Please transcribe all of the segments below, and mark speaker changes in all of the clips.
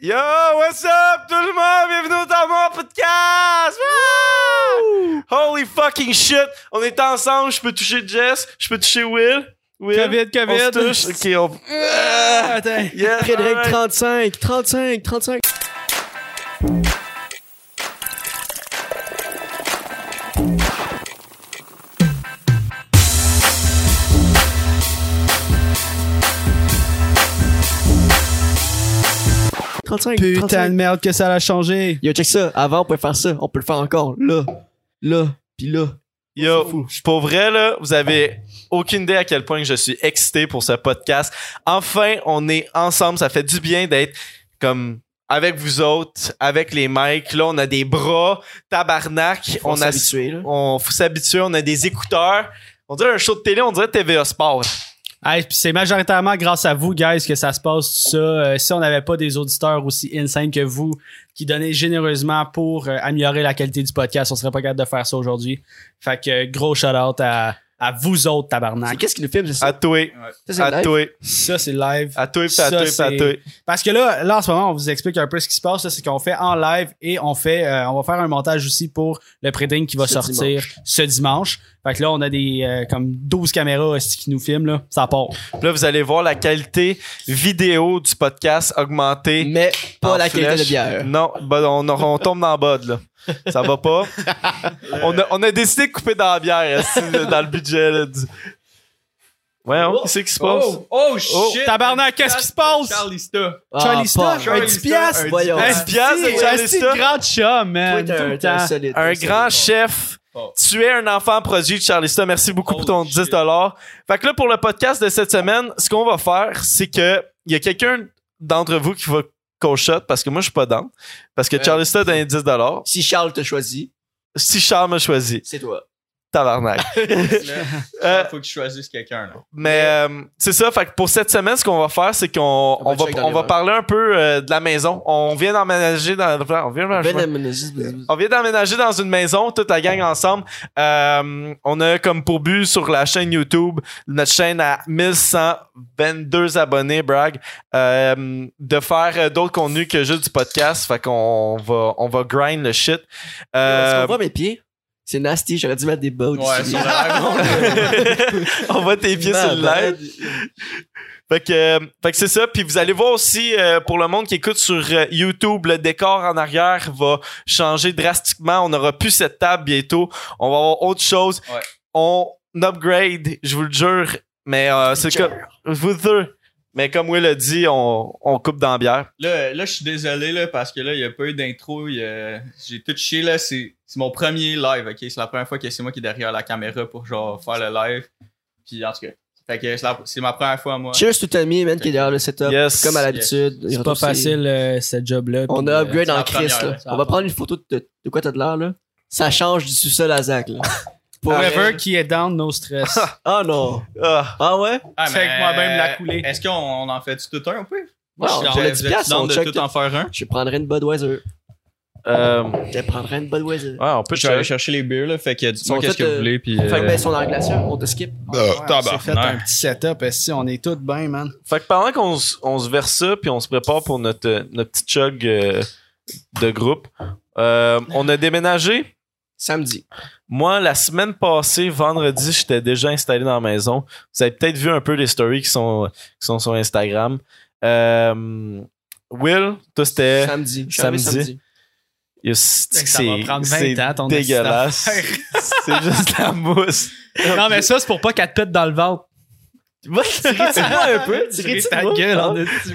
Speaker 1: Yo, what's up tout le monde? Bienvenue dans mon podcast! Wouh! Holy fucking shit! On est ensemble, je peux toucher Jess, je peux toucher Will. Will.
Speaker 2: Covid,
Speaker 1: On se
Speaker 2: Covid.
Speaker 1: touche. Ok, on.
Speaker 2: Ah, attends.
Speaker 1: Yes,
Speaker 2: Frédéric,
Speaker 1: alright.
Speaker 2: 35, 35, 35. Putain de merde que ça a changé.
Speaker 3: Yo, check ça. Avant, on pouvait faire ça. On peut le faire encore. Là, là, pis là.
Speaker 1: Yo, je- pour vrai, là, vous avez aucune idée à quel point que je suis excité pour ce podcast. Enfin, on est ensemble. Ça fait du bien d'être comme avec vous autres, avec les mics. Là, on a des bras, tabarnak.
Speaker 3: On
Speaker 1: on a
Speaker 3: s'habituer, là.
Speaker 1: on faut s'habituer, on a des écouteurs. On dirait un show de télé, on dirait TVA Sport.
Speaker 2: Hey, puis c'est majoritairement grâce à vous, guys, que ça se passe tout ça. Euh, si on n'avait pas des auditeurs aussi insane que vous qui donnaient généreusement pour euh, améliorer la qualité du podcast, on serait pas capable de faire ça aujourd'hui. Fait que euh, gros shout-out à, à vous autres,
Speaker 3: C'est
Speaker 2: tabarnak.
Speaker 3: Ah, qu'est-ce qu'il nous filme, c'est ça?
Speaker 1: À toi,
Speaker 3: Ça, c'est
Speaker 1: à
Speaker 3: live.
Speaker 1: toi,
Speaker 2: Ça, c'est live.
Speaker 1: à toi, puis à
Speaker 2: Ça,
Speaker 1: toi, puis à
Speaker 2: c'est-
Speaker 1: toi.
Speaker 2: Parce que là, là, en ce moment, on vous explique un peu ce qui se passe. là. C'est qu'on fait en live et on fait, euh, on va faire un montage aussi pour le pré-ding qui va
Speaker 3: Ce
Speaker 2: sortir ce dimanche. Fait que là, on a des euh, comme 12 caméras hostie, qui nous filment. Là. Ça part.
Speaker 1: Là, vous allez voir la qualité vidéo du podcast augmenter.
Speaker 3: Mais pas
Speaker 1: en
Speaker 3: la qualité
Speaker 1: flèche.
Speaker 3: de bière.
Speaker 1: Non, ben, on, on tombe dans le bod, là. Ça va pas. on, a, on a décidé de couper dans la bière, esti, dans le budget. Là, du... Ouais, hein, qu'est-ce qui se passe?
Speaker 4: Oh, oh
Speaker 1: Oh,
Speaker 4: shit!
Speaker 2: Tabarnak, qu'est-ce qui se passe?
Speaker 4: Charlista.
Speaker 2: Charlie Star,
Speaker 3: Ah, pas-
Speaker 4: Charlie
Speaker 3: un 10
Speaker 4: Star, un
Speaker 3: piastres,
Speaker 4: dix
Speaker 3: voyons.
Speaker 4: piastres.
Speaker 1: Un piastre de Charlie
Speaker 2: C'est
Speaker 1: Star.
Speaker 2: un grand Ah, chum, man.
Speaker 3: Toi, t'es
Speaker 2: tout
Speaker 3: un-
Speaker 2: le
Speaker 3: t'es un
Speaker 2: temps.
Speaker 3: solide,
Speaker 1: Un
Speaker 3: t'es un
Speaker 1: grand
Speaker 3: solide.
Speaker 1: chef.
Speaker 4: Oh.
Speaker 1: Tu es un enfant produit de Charleston. Merci beaucoup pour
Speaker 4: Holy
Speaker 1: ton
Speaker 4: shit.
Speaker 1: 10 Fait que là, pour le podcast de cette semaine, ce qu'on va faire, c'est que il y a quelqu'un d'entre vous qui va qu'on shot parce que moi, je suis pas dans. Parce que
Speaker 3: Ouais.
Speaker 1: Charleston a donné 10
Speaker 3: Si Charles te choisit,
Speaker 1: Si Charles m'a choisi,
Speaker 3: c'est toi.
Speaker 1: tabarnak. Euh,
Speaker 4: Il faut que je choisisse quelqu'un. là.
Speaker 1: Mais euh, c'est ça, fait que pour cette semaine, ce qu'on va faire, c'est qu'on
Speaker 3: On va
Speaker 1: on va,
Speaker 3: check dans
Speaker 1: on
Speaker 3: les
Speaker 1: va
Speaker 3: verres.
Speaker 1: parler un peu euh, de la maison. On vient d'emménager dans. On vient
Speaker 3: Ben
Speaker 1: d'emménager-
Speaker 3: Amnésis, vous- vous-
Speaker 1: On vient d'emménager dans une maison, toute la gang ensemble. Euh, on a comme pour but sur la chaîne YouTube, notre chaîne à 1122 abonnés, brag, euh, de faire euh, d'autres contenus que juste du podcast. Fait qu'on va, on va grind le shit.
Speaker 3: Est-ce
Speaker 1: Euh,
Speaker 3: qu'on voit mes pieds? C'est nasty, j'aurais dû mettre des bottes.
Speaker 4: Ouais, sur le
Speaker 1: on voit tes pieds sur le live. Fait que, euh, fait que c'est ça. Puis vous allez voir aussi, euh, pour le monde qui écoute sur euh, YouTube, le décor en arrière va changer drastiquement. On n'aura plus cette table bientôt. On va avoir autre chose.
Speaker 4: Ouais.
Speaker 1: On upgrade, je vous le jure. Mais euh, c'est comme... Je vous le jure. Mais comme Will a dit, on, on coupe dans la bière.
Speaker 4: Là, là je suis désolé là, parce que là, il n'y a pas eu d'intro. il y a- J'ai tout chié. là. C'est c'est mon premier live. ok? C'est la première fois que c'est moi qui est derrière la caméra pour genre faire le live. Puis en tout cas, fait que c'est la- c'est ma première fois, moi.
Speaker 3: Cheers tout Tommy, man, qui est derrière le setup.
Speaker 1: Yes.
Speaker 3: Comme à l'habitude.
Speaker 2: C'est pas facile, euh, ce job-là.
Speaker 3: On
Speaker 2: Puis,
Speaker 3: a
Speaker 2: euh,
Speaker 3: upgrade
Speaker 4: la
Speaker 3: en Chris,
Speaker 4: première,
Speaker 3: là.
Speaker 4: ouais, c'est
Speaker 3: On va prendre une photo de, de- de quoi t'as de l'air, là. Ça change du sous-sol à Zach, là. Pour
Speaker 2: Forever qui est down, no stress.
Speaker 3: Ah non.
Speaker 1: Ah,
Speaker 3: Ah ouais?
Speaker 4: Ah,
Speaker 2: Check
Speaker 4: mais-
Speaker 2: moi-même la coulée.
Speaker 4: Est-ce qu'on on en fait tout un, un peu?
Speaker 3: Moi,
Speaker 4: je
Speaker 3: on
Speaker 4: suis dans-
Speaker 3: pour le
Speaker 4: vous
Speaker 3: 10
Speaker 4: êtes
Speaker 3: piastres,
Speaker 4: dans
Speaker 3: on
Speaker 4: de
Speaker 3: check
Speaker 4: tout
Speaker 3: tout.
Speaker 4: en faire un.
Speaker 3: Je prendrais une Budweiser.
Speaker 1: euh,
Speaker 3: Je prendrais une Budweiser.
Speaker 1: ouais, on peut
Speaker 4: Je vais aller
Speaker 1: check.
Speaker 4: chercher les bières, là. Fait que
Speaker 3: Ils sont
Speaker 4: dites-moi qu'est-ce
Speaker 3: tous,
Speaker 4: que vous
Speaker 3: euh,
Speaker 4: voulez. Puis.
Speaker 3: Fait que
Speaker 4: euh,
Speaker 3: ben, si on est en glacière, on te skip.
Speaker 4: euh,
Speaker 2: on s'est fait un
Speaker 4: tabarnak.
Speaker 2: petit setup. Si on est tous bien, man.
Speaker 1: Fait que pendant qu'on se- on se verse ça, puis on se prépare pour notre, euh, notre petit chug euh, de groupe, euh, on a déménagé.
Speaker 3: Samedi.
Speaker 1: Moi, la semaine passée, vendredi, j'étais déjà installé dans la maison. Vous avez peut-être vu un peu les stories qui sont, qui sont sur Instagram. Euh, Will, toi,
Speaker 4: Euh,
Speaker 1: c'était.
Speaker 3: Samedi. Je suis arrivé
Speaker 1: samedi.
Speaker 3: samedi.
Speaker 1: Yo, C'est
Speaker 2: Ça va
Speaker 1: c'est-
Speaker 2: prendre
Speaker 1: c'est
Speaker 2: 20 ans, ton
Speaker 1: dégueulasse.
Speaker 2: accident.
Speaker 1: C'est juste la mousse.
Speaker 2: Non, mais ça, c'est pour pas qu'elle te pète dans le ventre.
Speaker 3: Moi, tirais-tu-moi un peu?
Speaker 2: Tirer
Speaker 3: Tirais-tu
Speaker 2: ta
Speaker 3: de moi?
Speaker 2: gueule en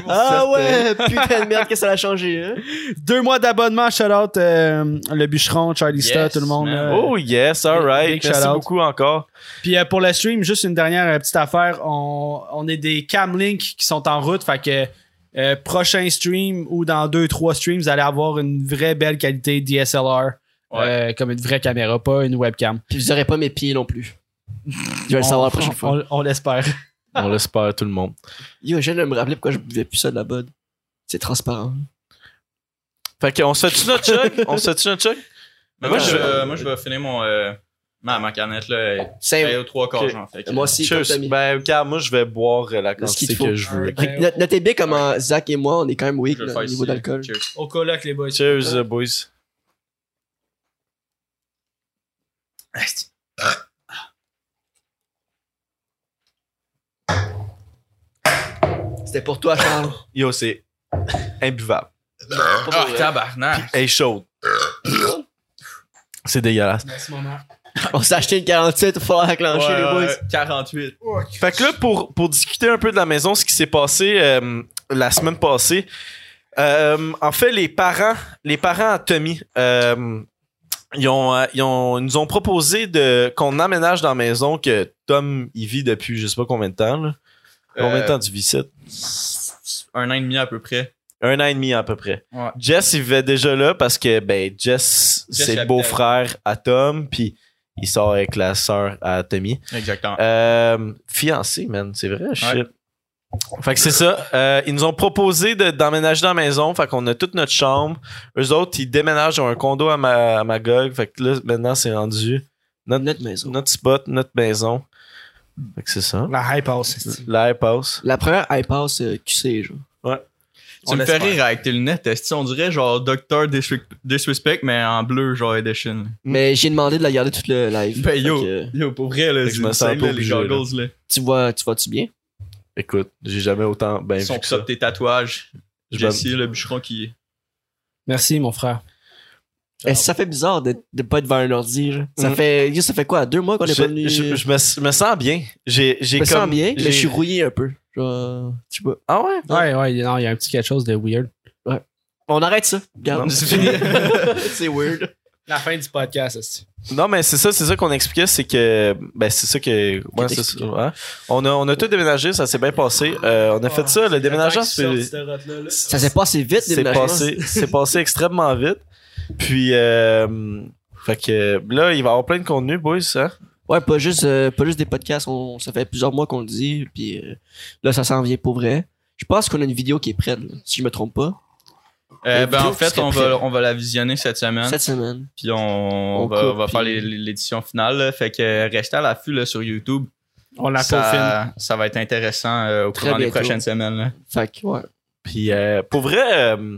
Speaker 3: Ah ouais, putain de merde, qu'est-ce que ça a changé, hein?
Speaker 2: Deux mois d'abonnement, shout out euh, le bûcheron, Charlie
Speaker 4: Yes,
Speaker 2: Star, tout le monde.
Speaker 4: man.
Speaker 2: là.
Speaker 1: Oh yes, alright.
Speaker 2: Big
Speaker 1: Merci
Speaker 2: shout-out.
Speaker 1: beaucoup encore.
Speaker 2: Puis euh, pour le stream, juste une dernière euh, petite affaire. On, on est des Camlink qui sont en route. Fait que euh, prochain stream ou dans deux, trois streams, vous allez avoir une vraie belle qualité DSLR. euh, comme une vraie caméra, pas une webcam.
Speaker 3: Puis vous aurez pas mes pieds non plus. Je vais le savoir la prochaine fois.
Speaker 2: On, on l'espère.
Speaker 1: On l'espère, tout le monde.
Speaker 3: Yo, je viens de me rappeler pourquoi je buvais plus ça de la bod. C'est transparent.
Speaker 1: Fait qu'on se fait-tu notre chug? On se fait-tu notre chug?
Speaker 4: Mais moi,
Speaker 1: Ouais.
Speaker 4: je, vais- moi, je vais finir mon, euh, Ma, ma canette, là, elle
Speaker 3: Same.
Speaker 4: est au trois quarts,
Speaker 1: Ok.
Speaker 4: genre. Fait que-
Speaker 3: Eh,
Speaker 4: euh,
Speaker 3: Moi aussi, comme
Speaker 1: Cheers.
Speaker 3: Tommy.
Speaker 1: Ben, Carl, moi, je vais boire euh, la
Speaker 3: qu'il
Speaker 1: quantité
Speaker 3: te faut.
Speaker 1: que je veux.
Speaker 2: Ouais.
Speaker 3: Fait que Notre, notre TB, comme en Zach et moi, on est quand même weak
Speaker 4: je
Speaker 3: là,
Speaker 4: vais le faire
Speaker 3: au niveau
Speaker 4: ici.
Speaker 3: d'alcool.
Speaker 4: Cheers.
Speaker 2: Au coloc, les boys.
Speaker 1: Cheers, euh, boys.
Speaker 4: Asti.
Speaker 3: C'était pour toi, Charles.
Speaker 1: Yo, c'est imbuvable.
Speaker 3: Pas pour
Speaker 4: Ah,
Speaker 3: vrai.
Speaker 4: tabarnak.
Speaker 1: Elle est chaude. C'est dégueulasse.
Speaker 2: Merci, maman.
Speaker 3: on s'est acheté une 47, il va falloir la clencher,
Speaker 4: Ouais,
Speaker 3: les boys.
Speaker 4: ouais, 48.
Speaker 1: Fait que là, pour, pour discuter un peu de la maison, ce qui s'est passé euh, la semaine passée, euh, en fait, les parents, les parents à Tommy, euh, ils, ont, euh, ils ont- ils nous ont proposé de qu'on emménage dans la maison que Tom il vit depuis je sais pas combien de temps. là. Combien de
Speaker 4: Euh,
Speaker 1: temps tu vis ça?
Speaker 4: Un an et demi à peu près.
Speaker 1: Un an et demi à peu près.
Speaker 4: Ouais.
Speaker 1: Jess, il vivait déjà là parce que ben Jess,
Speaker 4: Jess,
Speaker 1: c'est
Speaker 4: il
Speaker 1: le
Speaker 4: habitait-
Speaker 1: beau-frère à Tom, puis il sort avec la sœur à Tommy.
Speaker 4: Exactement.
Speaker 1: Euh, fiancé, man, c'est vrai, shit. Fait que c'est ça. Euh, ils nous ont proposé de- d'emménager dans la maison. Fait qu'on a toute notre chambre. Eux autres, ils déménagent ils ont un condo à, ma, à Magog. Fait que là, maintenant, c'est rendu
Speaker 3: Notre maison.
Speaker 1: notre spot, notre maison. Fait que c'est ça.
Speaker 2: La hype passe.
Speaker 1: L'air passe.
Speaker 3: La première iPass euh, QC,
Speaker 4: Mm.
Speaker 3: genre.
Speaker 4: tu me fais
Speaker 2: l'espère.
Speaker 4: rire avec tes lunettes, Asti. On dirait genre Docteur Disrespect, mais en bleu, genre Edition.
Speaker 3: Mais j'ai demandé de la garder toute le live.
Speaker 4: Ben yo,
Speaker 3: Fait que,
Speaker 4: yo, pour vrai, là,
Speaker 1: Fait que je me sens
Speaker 4: insane,
Speaker 1: pas
Speaker 4: là, les
Speaker 1: obligé,
Speaker 4: goggles, là.
Speaker 3: tu vois, tu vas-tu bien?
Speaker 1: Écoute, j'ai jamais autant bien
Speaker 4: Ils sont
Speaker 1: vu que ça.
Speaker 4: top tes tatouages.
Speaker 1: Je
Speaker 4: Jesse, le bûcheron qui.
Speaker 2: Merci, mon frère.
Speaker 3: Eh, ça fait bizarre de, de pas être devant un ordi, genre. Ça
Speaker 1: Euh, Mm.
Speaker 3: fait, yo, ça fait quoi? Deux mois qu'on
Speaker 1: me-
Speaker 3: est
Speaker 1: Je,
Speaker 3: pas
Speaker 1: je-
Speaker 3: venu. Je
Speaker 1: je me, je me sens bien. J'ai, j'ai
Speaker 3: me
Speaker 1: comme,
Speaker 3: sens bien, mais je
Speaker 1: j'ai-
Speaker 3: suis rouillé un peu. Genre, je sais pas.
Speaker 1: Ah ouais?
Speaker 2: Ouais, ouais, non, il y a un petit quelque chose de weird.
Speaker 3: On arrête ça. Garde.
Speaker 1: Non,
Speaker 4: c'est fini.
Speaker 3: c'est weird.
Speaker 2: La fin du podcast, c'est
Speaker 1: Non, mais c'est ça, c'est ça qu'on expliquait, c'est que. Ben, c'est ça que. ouais, c'est ça,
Speaker 3: t'expliquais.
Speaker 1: ouais. On, a, on a tout déménagé, ça s'est bien passé. Euh, on a fait ça,
Speaker 2: Ah,
Speaker 1: le déménagement, c'est.
Speaker 3: Ça s'est passé vite,
Speaker 1: c'est
Speaker 3: déménagement.
Speaker 1: passé, c'est passé extrêmement vite. Puis, euh, fait que là, il va y avoir plein de contenu, boys. Hein?
Speaker 3: Ouais, pas juste, euh, pas juste des podcasts. On, ça fait plusieurs mois qu'on le dit. Puis euh, là, ça s'en vient pour vrai. Je pense qu'on a une vidéo qui est prête, là, si je me trompe pas.
Speaker 4: Euh,
Speaker 3: Et
Speaker 4: ben, en
Speaker 3: vous,
Speaker 4: fait,
Speaker 3: serait
Speaker 4: on
Speaker 3: prêt.
Speaker 4: va, on va la visionner cette
Speaker 1: Hein?
Speaker 4: semaine.
Speaker 3: Cette semaine.
Speaker 4: Puis on,
Speaker 3: On
Speaker 4: va,
Speaker 3: coupe,
Speaker 4: on va faire
Speaker 3: puis-
Speaker 4: les- les- l'édition finale. là. Fait que euh, restez à l'affût là, sur YouTube.
Speaker 2: On l'a pas
Speaker 4: Ça, ça va être intéressant euh, au
Speaker 3: Très
Speaker 4: cours des
Speaker 3: bientôt.
Speaker 4: prochaines semaines. là.
Speaker 3: Fait que, ouais.
Speaker 1: Puis, euh, pour vrai, euh,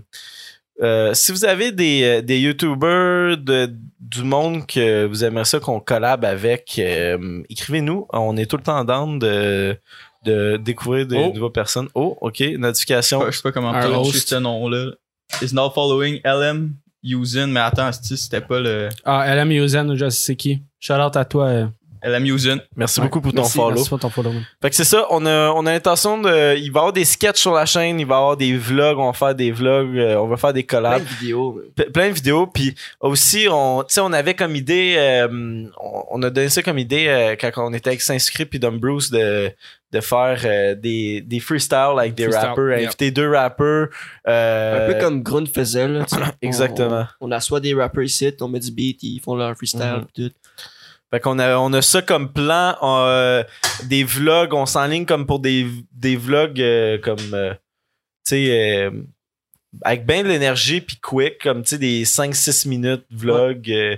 Speaker 1: euh, si vous avez des, euh, des YouTubers de, du monde que vous aimeriez ça qu'on collab avec, euh, écrivez-nous. On est tout le temps down de, de découvrir de
Speaker 4: Oh.
Speaker 1: nouvelles personnes. Oh, OK, notification.
Speaker 4: Je sais pas comment
Speaker 2: Un
Speaker 4: prononcer
Speaker 2: host.
Speaker 4: ce nom-là. Is now following LM Usin. Mais attends, asti, c'était pas le
Speaker 2: Ah, LM Yuzen, je sais qui. Shout out à toi. euh,
Speaker 4: LM Usin.
Speaker 1: Merci
Speaker 2: Ouais.
Speaker 1: beaucoup pour ton
Speaker 2: merci,
Speaker 1: follow.
Speaker 2: merci pour ton follow. man.
Speaker 1: Fait que c'est ça, on a, on a l'intention de. Il va y avoir des sketchs sur la chaîne, il va y avoir des vlogs, on va faire des vlogs, euh, on va faire des
Speaker 3: Plein
Speaker 1: collabs,
Speaker 3: de vidéos. man.
Speaker 1: pe- plein de vidéos. Puis aussi, on, tu sais, on avait comme idée, euh, on, on a donné ça comme idée euh, quand on était avec Saint-Script et Dumb Bruce de, de faire euh, des, des freestyles avec des
Speaker 2: Freestyle,
Speaker 1: rappers,
Speaker 2: yeah.
Speaker 1: inviter deux rappers.
Speaker 3: Un
Speaker 1: euh,
Speaker 3: peu comme Grun faisait, là. tu sais. On-
Speaker 1: Exactement.
Speaker 3: On, assoit des rappers ici, on met du beat, ils font leur freestyle.
Speaker 1: Mhm.
Speaker 3: pis tout.
Speaker 1: Fait qu'on a, on a ça comme plan, on, euh, des vlogs, on s'enligne comme pour des, des vlogs euh, comme, euh, tu sais, euh, avec bien de l'énergie puis quick, comme, tu sais, des 5-6 minutes vlogs. euh,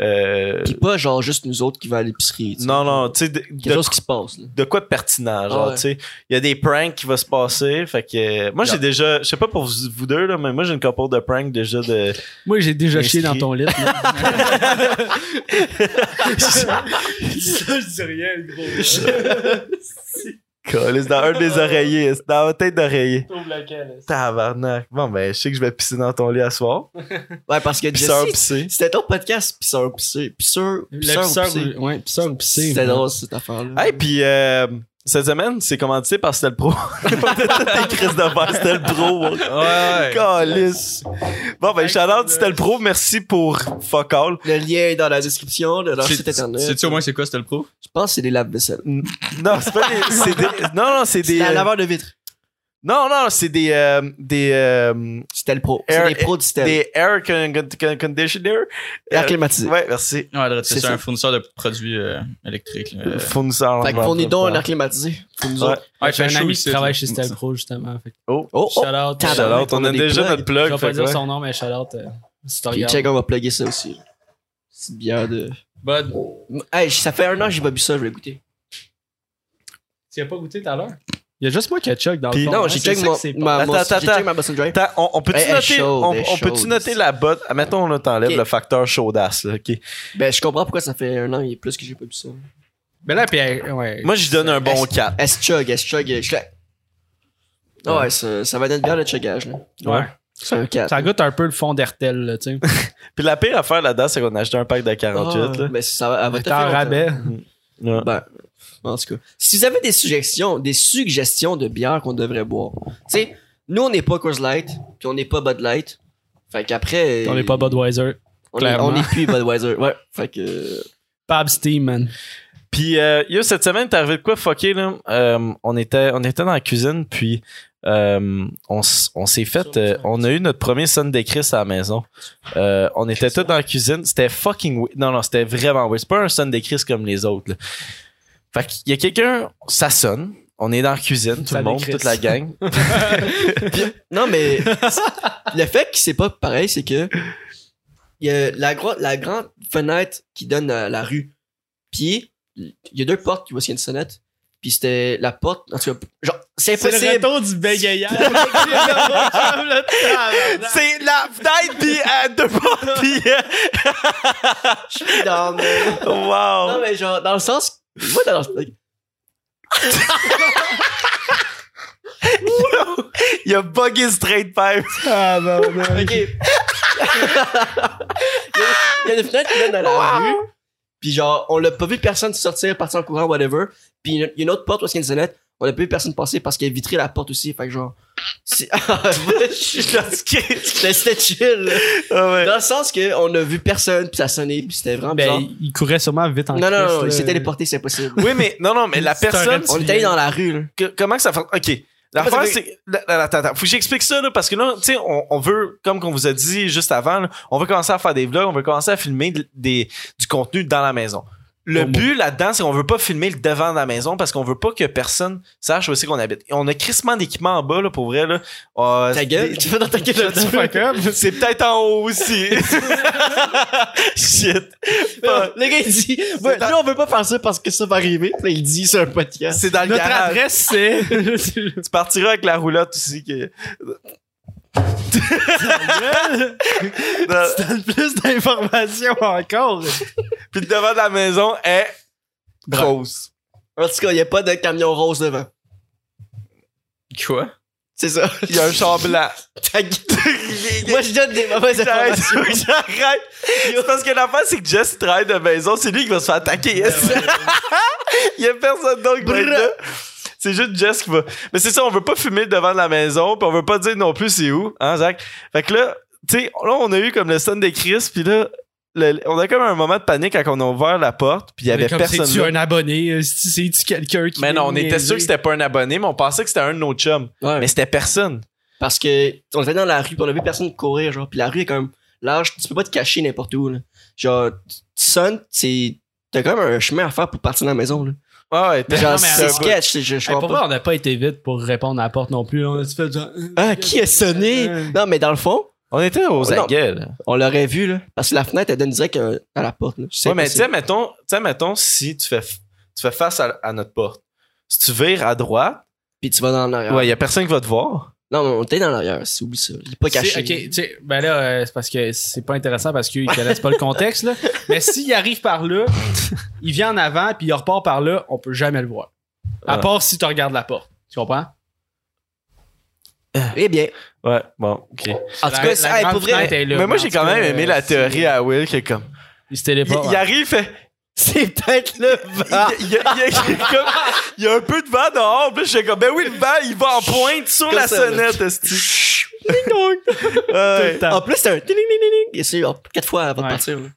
Speaker 1: euh,
Speaker 3: Pis pas genre juste nous autres qui va à l'épicerie. tu sais.
Speaker 1: non, non, tu sais, de,
Speaker 3: Quelque
Speaker 1: de-
Speaker 3: chose qui se passe, là.
Speaker 1: de quoi de pertinent, genre,
Speaker 3: Ah ouais.
Speaker 1: tu sais. Il y a des pranks qui vont se passer, fait que... euh, moi, j'ai
Speaker 4: Yeah.
Speaker 1: déjà, je sais pas pour vous, vous deux, là, mais moi, j'ai une couple de pranks déjà de...
Speaker 2: Moi, j'ai déjà
Speaker 1: Inscrit.
Speaker 2: chié dans ton lit. man.
Speaker 4: Ça, je dis rien, gros.
Speaker 1: Calisse, dans un
Speaker 4: Ah.
Speaker 1: des oreillers, c'est dans ma tête d'oreiller.
Speaker 2: Trouve laquelle,
Speaker 1: Tabarnak. Bon, ben, je sais que je vais pisser dans ton lit à soir.
Speaker 3: Ouais, parce que
Speaker 1: Pisseur,
Speaker 3: Jesse,
Speaker 1: pisser.
Speaker 3: c'était ton podcast, pisseur, pisseur, pisseur,
Speaker 2: Le
Speaker 3: pisseur, ou
Speaker 2: pisseur,
Speaker 3: pisser.
Speaker 2: ou- ouais, pisseur ou pisser.
Speaker 3: C'était
Speaker 2: man.
Speaker 3: drôle, cette affaire-là.
Speaker 1: Hey, puis euh, cette semaine, c'est commandité par Stel Pro. T'es Chris de faire Stel Pro.
Speaker 4: Ouais, ouais.
Speaker 1: Calice. Bon, ben, shout-out Stel Pro. Merci pour fuck all.
Speaker 3: Le lien est dans la description de leur
Speaker 4: C'est- euh.
Speaker 3: site internet.
Speaker 4: Sais-tu au moins c'est quoi, c'était le pro?
Speaker 3: Je pense que c'est des lave-vaisselle.
Speaker 1: Non, c'est pas des, c'est des- Non, non, c'est
Speaker 3: C'est
Speaker 1: des... euh,
Speaker 3: un laveur de vitre.
Speaker 1: non, non, c'est des... euh, des... euh,
Speaker 3: C'était le pro.
Speaker 1: Air-
Speaker 3: C'est des pros du Stel.
Speaker 1: des air con- con- conditioner.
Speaker 3: Air climatisé.
Speaker 1: Ouais, merci.
Speaker 4: Ouais, Adrette,
Speaker 3: C'est
Speaker 4: c'est
Speaker 3: ça.
Speaker 4: un fournisseur de produits euh, électriques. là.
Speaker 1: Fournisseur.
Speaker 3: Fait que
Speaker 1: on va
Speaker 3: fournis donc un
Speaker 1: prendre
Speaker 3: air climatisé. Fournis-en.
Speaker 1: Ouais.
Speaker 2: J'ai
Speaker 4: Ouais, fait
Speaker 2: un
Speaker 4: chaud
Speaker 2: ami
Speaker 4: ici,
Speaker 2: qui travaille
Speaker 4: là.
Speaker 2: chez Stel Pro, justement. Fait. que
Speaker 3: Oh, oh.
Speaker 2: Shout out.
Speaker 3: tabarnak.
Speaker 2: euh,
Speaker 1: Shout-out, On
Speaker 3: on
Speaker 1: a
Speaker 3: a des
Speaker 1: déjà
Speaker 3: plugs.
Speaker 1: notre
Speaker 2: Je
Speaker 1: plug. fait
Speaker 2: vais pas
Speaker 1: que
Speaker 2: dire
Speaker 1: ouais.
Speaker 2: son nom, mais shout out. euh, si tu
Speaker 3: Puis
Speaker 2: regardes.
Speaker 3: check, on va plugger ça aussi. Petite bière de...
Speaker 2: Bud,
Speaker 3: Hey, ça fait un an que j'ai pas bu ça, je vais le goûter.
Speaker 2: tu as pas goûté tout à l'heure? Il y a juste moi qui a Chuck dans
Speaker 1: Puis
Speaker 2: le fond.
Speaker 3: non,
Speaker 2: hein,
Speaker 3: j'ai
Speaker 2: c'est
Speaker 3: check
Speaker 2: ça
Speaker 3: mon,
Speaker 2: que c'est
Speaker 3: ma,
Speaker 1: pas-
Speaker 3: mon-
Speaker 1: Attends,
Speaker 3: j'ai
Speaker 1: attends,
Speaker 3: check ma Boston Dry.
Speaker 1: Attends, on, on peut-tu
Speaker 3: Elle est
Speaker 1: noter,
Speaker 3: chaude,
Speaker 1: on,
Speaker 3: elle est
Speaker 1: on peut-tu
Speaker 3: chaude.
Speaker 1: noter la botte? Ah, Mettons, là, t'enlèves
Speaker 3: Ok.
Speaker 1: le facteur chaudasse. là, ok.
Speaker 3: Ben, je comprends pourquoi ça fait un an et plus que j'ai pas bu ça.
Speaker 2: Ben là, puis, euh, ouais.
Speaker 1: Moi, je donne un bon
Speaker 3: Est-ce-
Speaker 1: 4.
Speaker 3: Elle se chug, elle se chug, je suis là- Ah ouais, ça, ça va être bien le chuggage, là.
Speaker 2: Ouais.
Speaker 3: C'est un 4.
Speaker 2: Ça goûte un peu le fond d'Hertel, là, tu sais.
Speaker 1: Puis la pire affaire là-dedans, c'est qu'on a acheté un pack de 48. là.
Speaker 3: Mais ben, ça va, elle va te
Speaker 2: T'es
Speaker 3: faire
Speaker 2: en
Speaker 3: longtemps.
Speaker 2: rabais.
Speaker 1: Ouais.
Speaker 3: Ben, en tout cas. Si vous avez des suggestions, des suggestions de bières qu'on devrait boire, tu sais, nous, on n'est pas Coors Light, puis on n'est pas Bud Light. Fait qu'après.
Speaker 2: On n'est pas Budweiser.
Speaker 3: on est-
Speaker 2: clairement.
Speaker 3: On n'est plus Budweiser. Ouais. Fait que.
Speaker 2: Pabs Steam, man.
Speaker 1: Puis, euh, yo, cette semaine, t'es arrivé de quoi fucké, là? Euh, on, était, on était dans la cuisine, puis euh, on, s- on s'est fait... euh, on a eu notre premier Sunday Chris à la maison. Euh, on était tous dans la cuisine. C'était fucking... we- Non, non, c'était vraiment weird. C'est pas un Sunday Chris comme les autres, là. Fait qu'il y a quelqu'un... Ça sonne. On est dans la cuisine, tout
Speaker 2: Sunday
Speaker 1: le monde,
Speaker 2: Chris.
Speaker 1: toute la gang.
Speaker 3: Non, mais. le fait que c'est pas pareil, c'est que. Il y a la, gro- la grande fenêtre qui donne à la rue. Puis, il y a deux portes, tu vois, il y a une sonnette. Puis c'était la porte. En tout cas, genre, c'est
Speaker 2: C'est le
Speaker 3: impossible.
Speaker 2: retour du bégayage. C'est le tabarnak.
Speaker 1: C'est la fenêtre pis à deux portes pis
Speaker 3: Je suis dans le- Non,
Speaker 1: euh, wow.
Speaker 3: mais genre, dans le sens. Moi, dans le.
Speaker 1: Il a buggé straight pipe.
Speaker 3: Ok. il, y a, il y a une fenêtre qui donne à la rue. Puis genre, on l'a pas vu personne sortir, partir en courant, whatever. Puis il y a une autre porte parce qu'il y a une sonnette. On l'a pas vu personne passer parce qu'il y a vitré la porte aussi. Fait que genre. c'est- Ah, C'était c'était chill. là.
Speaker 1: Ah ouais.
Speaker 3: Dans le sens que on a vu personne, puis ça sonnait, puis c'était vraiment bizarre.
Speaker 2: Ben, il courait sûrement vite en
Speaker 3: non, non,
Speaker 2: Christ,
Speaker 3: non,
Speaker 2: là.
Speaker 3: il s'est téléporté, c'est impossible.
Speaker 1: Oui, mais non, non, mais la
Speaker 2: C'est un
Speaker 1: personne.
Speaker 2: reptile.
Speaker 3: On était allé dans la rue, là.
Speaker 1: que- comment que ça fait. Ok. L'affaire,
Speaker 3: Comment ça
Speaker 1: c'est. la- la- Attends, attends. Faut que j'explique ça, là, parce que là, tu sais, on, on veut, comme qu'on vous a dit juste avant, là, on veut commencer à faire des vlogs, on veut commencer à filmer de- des, du contenu dans la maison. Le
Speaker 2: Oh, mon-
Speaker 1: but là-dedans, c'est qu'on veut pas filmer le devant de la maison parce qu'on veut pas que personne sache où c'est qu'on habite. Et on a crissement d'équipement en bas, là, pour vrai, là. Euh,
Speaker 3: Ta gueule,
Speaker 1: des-
Speaker 3: tu vas dans ta gueule
Speaker 2: Shut the fuck up.
Speaker 1: C'est peut-être en haut aussi. Shit. Fuck.
Speaker 3: Le gars, il dit, Ouais,
Speaker 1: dans-
Speaker 3: nous, on veut pas faire ça parce que ça va arriver. Puis là, il dit, c'est un podcast.
Speaker 1: C'est dans le
Speaker 2: Notre
Speaker 1: garage.
Speaker 2: adresse, c'est.
Speaker 1: Tu partiras avec la roulotte aussi. Que...
Speaker 2: Tu donnes plus d'informations encore.
Speaker 1: Puis le devant de la maison est rose.
Speaker 3: En tout cas, il n'y a pas de camion rose devant.
Speaker 4: Quoi?
Speaker 3: C'est ça.
Speaker 1: Il y a un char blanc.
Speaker 3: Ta gueule. Moi, je donne des mauvaises
Speaker 1: J'arrête,
Speaker 3: informations.
Speaker 1: faut que j'arrête. C'est Parce que l'affaire, c'est que Jess il travaille de maison, c'est lui qui va se faire attaquer. Il y a personne d'autre qui va être là. C'est juste Jess qui va. Mais c'est ça, on veut pas fumer devant de la maison, puis on veut pas dire non plus c'est où, hein, Zach? Fait que là, tu sais, là, on a eu comme le son des Chris, puis là, le- on a comme un moment de panique quand on a ouvert la porte, puis il y avait personne
Speaker 2: tu
Speaker 1: là.
Speaker 2: un abonné, c'est-tu quelqu'un qui.
Speaker 1: Mais non, on était sûr que c'était pas un abonné, mais on pensait que c'était un de nos chums.
Speaker 3: Ouais.
Speaker 1: Mais c'était personne.
Speaker 3: Parce que, on était dans la rue, puis on a vu personne courir, genre. Puis la rue est quand même large. Tu peux pas te cacher n'importe où, là. Genre, tu tu sonnes, c'est. T'as quand même un chemin à faire pour partir de la maison, là.
Speaker 1: Ah ouais, t'es-
Speaker 3: Genre,
Speaker 2: mais
Speaker 3: c'est
Speaker 2: attends.
Speaker 3: sketch, c'est- je, je
Speaker 2: Hey,
Speaker 3: comprends
Speaker 2: Eh, pour
Speaker 3: pas.
Speaker 2: vrai, on n'a pas été vite pour répondre à la porte non plus. hein. On a fait genre. euh,
Speaker 3: Ah, qui a sonné? Non, mais dans le fond,
Speaker 1: on était aux
Speaker 3: Non.
Speaker 1: aguets, là.
Speaker 3: on l'aurait vu, là. Parce que la fenêtre, elle donne direct euh, à la porte, là. C'est
Speaker 1: Ouais, mais tu
Speaker 3: impossible.
Speaker 1: sais, mettons, tu sais, mettons, si tu fais, f- tu fais face à, à notre porte, si tu vires à droite,
Speaker 3: Puis tu vas dans l'arrière.
Speaker 1: ouais, il y a personne qui va te voir.
Speaker 3: Non, mais on était dans l'arrière, c'est oublie ça. Il est pas
Speaker 2: C'est-
Speaker 3: caché.
Speaker 2: Ok, tu sais, ben là, euh, c'est parce que c'est pas intéressant parce qu'ils connaissent pas le contexte, là. Mais s'il arrive par là, il vient en avant, puis il repart par là, on peut jamais le voir.
Speaker 3: Ah.
Speaker 2: À
Speaker 1: Ouais.
Speaker 2: part si tu regardes la porte. Tu comprends?
Speaker 3: Eh bien,
Speaker 1: Ouais, bon, ok.
Speaker 3: en tout cas,
Speaker 2: la
Speaker 3: ça, hey,
Speaker 2: grande
Speaker 3: pour vrai,
Speaker 2: fenêtre est là,
Speaker 1: mais moi,
Speaker 2: en
Speaker 1: j'ai
Speaker 2: tout
Speaker 1: quand
Speaker 2: cas,
Speaker 1: même aimé
Speaker 2: euh,
Speaker 1: la
Speaker 2: c'est-
Speaker 1: théorie à Will qui est comme.
Speaker 2: Il se
Speaker 1: Il,
Speaker 2: téléporte.
Speaker 1: il arrive, fait.
Speaker 3: c'est peut-être le vent.
Speaker 1: Il y, a, il y a- il y a comme- il y a un peu de vent dehors, puis j'étais comme, ben oui, le vent, il va en pointe sur
Speaker 3: Comme
Speaker 1: la
Speaker 3: ça, là.
Speaker 1: sonnette, esti. Ouais.
Speaker 3: En plus, c'est un tiling-ling-ling-ling. Il essaie genre, quatre fois avant de
Speaker 2: Ouais.
Speaker 3: partir. là.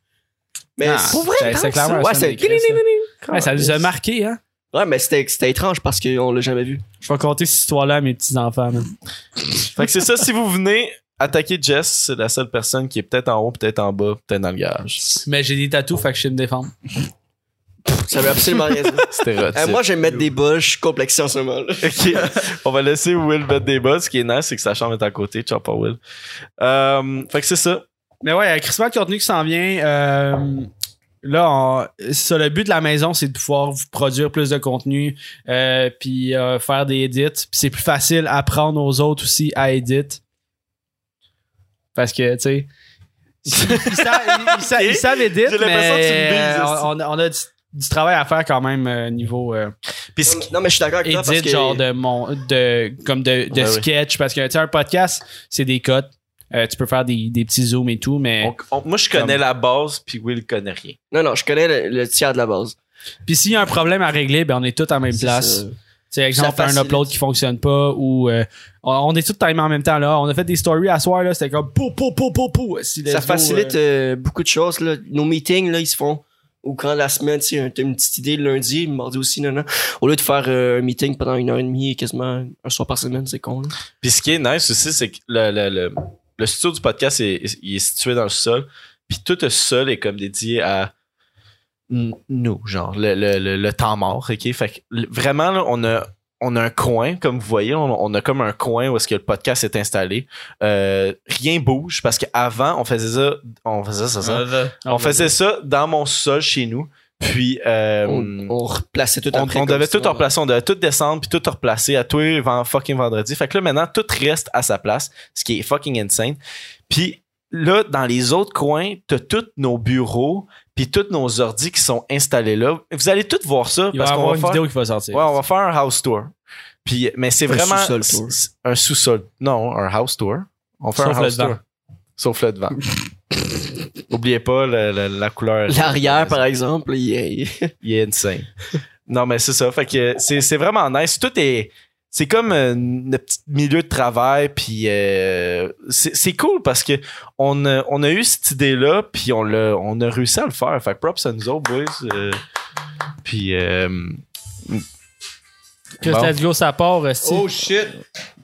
Speaker 3: Mais
Speaker 2: Ah,
Speaker 3: c'est-
Speaker 2: pour vrai, c'est
Speaker 3: pense,
Speaker 2: clairement un
Speaker 3: Ouais,
Speaker 2: son
Speaker 3: c'est un
Speaker 2: des Chris, là.
Speaker 3: tiling-ling-ling-ling.
Speaker 2: Ouais, ça nous a marqué, hein?
Speaker 3: Ouais, mais c'était c'était étrange parce qu'on l'a jamais vu.
Speaker 2: Je vais compter cette histoire-là à mes petits-enfants, man.
Speaker 1: Fait que c'est ça, si vous venez attaquer Jess, c'est la seule personne qui est peut-être en haut, peut-être en bas, peut-être dans le garage.
Speaker 2: Mais j'ai des tatous, fait que je sais me défendre.
Speaker 3: Ça veut absolument rien dire.
Speaker 1: Stéréotype.
Speaker 3: Euh, moi, je vais mettre des bouches complexées en ce moment. là.
Speaker 1: Ok. On va laisser Will mettre des bas. Ce qui est nice, c'est que sa chambre est à côté. Ciao pas Will. Euh, fait que c'est ça.
Speaker 2: Mais ouais, Christmas de contenu qui s'en vient. euh, là, on- c'est ça, le but de la maison, c'est de pouvoir vous produire plus de contenu, euh, puis euh, faire des edits. Puis c'est plus facile à apprendre aux autres aussi à edit. Parce que, tu sais, ils, ils savent- ils- ils savent- ils savent edit,
Speaker 1: J'ai l'impression que tu me
Speaker 2: mais
Speaker 1: vises,
Speaker 2: on, on- on a du, du travail à faire quand même euh, niveau euh,
Speaker 1: Puis
Speaker 3: Non,
Speaker 1: ce qui-
Speaker 3: mais- Non, mais je suis d'accord avec toi parce
Speaker 2: edit,
Speaker 3: que.
Speaker 2: genre de, mon, de, comme de, de
Speaker 1: Ouais, ouais.
Speaker 2: sketch. Parce que, tu sais, un podcast, c'est des cotes. Euh, tu peux faire des, des petits zooms et tout, mais...
Speaker 1: on- on- moi, je connais la base, puis Will connaît rien.
Speaker 3: Non, non, je connais le, le tiers de la base.
Speaker 2: Puis s'il y a un problème à régler, ben on est tous à la même
Speaker 3: C'est
Speaker 2: place.
Speaker 3: ça.
Speaker 2: C'est exemple,
Speaker 3: Ça
Speaker 2: t'as un
Speaker 3: facilite.
Speaker 2: upload qui fonctionne pas ou euh, on, on est tous timés en même temps là. On a fait des stories à soir là, c'était comme pou pou pou pou pou. Si let's
Speaker 3: Ça
Speaker 2: go,
Speaker 3: facilite
Speaker 2: euh,
Speaker 3: euh, beaucoup de choses. Là. Nos meetings, là, ils se font au courant de la semaine. Tu sais, t'as une petite idée le lundi, le mardi aussi, non, non. Au lieu de faire euh, un meeting pendant une heure et demie, quasiment un soir par semaine, c'est con. là.
Speaker 1: Puis ce qui est nice aussi, c'est que le, le, le, le studio du podcast est, il est situé dans le sol. Puis tout le sol est comme dédié à n- nous, genre le, le, le, le temps mort. ok? Fait que, le- vraiment, là, on a. On a un coin, comme vous voyez, on, on a comme un coin où est-ce que le podcast est installé. Euh, rien bouge parce qu'avant, on faisait ça, on faisait ça, ça.
Speaker 4: Euh,
Speaker 1: on faisait ça dans mon sol chez nous. Puis euh,
Speaker 3: on, on replaçait tout
Speaker 1: on,
Speaker 3: après.
Speaker 1: on
Speaker 3: comme
Speaker 1: devait
Speaker 3: ça,
Speaker 1: tout
Speaker 3: ouais.
Speaker 1: replacer, on devait tout descendre puis tout replacer à tous les ven- fucking vendredi. Fait que là maintenant tout reste à sa place, ce qui est fucking insane. Puis là dans les autres coins, t'as tous nos bureaux puis tous nos ordis qui sont installés là. Vous allez tous voir ça
Speaker 2: il va y
Speaker 1: euh, parce qu'on
Speaker 2: avoir
Speaker 1: va
Speaker 2: une
Speaker 1: faire
Speaker 2: vidéo qui va sortir.
Speaker 1: Ouais, on va faire un house tour. Puis mais c'est
Speaker 3: Un
Speaker 1: vraiment
Speaker 3: sous-sol tour.
Speaker 1: c'est- un sous-sol. Non, un house tour. On fait
Speaker 2: Sauf
Speaker 1: un
Speaker 2: le
Speaker 1: house
Speaker 2: devant.
Speaker 1: tour. Sauf le devant. Oubliez pas le- le- la couleur.
Speaker 3: L'arrière, par exemple, il est-
Speaker 1: Il est insane. non, mais c'est ça. Fait que c'est c'est vraiment nice. Tout est. C'est comme euh, notre petit milieu de travail, puis euh, c'est c'est cool parce que on a, on a eu cette idée-là, puis on l'a on a réussi à le faire. Fait que props à nous autres, boys. euh, puis euh,
Speaker 2: Chris,
Speaker 1: Bon.
Speaker 2: let's go, ça part. euh, esti.
Speaker 4: Oh shit!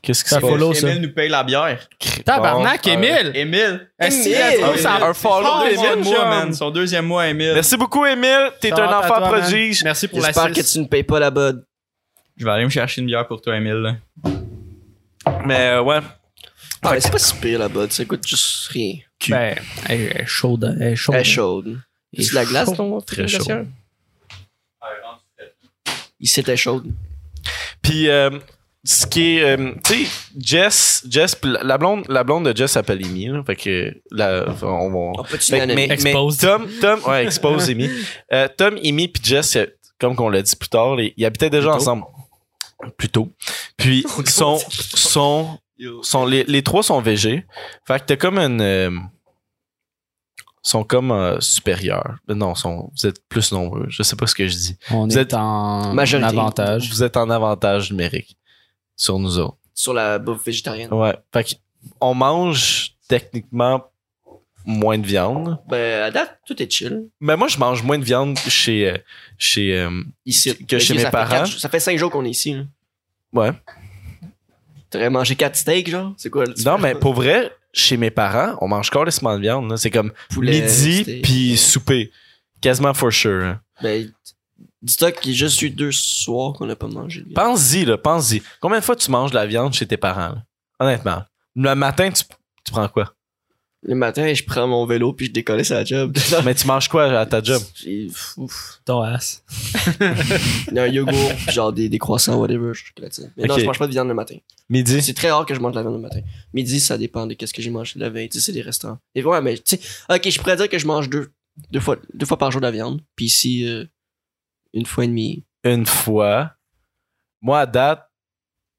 Speaker 1: qu'est-ce qui se
Speaker 2: Ça
Speaker 1: passe?
Speaker 2: follow. Polo, ça.
Speaker 4: Emile nous paye la bière.
Speaker 2: Tabarnak,
Speaker 1: Bon, euh,
Speaker 2: Émile!
Speaker 4: Emile!
Speaker 2: Esti,
Speaker 3: Émile!
Speaker 2: let's go, ça
Speaker 1: Un
Speaker 2: part,
Speaker 1: follow
Speaker 2: mon
Speaker 4: deuxième
Speaker 2: chum.
Speaker 4: mois, man. Son deuxième mois, Emile.
Speaker 1: Merci beaucoup, Émile. T'es
Speaker 2: Shout out
Speaker 1: un
Speaker 2: à
Speaker 1: enfant
Speaker 2: toi, man.
Speaker 1: prodige.
Speaker 2: Merci pour la
Speaker 3: J'espère que tu ne payes pas la bonne.
Speaker 4: Je vais aller me chercher une bière pour toi, Emile. là.
Speaker 1: Mais euh, ouais.
Speaker 3: Ah, c'est pas si pire la bonne, ça coûte juste rien.
Speaker 2: Ben, elle elle est chaude, elle est chaude.
Speaker 3: Elle est chaude.
Speaker 2: Elle est
Speaker 3: C'est de la glace, ton
Speaker 1: Très
Speaker 3: frigidaire? Ici, était chaude.
Speaker 1: Puis euh, ce qui est, euh, tu sais, Jess, Jess, pis la la blonde, la blonde de Jess s'appelle Amy, là, fait que la, on va.
Speaker 3: On peut-tu
Speaker 1: Fait que- Ben, mais,
Speaker 3: l'analyser?
Speaker 1: mais
Speaker 2: Exposed.
Speaker 1: Tom, Tom, ouais, expose Amy. Euh, Tom, Amy puis Jess, euh, comme qu'on l'a dit plus tard, les- ils habitaient déjà
Speaker 3: Plus tôt.
Speaker 1: ensemble. Plus tôt. Puis sont, sont, sont les, les trois sont végés. Fait que t'as comme une, euh, sont comme euh, supérieurs. Non, sont, vous êtes plus nombreux. Je sais pas ce que je dis.
Speaker 2: On
Speaker 1: Vous
Speaker 2: est
Speaker 1: êtes-
Speaker 2: en
Speaker 3: Majorité.
Speaker 2: avantage.
Speaker 1: Vous êtes en avantage numérique sur nous autres.
Speaker 3: Sur la bouffe végétarienne.
Speaker 1: Ouais. Fait que on mange techniquement moins de viande.
Speaker 3: Ben, à date, tout est chill.
Speaker 1: Mais Ben, moi, je mange moins de viande chez. euh, chez euh,
Speaker 3: Ici.
Speaker 1: Que chez
Speaker 3: Ici,
Speaker 1: mes
Speaker 3: ça fait
Speaker 1: parents.
Speaker 3: quatre- ça fait cinq jours qu'on est ici. là.
Speaker 1: ouais.
Speaker 3: T'aurais mangé quatre steaks, genre? C'est quoi? le-
Speaker 1: Non, mais pour vrai, chez mes parents, on mange carrément de viande. là. C'est comme
Speaker 3: Poulet,
Speaker 1: midi
Speaker 3: steak.
Speaker 1: puis souper. Quasiment for sure. hein.
Speaker 3: Ben, dis-toi qu'il y a juste eu deux soirs qu'on n'a pas mangé. là.
Speaker 1: Pense-y, là. Pense-y. Combien de fois tu manges de la viande chez tes parents, là? Honnêtement. Le matin, tu, tu prends quoi?
Speaker 3: Le matin, je prends mon vélo puis je décolle sur la job.
Speaker 1: Mais tu manges quoi à ta job?
Speaker 3: J'ai- ouf.
Speaker 2: Ton ass.
Speaker 3: Il y a un yogourt, puis genre des, des croissants, whatever, je chocolatine. Mais non,
Speaker 1: Ok.
Speaker 3: je mange pas de viande le matin.
Speaker 1: Midi?
Speaker 3: C'est très rare que je mange de la viande le matin. Midi, ça dépend de qu'est-ce que j'ai mangé la veille. Tu sais, c'est des restaurants. Et ouais, mais tu sais, ok, je pourrais dire que je mange deux, deux, fois, deux fois par jour de la viande. Puis ici, euh, une fois et demie.
Speaker 1: une fois. Moi, à date,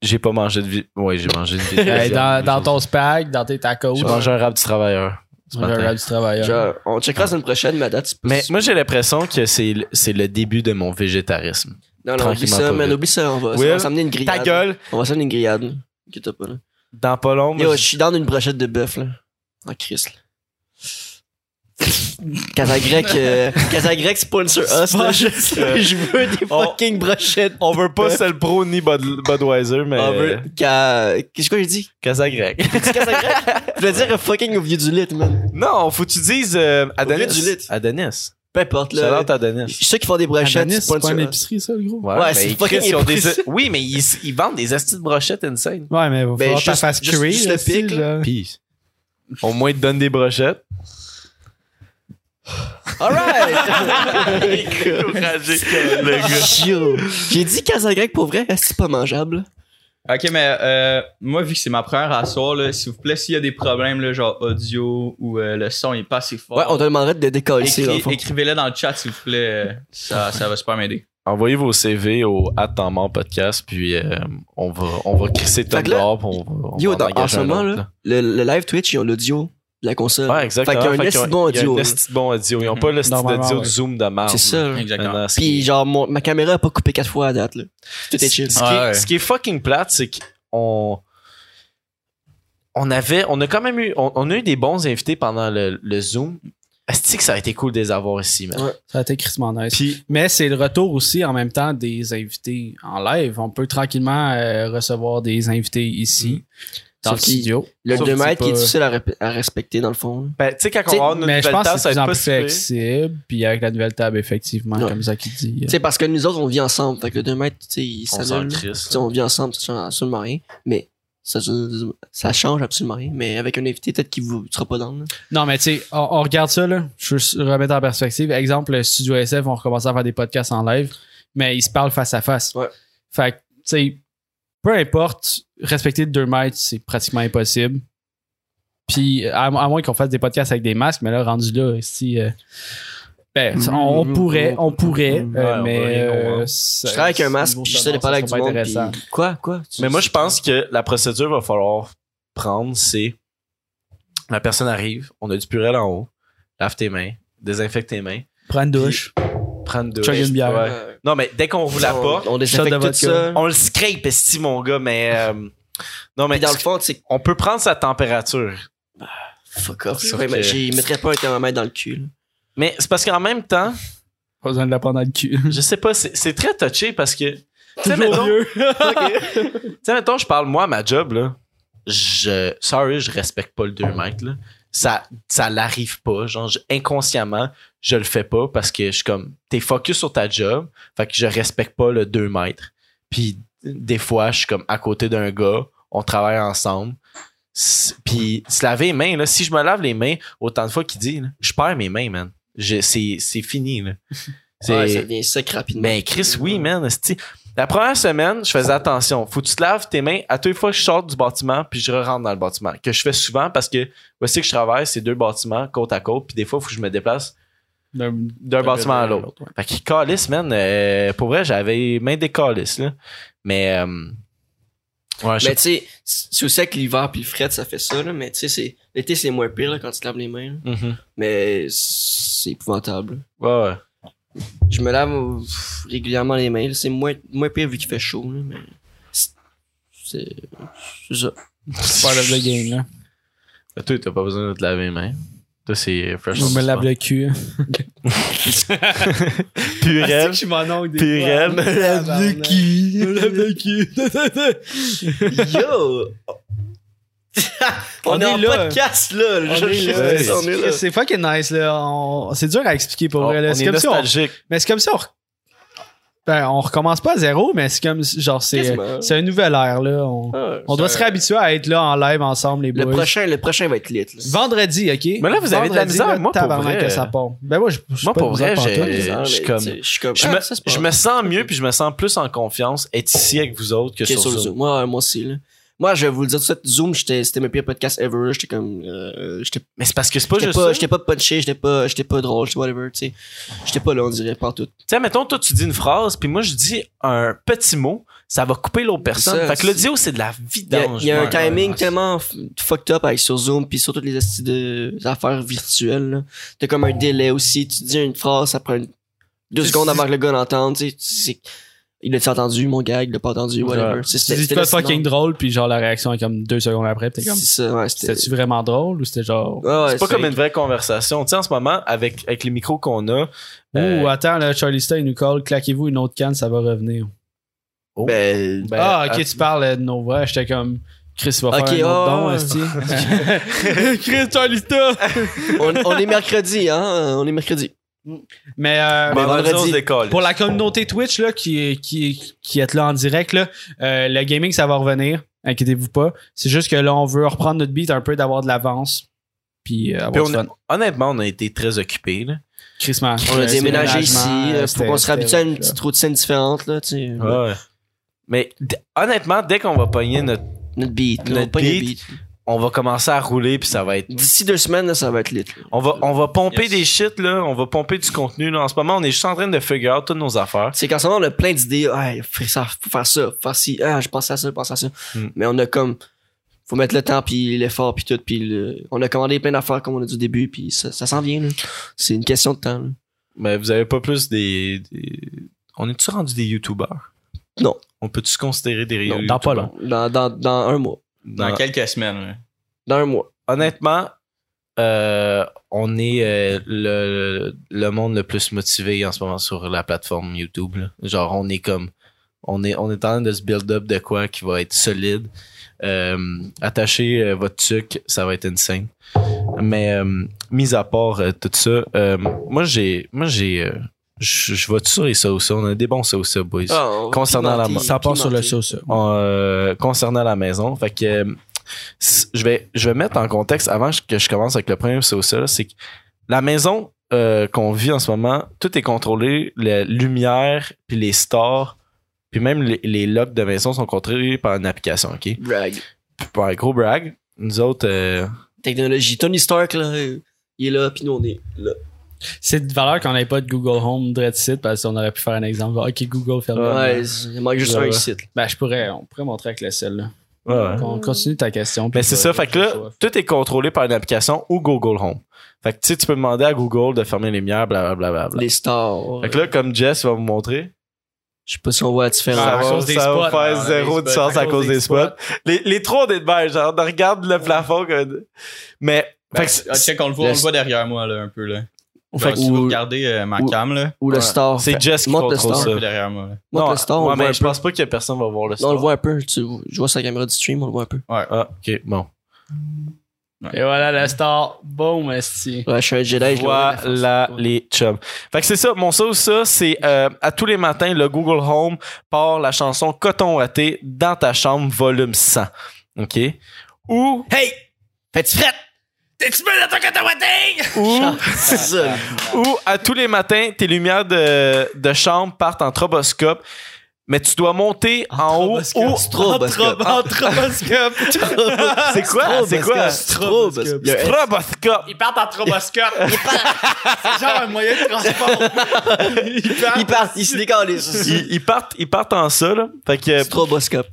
Speaker 1: j'ai pas mangé de vie. Oui, j'ai mangé de vie.
Speaker 2: Hey, dans, dans ton spag, dans tes tacos.
Speaker 1: J'ai mangé un rap du travailleur. ce
Speaker 2: J'ai un
Speaker 1: matin.
Speaker 2: rap du travail.
Speaker 3: Genre, on checkera la semaine prochaine, ma date. c'est pas-
Speaker 1: Mais moi, j'ai l'impression que c'est le- c'est le début de mon végétarisme.
Speaker 3: non, non, oublie
Speaker 1: tranquillement
Speaker 3: ça,
Speaker 1: pas
Speaker 3: man,
Speaker 1: vite.
Speaker 3: oublie ça. On va,
Speaker 1: Will,
Speaker 3: on va s'amener une grillade.
Speaker 1: gueule!
Speaker 3: On va s'amener une grillade. Inquiète pas, là.
Speaker 1: Dans pas long,
Speaker 3: Yo,
Speaker 1: moi,
Speaker 3: je suis dans une brochette de bœuf, là. En Christ, là. Casagrec, euh, Casagrec sponsor us, là. Je, je veux des
Speaker 1: On-
Speaker 3: fucking brochettes.
Speaker 1: on veut pas Cell Pro ni Bud- Budweiser, mais.
Speaker 3: On veut. Ca- Qu'est-ce que j'ai dit?
Speaker 1: Casa grec.
Speaker 3: J'ai dit Casagrec? Je voulais dire fucking au vieux du lit, man.
Speaker 1: non, faut que tu dises euh, Adonis.
Speaker 3: lieu du lit.
Speaker 1: Adonis.
Speaker 3: Peu importe,
Speaker 1: Shout
Speaker 3: là.
Speaker 1: out Adonis.
Speaker 3: Ceux qui font des brochettes,
Speaker 2: Adonis, c'est
Speaker 3: sponsor
Speaker 2: pas une
Speaker 3: us.
Speaker 2: épicerie, ça, le gros?
Speaker 1: Ouais,
Speaker 3: Ouais,
Speaker 1: mais
Speaker 3: c'est
Speaker 1: ils-
Speaker 3: fucking
Speaker 1: Chris, ils ont des-
Speaker 3: épris.
Speaker 1: Oui, mais ils, ils vendent des astis de brochettes insane.
Speaker 2: Ouais, mais il va
Speaker 3: Ben,
Speaker 2: falloir que t'en
Speaker 3: juste-
Speaker 2: fasses
Speaker 3: juste-
Speaker 2: cuire,
Speaker 3: juste le
Speaker 2: esti,
Speaker 3: pic,
Speaker 2: genre.
Speaker 1: Peace. Au moins, ils te donnent des brochettes.
Speaker 3: Alright!
Speaker 1: Découragé, le gars.
Speaker 3: Yo. J'ai dit Casagrec pour vrai, c'est pas mangeable.
Speaker 4: Ok, mais euh, moi, vu que c'est ma première à soir, là, s'il vous plaît, s'il y a des problèmes, là, genre audio ou euh, le son est pas assez fort,
Speaker 3: Ouais, on te demanderait de décoller ici, dans le
Speaker 4: écri-
Speaker 3: fond.
Speaker 4: écrivez-le dans le chat, s'il vous plaît. euh, Ça, ça va super m'aider.
Speaker 1: Envoyez vos CV au Attendement Podcast, puis euh, on va, on va crisser Tom
Speaker 3: Fait que là,
Speaker 1: dehors, puis on va- on
Speaker 3: Yo,
Speaker 1: va
Speaker 3: dans- en
Speaker 1: engager
Speaker 3: ce
Speaker 1: un
Speaker 3: moment,
Speaker 1: autre,
Speaker 3: là, le, le live Twitch, ils ont l'audio de la console.
Speaker 1: Ouais, exactement.
Speaker 3: Fait qu'il y a un
Speaker 1: Fait
Speaker 3: esti
Speaker 1: qu'ils ont-
Speaker 3: de bon
Speaker 1: il y a un
Speaker 3: audio,
Speaker 1: esti de bon audio. Ils ont pas le style
Speaker 2: Normalement,
Speaker 1: d'audio
Speaker 2: ouais.
Speaker 1: de Zoom de marde.
Speaker 3: c'est ça. là.
Speaker 4: Exactement.
Speaker 1: Maintenant, ce qui-
Speaker 3: Puis genre, mon- ma caméra a pas coupé quatre fois à date, là. Tout est chill.
Speaker 1: Ce qui, est-
Speaker 4: Ouais.
Speaker 1: ce qui est fucking plate, c'est qu'on on avait, on a quand même eu, on, on a eu des bons invités pendant le, le Zoom. Est-ce que ça a été cool de les avoir ici, man?
Speaker 3: Ouais.
Speaker 2: Ça a été crissement nice.
Speaker 1: Puis,
Speaker 2: Mais c'est le retour aussi en même temps des invités en live. On peut tranquillement euh, recevoir des invités ici, dans
Speaker 3: Sauf
Speaker 2: le
Speaker 3: qu'il-
Speaker 2: studio.
Speaker 3: Le
Speaker 2: Sauf
Speaker 3: 2
Speaker 2: que c'est
Speaker 3: mètres qui est
Speaker 2: pas-
Speaker 3: difficile à, rep- à respecter, dans le fond. là.
Speaker 1: ben, tu sais, quand on
Speaker 3: T'sais,
Speaker 1: va avoir notre
Speaker 2: Mais je
Speaker 1: nouvelle
Speaker 2: pense que
Speaker 1: table,
Speaker 2: c'est
Speaker 1: ça
Speaker 2: de plus
Speaker 1: va
Speaker 2: en
Speaker 1: être
Speaker 2: plus
Speaker 1: pas super.
Speaker 2: flexible. Puis avec la nouvelle table, effectivement,
Speaker 3: Ouais.
Speaker 2: comme ça qui dit. euh,
Speaker 3: Tu sais, parce que nous autres, on vit ensemble. Fait que le 2 mètres, tu sais, il
Speaker 1: On s'en
Speaker 3: s'annule. Tu
Speaker 1: crisse. hein.
Speaker 3: sais, on vit ensemble, ça change absolument rien. Mais ça, ça change absolument rien. Mais avec un invité, peut-être qu'il ne sera pas dans. là.
Speaker 2: Non, mais tu sais, on, on regarde ça, là. Je veux juste remettre en perspective. Exemple, le Studio SF, on recommence à faire des podcasts en live, mais ils se parlent face à face.
Speaker 3: Ouais.
Speaker 2: Fait que, tu sais, peu importe, respecter deux mètres, c'est pratiquement impossible. Puis, à, à moins qu'on fasse des podcasts avec des masques, mais là, rendu là, si. euh, ben, on, on pourrait, on pourrait, euh,
Speaker 1: Ouais, on
Speaker 2: mais.
Speaker 1: va rien
Speaker 2: euh,
Speaker 1: comprendre.
Speaker 2: ça-
Speaker 3: Je travaille avec un
Speaker 2: ça-
Speaker 3: masque,
Speaker 2: niveau
Speaker 3: puis j'essaie
Speaker 2: sonore,
Speaker 3: de parler avec
Speaker 2: ça
Speaker 3: du monde.
Speaker 2: sera pas intéressant.
Speaker 3: puis- Quoi, quoi? Tu-
Speaker 1: Mais moi, je pense que la procédure va falloir prendre, c'est la personne arrive, on a du purel en haut, lave tes mains, désinfecte tes mains,
Speaker 2: Prends une douche.
Speaker 1: prends une douche.
Speaker 2: Chug une bière.
Speaker 1: Ouais. Non, mais dès qu'on vous la porte,
Speaker 3: On désinfecte
Speaker 2: Shot de
Speaker 3: tout ça.
Speaker 1: on le scrape, esti, mon gars, mais euh, non, mais
Speaker 3: Puis dans le fond, tu sais,
Speaker 1: on peut prendre sa température.
Speaker 3: fuck off.
Speaker 1: Sauf
Speaker 3: Ouais, mais
Speaker 1: que-
Speaker 3: J'y mettrais pas un thermomètre dans le cul. là.
Speaker 1: Mais c'est parce qu'en même temps,
Speaker 2: Pas besoin de la prendre dans le cul.
Speaker 1: je sais pas, c'est c'est très touché parce que. Tu sais,
Speaker 2: Toujours
Speaker 1: mettons,
Speaker 2: mieux.
Speaker 1: tu sais, mettons, je parle moi à ma job, là. Je. Sorry, je respecte pas le 2 mètres, là. Ça, ça l'arrive pas. Genre, je- inconsciemment, je le fais pas parce que je suis comme. T'es focus sur ta job, fait que je respecte pas le 2 mètres. Puis, des fois, je suis comme à côté d'un gars, on travaille ensemble. S- Puis, se laver les mains, là. Si je me lave les mains, autant de fois qu'il dit, là, je perds mes mains, man. Je- C'est c'est fini, là. C'est- Ben,
Speaker 3: Ouais, ça devient sec rapidement.
Speaker 1: mais Chris, oui, man. esti. La première semaine, je faisais attention. Faut que tu te laves tes mains à toutes les fois que je sors du bâtiment puis je rentre dans le bâtiment. Que je fais souvent parce que voici que je travaille, c'est deux bâtiments côte à côte. Puis des fois, il faut que je me déplace
Speaker 2: D'un
Speaker 1: d'un bâtiment à l'autre. Fait que calice, man. euh, pour vrai, j'avais main des calices, là. Mais. euh, ouais, je-
Speaker 3: Mais tu sais, c'est aussi avec l'hiver puis le fret, ça fait ça, là, mais tu sais, c'est- l'été, c'est moins pire là, quand tu te laves les mains. là.
Speaker 1: Mhm.
Speaker 3: Mais c'est épouvantable.
Speaker 1: Ouais, ouais.
Speaker 3: Je me lave euh, pff, régulièrement les mains. là. C'est moins, moins pire vu qu'il fait chaud. là, mais c'est- c'est c'est ça.
Speaker 2: Part of the game, là.
Speaker 1: Toi, t'as pas besoin de te laver les mains. Toi, c'est fresh.
Speaker 2: Je me lave le cul.
Speaker 1: Purel.
Speaker 2: suis mon oncle
Speaker 1: Purel.
Speaker 2: Ah, Je me lave le cul.
Speaker 3: Yo! on,
Speaker 2: On
Speaker 3: est,
Speaker 2: est
Speaker 3: en
Speaker 2: là.
Speaker 3: podcast là.
Speaker 2: On
Speaker 3: Je-
Speaker 2: est
Speaker 3: je-
Speaker 2: là.
Speaker 1: Ouais.
Speaker 3: on est là.
Speaker 2: C'est fucking nice, là. On- C'est dur à expliquer pour
Speaker 1: On,
Speaker 2: vrai, là.
Speaker 1: on
Speaker 2: C'est
Speaker 1: est
Speaker 2: comme si on...
Speaker 1: nostalgique.
Speaker 2: Mais c'est comme si on... re- Ben, on recommence pas à zéro, mais c'est comme... si- Genre, c'est...
Speaker 3: Quasiment.
Speaker 2: C'est un nouvel air, là. On,
Speaker 3: Ah,
Speaker 2: on doit se réhabituer à être là en live ensemble, les
Speaker 3: Le
Speaker 2: boys.
Speaker 3: prochain, le prochain va être lit. là.
Speaker 2: Vendredi, OK?
Speaker 1: Mais là, vous avez de la misère, moi, pour
Speaker 2: tabarnak
Speaker 1: vrai.
Speaker 2: que ça part. Ben, moi, je je suis
Speaker 1: Moi,
Speaker 2: pas
Speaker 1: pour
Speaker 2: de misère
Speaker 1: vrai,
Speaker 2: pantoute.
Speaker 1: j'ai-
Speaker 3: Bizarre,
Speaker 1: je suis
Speaker 3: Ah, mais,
Speaker 1: comme-
Speaker 3: tu sais, Je suis comme.
Speaker 1: Je,
Speaker 3: ah,
Speaker 1: me,
Speaker 3: ça, c'est pas
Speaker 1: je
Speaker 3: grave.
Speaker 1: me sens mieux puis je me sens plus en confiance être ici avec vous autres que
Speaker 3: Ok,
Speaker 1: sur,
Speaker 3: sur
Speaker 1: Zoom.
Speaker 3: Zoom. Ouais, ouais, moi aussi. Là. Moi, je vais vous le dire tout de suite, Zoom, j'étais- c'était mes pires podcasts ever. J'étais comme. euh, j'étais
Speaker 1: Mais c'est parce que c'est pas
Speaker 3: j'étais
Speaker 1: juste
Speaker 3: pas,
Speaker 1: ça. Tu
Speaker 3: j'étais pas punché, j'étais pas, j'étais pas drôle, j'étais whatever. tu sais. J'étais pas là, on dirait, partout.
Speaker 1: sais, mettons, toi, tu dis une phrase puis moi, je dis un petit mot, ça va couper l'autre personne.
Speaker 3: ça,
Speaker 1: fait que
Speaker 3: c'est-
Speaker 1: l'audio, c'est de la
Speaker 3: Il y a,
Speaker 1: vidange.
Speaker 3: il y a un
Speaker 1: Ouais, ouais,
Speaker 3: timing
Speaker 1: ouais.
Speaker 3: tellement f- fucked up avec sur Zoom, puis sur toutes les esti de- des affaires virtuelles. là. T'as comme un délai aussi. Tu dis une phrase, ça prend une- deux
Speaker 2: Tu-
Speaker 3: secondes
Speaker 2: tu-
Speaker 3: avant que le gars l'entende. tu sais, tu sais, Il a-tu entendu mon gag, il l'a pas entendu, whatever.
Speaker 1: Ouais.
Speaker 3: C'est-
Speaker 2: Tu
Speaker 3: c'était-
Speaker 2: dis
Speaker 3: c'était
Speaker 2: pas
Speaker 3: laissant.
Speaker 2: fucking drôle, puis genre, la réaction est comme deux secondes après, puis t'es comme...
Speaker 3: C'est ça, ouais, c'était.
Speaker 2: C'était-tu vraiment drôle ou c'était genre...
Speaker 3: Ouais, ouais,
Speaker 1: C'est pas comme une vraie conversation. Tu sais, en ce moment, avec, avec les micros qu'on a,
Speaker 2: Ouh,
Speaker 1: Euh,
Speaker 2: attends, là, Charlie Stein nous colle, claquez-vous une autre canne, ça va revenir.
Speaker 3: Ben,
Speaker 1: ben,
Speaker 2: ah, ok,
Speaker 1: à-
Speaker 2: tu parles euh, de nos voix, j'étais comme. Chris va
Speaker 3: Ok,
Speaker 2: faire un autre
Speaker 3: oh,
Speaker 2: don,
Speaker 3: ouais.
Speaker 2: esti. Chris Charlie Stein!
Speaker 3: on, on est mercredi, hein? On est mercredi.
Speaker 2: Mais, euh,
Speaker 1: ben, vendredi,
Speaker 3: vendredi,
Speaker 1: on se décolle.
Speaker 2: pour la communauté Twitch là, qui, qui, qui est là en direct, là, euh, le gaming, ça va revenir. Inquiétez-vous pas. C'est juste que là, on veut reprendre notre beat un peu, d'avoir de l'avance. Puis euh,
Speaker 1: Puis
Speaker 2: avoir
Speaker 1: on
Speaker 2: du
Speaker 1: a-
Speaker 2: fun.
Speaker 1: honnêtement, on a été très occupés. Là.
Speaker 2: Christmas.
Speaker 3: On a
Speaker 2: Euh,
Speaker 3: déménagé
Speaker 2: déménagement,
Speaker 3: ici
Speaker 2: euh,
Speaker 3: euh, pour
Speaker 2: c'était-
Speaker 3: qu'on se réhabitue à une
Speaker 2: c'était- Ah.
Speaker 3: petite routine différente, là, tu sais.
Speaker 1: Mais d- honnêtement, dès qu'on va pogner notre.
Speaker 3: Notre beat, là,
Speaker 1: Notre
Speaker 3: on pogne le
Speaker 1: beat.
Speaker 3: beat.
Speaker 1: On va commencer à rouler, puis ça va être.
Speaker 3: D'ici deux semaines, là, ça va être lit. là.
Speaker 1: On va, on va pomper
Speaker 4: Yes.
Speaker 1: des shit, là. On va pomper du contenu, là. En ce moment, on est juste en train de figure out toutes nos affaires.
Speaker 3: C'est qu'en ce moment, on a plein d'idées. Ah, faut ça, faut faire ça, faut faire ci. Ah, je pense à ça, je pense à ça.
Speaker 1: Hmm.
Speaker 3: Mais on a comme. Faut mettre le temps, puis l'effort, puis tout. Puis le- on a commandé plein d'affaires, comme on a dit au début, puis ça, ça s'en vient. là. C'est une question de temps. là.
Speaker 1: Mais vous avez pas plus des. des- On est-tu rendu des YouTubers?
Speaker 3: Non.
Speaker 1: On peut-tu se considérer des
Speaker 3: Non,
Speaker 1: YouTubers?
Speaker 2: dans pas long.
Speaker 3: Dans, dans, dans un mois.
Speaker 1: Dans-
Speaker 4: Dans quelques semaines. là.
Speaker 3: Dans un mois.
Speaker 1: Honnêtement, euh, on est euh, le, le monde le plus motivé en ce moment sur la plateforme YouTube. là. Genre, on est comme. On est, on est en train de se build-up de quoi qui va être solide. Euh, attachez euh, votre tuc, ça va être insane. Mais euh, mis à part euh, tout ça, euh, moi j'ai. Moi j'ai. euh, je je vais-tu sur les sauces? On a des bons sauces, boys.
Speaker 3: Ah, on va
Speaker 1: Concernant la-
Speaker 3: pimenter,
Speaker 2: Ça part sur le
Speaker 3: pimenter.
Speaker 2: sauce. ça.
Speaker 1: en, euh, concernant la maison. Fait que euh, s- je vais, je vais mettre en contexte avant que je commence avec le premier c'est ça, là, c'est que la maison euh, qu'on vit en ce moment, tout est contrôlé, la lumière, puis les stores, puis même les, les locks de maison sont contrôlés par une application, OK? Puis
Speaker 3: Brag.
Speaker 1: par un gros brag, nous autres, euh,
Speaker 3: Technologie. Tony Stark, là, euh, il est là, puis nous, on est là.
Speaker 2: C'est de valeur qu'on n'avait pas de Google Home direct site parce qu'on aurait pu faire un exemple. Genre, Ok, Google, ferme le
Speaker 3: Ouais,
Speaker 2: ouais.
Speaker 3: il manque juste
Speaker 1: Ouais,
Speaker 3: un
Speaker 1: ouais.
Speaker 3: ici. là.
Speaker 2: Ben, je pourrais, on pourrait montrer avec le sel. Là.
Speaker 1: ouais, ouais.
Speaker 2: On continue ta question.
Speaker 1: Mais
Speaker 2: puis
Speaker 1: c'est
Speaker 2: je-
Speaker 1: ça, fait que
Speaker 2: je-
Speaker 1: là,
Speaker 2: je-
Speaker 1: tout est contrôlé par une application ou Google Home. Fait que tu sais, tu peux demander à Google de fermer les lumières, blablabla. Bla, bla.
Speaker 3: Les stars.
Speaker 1: Fait que là, comme Jess va vous montrer,
Speaker 3: Je sais pas si on voit la différence.
Speaker 1: ça
Speaker 2: à
Speaker 1: va,
Speaker 2: cause des
Speaker 1: ça va
Speaker 2: spots,
Speaker 1: faire
Speaker 4: hein,
Speaker 1: zéro
Speaker 4: des
Speaker 1: de
Speaker 4: spots,
Speaker 1: sens à cause des spots. Les, les trois des belles, genre, on regarde le plafond. que- Mais. fait que c'est-
Speaker 4: Ah, check, on le voit, on
Speaker 3: le-
Speaker 4: le voit derrière moi, là, un peu, là.
Speaker 3: Fait
Speaker 4: Genre, si
Speaker 3: que-
Speaker 4: vous regardez euh, ma
Speaker 3: ou-
Speaker 4: cam, là,
Speaker 3: Ou
Speaker 1: Ouais.
Speaker 3: le star.
Speaker 1: c'est Jess qui
Speaker 3: montre le
Speaker 1: contrôle
Speaker 3: star.
Speaker 1: ça.
Speaker 4: un peu derrière moi, là.
Speaker 3: Montre le star, on
Speaker 1: ouais,
Speaker 3: le voit
Speaker 1: mais
Speaker 3: un
Speaker 1: je
Speaker 3: peu.
Speaker 1: pense pas que personne va voir le
Speaker 3: Non,
Speaker 1: star.
Speaker 3: on le voit un peu. Tu je vois sa caméra du stream, on le voit un peu.
Speaker 1: Ah, ok, bon.
Speaker 2: Et voilà, la star. Boom, esti.
Speaker 3: Ouais, je suis un Jedi. je le vois, la force.
Speaker 1: Voilà les chums. Fait que c'est ça, mon sauce, ça, c'est euh, à tous les matins, le Google Home part la chanson Coton raté dans ta chambre, volume 100. OK? Ou. Hey!
Speaker 3: Fais-tu frette?
Speaker 1: Ou.
Speaker 3: C'est ça.
Speaker 1: Ou à tous les matins, tes lumières de, de chambre partent en troboscope, mais tu dois monter en, haut ou
Speaker 3: Stroboscope.
Speaker 2: Troboscope.
Speaker 1: C'est quoi? C'est quoi?
Speaker 3: Stroboscope. Il y a un-
Speaker 1: Stroboscope.
Speaker 2: Ils partent en troboscope. C'est genre un moyen de transport. Ils partent.
Speaker 3: Il part, il se décale les soucis.
Speaker 1: Ils, ils partent, ils partent en ça, là. Fait que euh,
Speaker 3: Stroboscope.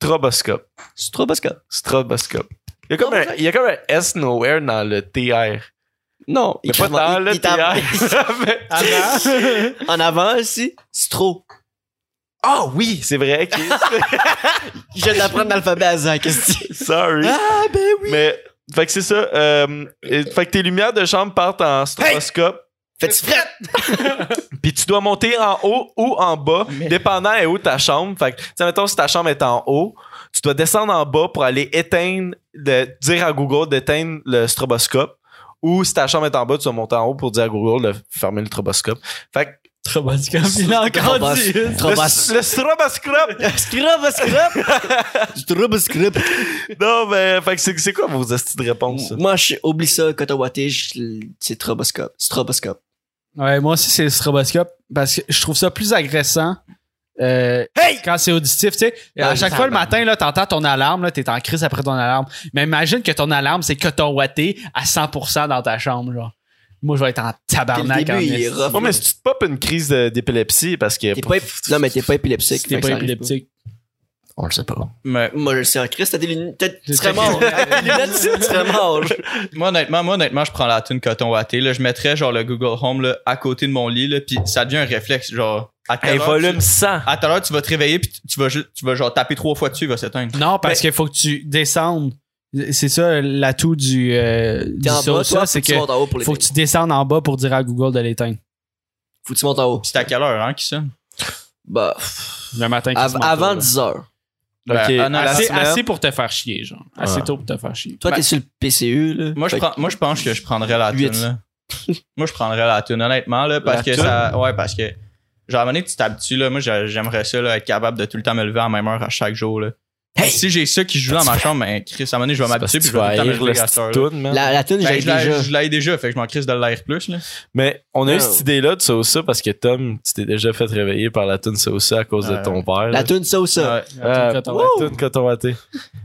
Speaker 1: stroboscope.
Speaker 3: Stroboscope.
Speaker 1: Stroboscope. Il y, a comme un, il y a comme un S nowhere dans le TR.
Speaker 3: Non,
Speaker 1: Il pas
Speaker 3: crame-
Speaker 1: dans le
Speaker 3: il tape
Speaker 1: TR. mais-
Speaker 2: Avant.
Speaker 3: en avant ici. Stro.
Speaker 1: Ah oui, c'est vrai. ok.
Speaker 3: Je viens d'apprendre l'alphabet à Zach. esti.
Speaker 1: Sorry.
Speaker 3: Ah, ben oui.
Speaker 1: Mais, fait que c'est ça. euh, et- fait que tes lumières de chambre partent en stroboscope.
Speaker 3: Fais-tu frette?
Speaker 1: Puis tu dois monter en haut ou en bas, dépendant est où ta chambre. Fait que, tu sais, mettons, si ta chambre est en haut, tu dois descendre en bas pour aller éteindre, de, dire à Google d'éteindre le stroboscope. Ou si ta chambre est en bas, tu dois monter en haut pour dire à Google de fermer le stroboscope. Fait que
Speaker 2: Troboscope. Il a encore dit. une.
Speaker 1: le,
Speaker 3: Strobos.
Speaker 1: le stroboscope!
Speaker 3: Stroboscope. Stroboscope.
Speaker 1: non, mais fait que c'est c'est quoi vos astuces de réponse? ça?
Speaker 3: Moi, je oublie ça, Cotawaté, je- c'est Stroboscope. Stroboscope.
Speaker 2: Ouais, moi aussi, c'est le stroboscope parce que je trouve ça plus agressant. euh, Quand c'est auditif, tu sais, à
Speaker 3: Ouais,
Speaker 2: chaque
Speaker 3: ça
Speaker 2: fois le
Speaker 3: va.
Speaker 2: matin, là, t'entends ton alarme, là, t'es en crise après ton alarme. Mais imagine que ton alarme, c'est coton watté à 100% dans ta chambre, genre. Moi, je vais être en tabarnak
Speaker 3: Dès le début,
Speaker 2: en
Speaker 3: il est
Speaker 2: esti.
Speaker 3: rough.
Speaker 1: Non, mais si tu te popes une crise euh, d'épilepsie parce que.
Speaker 3: T'es pas ép- Non, mais t'es pas épileptique.
Speaker 2: Si
Speaker 3: fait
Speaker 2: t'es
Speaker 3: que
Speaker 2: pas
Speaker 3: ça arrive
Speaker 2: épileptique.
Speaker 1: On le sait pas.
Speaker 4: Mais
Speaker 3: pas. Moi, je le sais, en Christ, t'as des lunettes. t'as- Tu
Speaker 2: J'ai
Speaker 3: serais
Speaker 2: checké.
Speaker 3: mort. Avec des lunettes, tu serais mort.
Speaker 4: moi, honnêtement, moi, honnêtement, je prends la tune coton watté, là. Je mettrais, genre, le Google Home, là, à côté de mon lit, là, pis ça devient un réflexe, genre, à quelle
Speaker 1: Hey,
Speaker 4: heure
Speaker 1: volume
Speaker 4: tu-
Speaker 1: 100.
Speaker 4: à tout à l'heure, tu vas te réveiller pis tu- tu vas, ju- tu vas genre taper trois fois dessus, il va s'éteindre.
Speaker 2: Non, parce
Speaker 3: Ben,
Speaker 2: qu'il faut que tu descendes. C'est ça l'atout du, euh, du
Speaker 3: T'es en bas,
Speaker 2: sauce,
Speaker 3: toi, faut
Speaker 2: là, c'est
Speaker 3: que tu
Speaker 2: que
Speaker 3: montes en haut pour les
Speaker 2: faut que tu descendes en bas pour dire à Google de l'éteindre.
Speaker 3: Faut que tu montes en haut.
Speaker 4: Pis c'est à quelle heure, hein, qui sonne?
Speaker 3: Bah,
Speaker 2: Le matin qui
Speaker 3: av-
Speaker 2: se monte,
Speaker 3: avant
Speaker 2: là.
Speaker 3: 10 heures.
Speaker 4: Ben,
Speaker 1: Ok,
Speaker 4: honnêtement,
Speaker 1: à la
Speaker 2: Assez,
Speaker 1: semaine.
Speaker 2: assez pour te faire chier, genre. Assez
Speaker 1: Ouais.
Speaker 2: tôt pour te faire chier.
Speaker 3: Toi,
Speaker 4: Ben,
Speaker 3: t'es sur le PCU, là.
Speaker 4: Moi, je
Speaker 3: Fait
Speaker 4: prends, moi, je pense que je prendrais la
Speaker 3: Huit.
Speaker 4: tune, là. moi, je prendrais la tune, honnêtement, là, parce
Speaker 1: La
Speaker 4: que
Speaker 1: toune?
Speaker 4: ça, ouais, parce que, genre, à un moment donné, tu t'habitues, là. Moi, j'a- j'aimerais ça, là, être capable de tout le temps me lever à la même heure à chaque jour, là.
Speaker 3: Hey!
Speaker 4: Si j'ai ça qui joue dans ma chambre, ben, Chris, à un moment donné, je vais
Speaker 1: Parce
Speaker 4: m'habituer
Speaker 1: que
Speaker 4: puis
Speaker 1: tu
Speaker 4: je vais
Speaker 1: vas
Speaker 4: tout le temps me
Speaker 1: haïr le
Speaker 4: lever à cette
Speaker 1: petit
Speaker 4: heure-là.
Speaker 1: tout, man.
Speaker 3: La, la tune,
Speaker 4: Ben,
Speaker 3: j'ai
Speaker 4: je l'ai-
Speaker 3: déjà.
Speaker 4: je l'ai déjà, fait que je m'en crisse de l'air plus. Là.
Speaker 1: Mais on a eu
Speaker 3: Ouais.
Speaker 1: cette idée-là de Sosa parce que Tom, tu t'es déjà fait réveiller par la tune Sosa à cause
Speaker 4: Ouais.
Speaker 1: de ton père.
Speaker 3: La tune, ça ou ça.
Speaker 4: Ouais.
Speaker 1: Euh,
Speaker 2: La toune coton
Speaker 1: la tune coton watté.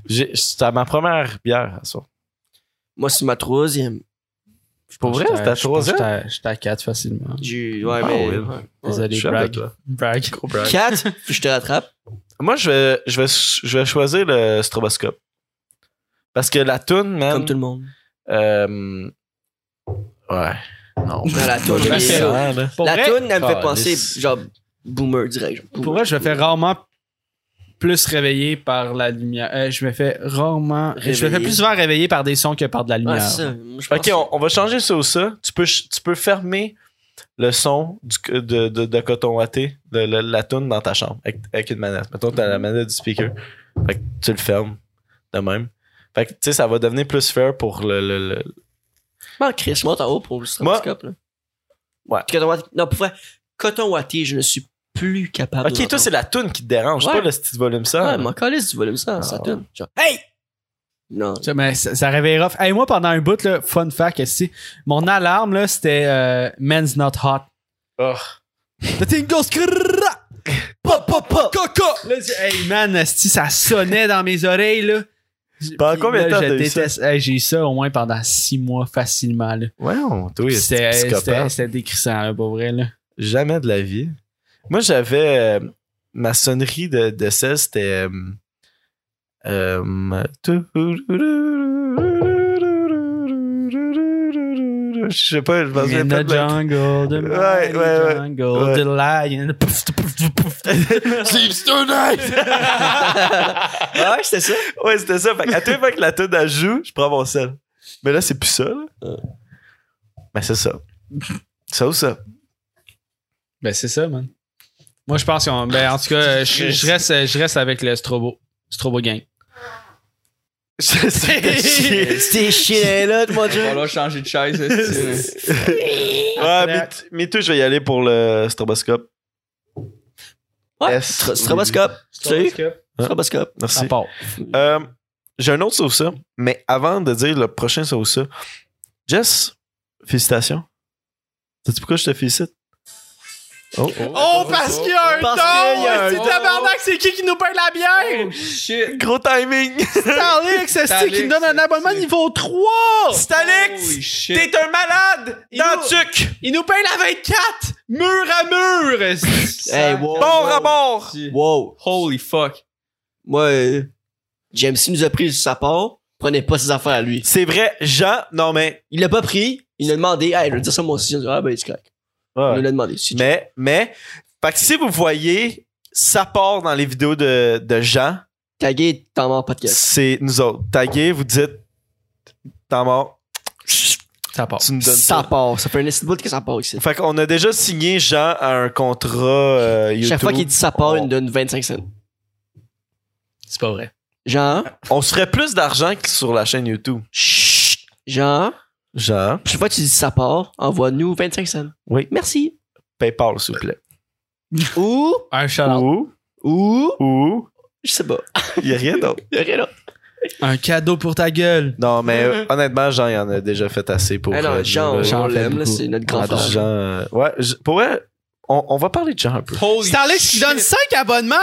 Speaker 1: J'ai- C'était ma première bière à soir.
Speaker 3: Moi, c'est ma troisième.
Speaker 1: Pour vrai,
Speaker 2: J'étais-
Speaker 1: c'était à
Speaker 2: je
Speaker 1: 3
Speaker 2: pense que
Speaker 1: ans.
Speaker 2: j'étais à- J'étais à 4 facilement.
Speaker 3: J'ai- Ouais,
Speaker 1: Ah,
Speaker 3: mais.
Speaker 1: oui.
Speaker 2: Désolé,
Speaker 1: Je suis
Speaker 2: brag.
Speaker 1: avec toi.
Speaker 2: Brag.
Speaker 1: Gros brag.
Speaker 3: 4, je te rattrape.
Speaker 1: Moi, je vais, je, vais, je vais choisir le stroboscope. Parce que la toune, man.
Speaker 3: Comme tout le monde.
Speaker 1: euh, ouais. Non.
Speaker 3: Dans la toune.
Speaker 2: Ben, c'est-
Speaker 3: La
Speaker 1: là.
Speaker 2: Pour vrai,
Speaker 3: toune, elle me fait
Speaker 1: Ah,
Speaker 3: penser,
Speaker 1: les-
Speaker 3: genre, boomer, dirais-je.
Speaker 2: pour vrai, je me fais rarement plus réveiller par la lumière. Euh, je me fais rarement. Je me fais
Speaker 3: Réveiller.
Speaker 2: plus souvent réveiller par des sons que par de la
Speaker 3: Ouais,
Speaker 2: lumière.
Speaker 3: c'est ça. Moi, je pense
Speaker 1: Ok, on, on va changer ça ou ça. Tu peux, ch- tu peux fermer le son du, c- de, de, de coton watté, de, la- la toune dans ta chambre avec, avec une manette. Mettons, t'as
Speaker 3: Mm-hmm.
Speaker 1: la manette du speaker. Fait que tu le fermes de même. Fait que, tu sais, ça va devenir plus fair pour le. le- le-
Speaker 3: Comment Chris monte en haut pour le stroboscope, là?
Speaker 1: Ouais.
Speaker 3: Coton Watté- Non, pour vrai, coton watté, je ne suis plus capable de
Speaker 1: Ok, toi, c'est la toune qui te dérange,
Speaker 3: Ah, Ouais.
Speaker 1: pas le petit volume ça.
Speaker 3: Ouais, mon calice du volume, ça, ça
Speaker 1: Ah,
Speaker 3: tourne. Genre, hey! Non.
Speaker 2: Ça, mais ça, ça réveillera. Hey, moi, pendant un bout, là, fun fact, si mon alarme, là, c'était euh, Men's Not Hot.
Speaker 1: Oh.
Speaker 2: The thing goes crrrra,
Speaker 3: Pop, pop, pop!
Speaker 2: coco! Là, j'ai- hey, man, esti, ça sonnait dans mes oreilles, là.
Speaker 1: Pendant
Speaker 2: Puis,
Speaker 1: combien de
Speaker 2: là,
Speaker 1: temps
Speaker 2: je
Speaker 1: t'as eu ça?
Speaker 2: déteste. Hey, j'ai eu ça au moins pendant six mois facilement, là.
Speaker 1: Ouais, on toi,
Speaker 2: Puis
Speaker 1: c'est
Speaker 2: C'était c'était-
Speaker 1: psychopathe.
Speaker 2: c'était décrissant, là, pour vrai, là.
Speaker 1: Jamais de la vie. Moi, j'avais. euh, ma sonnerie de, de celle, c'était. euh, euh, je sais pas, je m'en souviens
Speaker 2: In
Speaker 1: pas
Speaker 2: the
Speaker 1: de la-
Speaker 2: jungle, the
Speaker 1: Ouais,
Speaker 2: mighty
Speaker 1: ouais, ouais.
Speaker 2: jungle,
Speaker 1: Ouais.
Speaker 2: the lion. Pouf, pouf, pouf, pouf.
Speaker 1: Sleeps tonight!
Speaker 3: Ah ouais, c'était ça?
Speaker 1: ouais, c'était ça. Fait que à toute fois que la toune elle joue, je prends mon sel. Mais là, c'est plus ça, là. Mais c'est ça. Ça ou ça?
Speaker 2: Ben, c'est ça, man. Moi, je pense qu'on. Ben, en tout cas, je, je reste, je reste avec le Strobo. Strobo Gang.
Speaker 1: Je sais que chier.
Speaker 3: C'était chier là, mon
Speaker 4: Il va
Speaker 3: dieu.
Speaker 4: falloir changer de chaise. est-ce que-
Speaker 1: Ouais, mais, t- mais tout, je vais y aller pour le stroboscope.
Speaker 3: Ouais,
Speaker 1: Yes.
Speaker 3: stro- Euh, stroboscope. Tu sais? Stroboscope.
Speaker 1: Merci.
Speaker 2: À part.
Speaker 1: Euh, J'ai un autre sauce, mais avant de dire le prochain sauce, Jess, félicitations. Sais-tu pourquoi je te félicite? Oh,
Speaker 2: Oh, parce qu'il y a un
Speaker 3: Parce
Speaker 2: don!
Speaker 3: qu'il y a un
Speaker 2: C'est
Speaker 3: don.
Speaker 2: tabarnak, c'est qui qui nous paye la bière?
Speaker 4: Oh shit!
Speaker 1: Gros timing!
Speaker 2: Starlink, c'est
Speaker 4: Starlink,
Speaker 2: qui nous donne un
Speaker 4: c'est-
Speaker 2: abonnement
Speaker 4: c'est-
Speaker 2: niveau 3!
Speaker 4: Holy shit!
Speaker 1: T'es un malade!
Speaker 2: Il nous-
Speaker 1: Dantuc!
Speaker 2: Il nous paye la 24! Mur à mur! esti.
Speaker 3: Hey, wow.
Speaker 1: Bord à bord!
Speaker 3: Wow.
Speaker 4: Holy fuck!
Speaker 3: Moi, euh, James, il nous a pris sa part. Prenez pas ses affaires à lui.
Speaker 1: C'est vrai, Jean, non mais.
Speaker 3: Il l'a pas pris. Il l'a demandé. Hey, je veux dire ça moi aussi. On dit, Ah, ben, c'est correct. Il nous l'a demandé. C'est-
Speaker 1: Mais, mais, fait que si vous voyez, ça part dans les vidéos de, de Jean.
Speaker 3: Tagué, t'en mort podcast.
Speaker 1: c'est nous autres. Taguez, vous dites t'en mort.
Speaker 2: Ça part.
Speaker 1: Tu nous donnes
Speaker 3: Ah, Ça
Speaker 1: ça.
Speaker 3: part. Ça fait un petit bout que ça part ici.
Speaker 1: Fait qu'on a déjà signé Jean à un contrat euh, YouTube.
Speaker 3: Chaque fois qu'il dit ça part,
Speaker 1: on-
Speaker 3: il nous donne 25 cents.
Speaker 2: C'est pas vrai.
Speaker 3: Genre,
Speaker 1: On se ferait plus d'argent que sur la chaîne YouTube.
Speaker 3: chut. Genre,
Speaker 1: Jean,
Speaker 3: chaque fois que tu dis ça part, envoie-nous 25 cents.
Speaker 1: Oui.
Speaker 3: Merci.
Speaker 1: PayPal, s'il vous plaît.
Speaker 3: Ou,
Speaker 2: Un
Speaker 3: Ah.
Speaker 2: shout
Speaker 1: Ou,
Speaker 3: ou,
Speaker 1: ou,
Speaker 3: je sais pas.
Speaker 1: il n'y a rien d'autre.
Speaker 3: Y a rien d'autre.
Speaker 2: Un cadeau pour ta gueule.
Speaker 1: Non, mais euh, honnêtement, Jean, il en a déjà fait assez pour.
Speaker 3: Ah non,
Speaker 1: euh,
Speaker 3: Jean,
Speaker 1: nous,
Speaker 3: on-
Speaker 1: là.
Speaker 2: Jean
Speaker 3: on
Speaker 2: fait
Speaker 3: l'aime, là,
Speaker 2: beaucoup.
Speaker 3: c'est notre grand
Speaker 1: Ah,
Speaker 3: frère.
Speaker 1: Jean, euh, ouais, je- pour vrai, on, on va parler de Jean un peu.
Speaker 4: Holy
Speaker 2: Starlix qui donne 5 abonnements!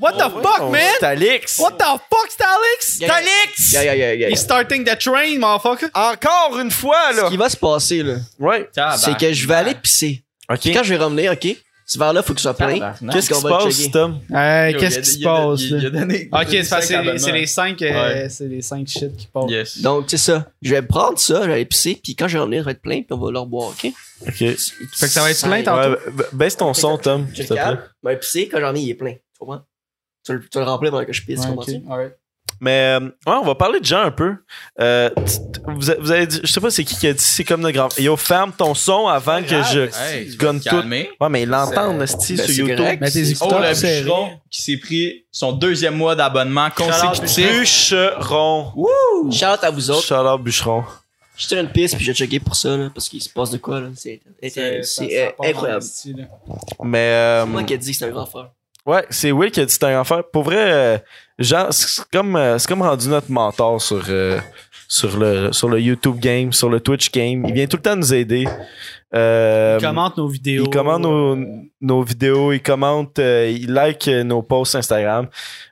Speaker 2: What the
Speaker 1: Oh, ouais,
Speaker 2: fuck,
Speaker 1: on-
Speaker 2: man?
Speaker 1: C'est Alix.
Speaker 2: What the fuck, Starlix?
Speaker 3: Yeah, yeah.
Speaker 2: Starlix!
Speaker 3: Yeah, yeah, yeah, yeah, yeah.
Speaker 2: He's starting the train, motherfucker.
Speaker 1: Encore une fois,
Speaker 3: Ce
Speaker 1: là.
Speaker 3: qui va se passer, là,
Speaker 1: Ouais.
Speaker 2: Ah,
Speaker 4: Tabarnak.
Speaker 2: ben.
Speaker 3: c'est que je vais aller pisser.
Speaker 1: OK.
Speaker 3: Puis Quand je vais revenir, OK, ce verre-là, faut qu'il soit
Speaker 2: Ah,
Speaker 3: plein.
Speaker 4: Tabarnak.
Speaker 1: Qu'est-ce qui
Speaker 3: qu'on
Speaker 1: se
Speaker 3: va le
Speaker 1: passe,
Speaker 3: checker.
Speaker 1: Tom?
Speaker 2: Hey,
Speaker 4: Yo,
Speaker 2: qu'est-ce
Speaker 4: il a-
Speaker 2: qui se
Speaker 4: il a-
Speaker 2: passe?
Speaker 4: il a- il
Speaker 2: là?
Speaker 4: a donné-
Speaker 2: Ok, c'est parce
Speaker 4: cinq
Speaker 2: que c'est-
Speaker 4: abonnements.
Speaker 2: c'est les 5
Speaker 4: Ouais.
Speaker 2: c'est les cinq shit qui passent.
Speaker 4: Yes.
Speaker 3: Donc, c'est ça. Je vais prendre ça, je vais aller pisser, puis quand je vais revenir, ça va être plein, puis on va le reboire, OK? Fait
Speaker 1: OK.
Speaker 2: que ça va être plein, tantôt.
Speaker 1: Ouais, ba- baisse ton son, Tom,
Speaker 3: Je
Speaker 1: s'il
Speaker 3: le
Speaker 1: te plaît.
Speaker 3: calme, je vais pisser, quand j'en ai, il est plein. Tu comprends? Tu le, tu le remplis pendant que je pisse,
Speaker 2: Ouais,
Speaker 3: tu
Speaker 2: ok,
Speaker 3: comprends-tu?
Speaker 2: alright.
Speaker 1: Mais euh, ouais, on va parler de Jean un peu. Euh, t- t- vous, a- vous avez dit, je sais pas c'est qui qui a dit, c'est comme le grand. Yo, ferme ton son avant que je
Speaker 4: Hey, tu vas
Speaker 1: gonne
Speaker 4: te
Speaker 1: tout.
Speaker 4: calmer.
Speaker 1: Ouais, mais ils l'entendent,
Speaker 4: C'est-
Speaker 1: Esti,
Speaker 3: Ben,
Speaker 1: sur
Speaker 3: c'est
Speaker 1: YouTube.
Speaker 3: correct.
Speaker 2: Mets tes
Speaker 4: Oh,
Speaker 2: écouteurs
Speaker 4: le
Speaker 2: serrés.
Speaker 4: bûcheron qui s'est pris son deuxième mois d'abonnement consécutif.
Speaker 1: Bûcheron.
Speaker 3: Shout out à vous autres.
Speaker 1: Chaleur bûcheron.
Speaker 3: Je tire une piste, puis je vais checker pour ça, là, parce qu'il se passe de quoi, là. C'est c'est- c'est, euh, incroyable.
Speaker 1: Mais euh,
Speaker 3: C'est moi qui ai dit que c'est un grand frère.
Speaker 1: ouais, c'est Will qui a dit c'est un enfer. Pour vrai, euh, Genre, c'est comme, euh, c'est comme rendu notre mentor sur, euh, sur, le, sur le YouTube game, sur le Twitch game. Il vient tout le temps nous aider. Euh,
Speaker 2: Il commente nos vidéos.
Speaker 1: il commente nos, nos vidéos, il commente, euh, il like euh, nos posts Instagram.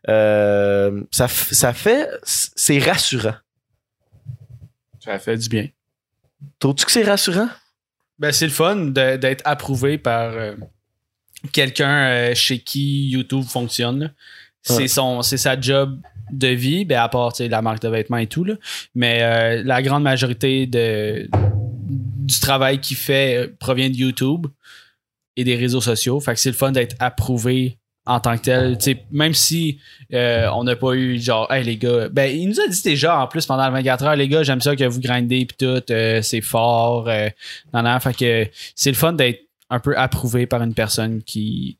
Speaker 1: Euh, ça, f- ça fait. C'est rassurant.
Speaker 2: Ça fait du bien.
Speaker 1: Trouves-tu que c'est rassurant?
Speaker 2: Ben, c'est le fun de- d'être approuvé par euh, quelqu'un euh, chez qui YouTube fonctionne. là.
Speaker 1: Ouais.
Speaker 2: C'est son, c'est sa job de vie, ben, à part tu sais, la marque de vêtements et tout. là. Mais euh, la grande majorité de, du travail qu'il fait euh, provient de YouTube et des réseaux sociaux. Fait que c'est le fun d'être approuvé en tant que tel. Tu sais, même si euh, on n'a pas eu genre, hey les gars, ben il nous a dit déjà en plus pendant le 24 heures, les gars, j'aime ça que vous grindez pis tout, euh, c'est fort. euh, non, non, fait que c'est le fun d'être un peu approuvé par une personne qui,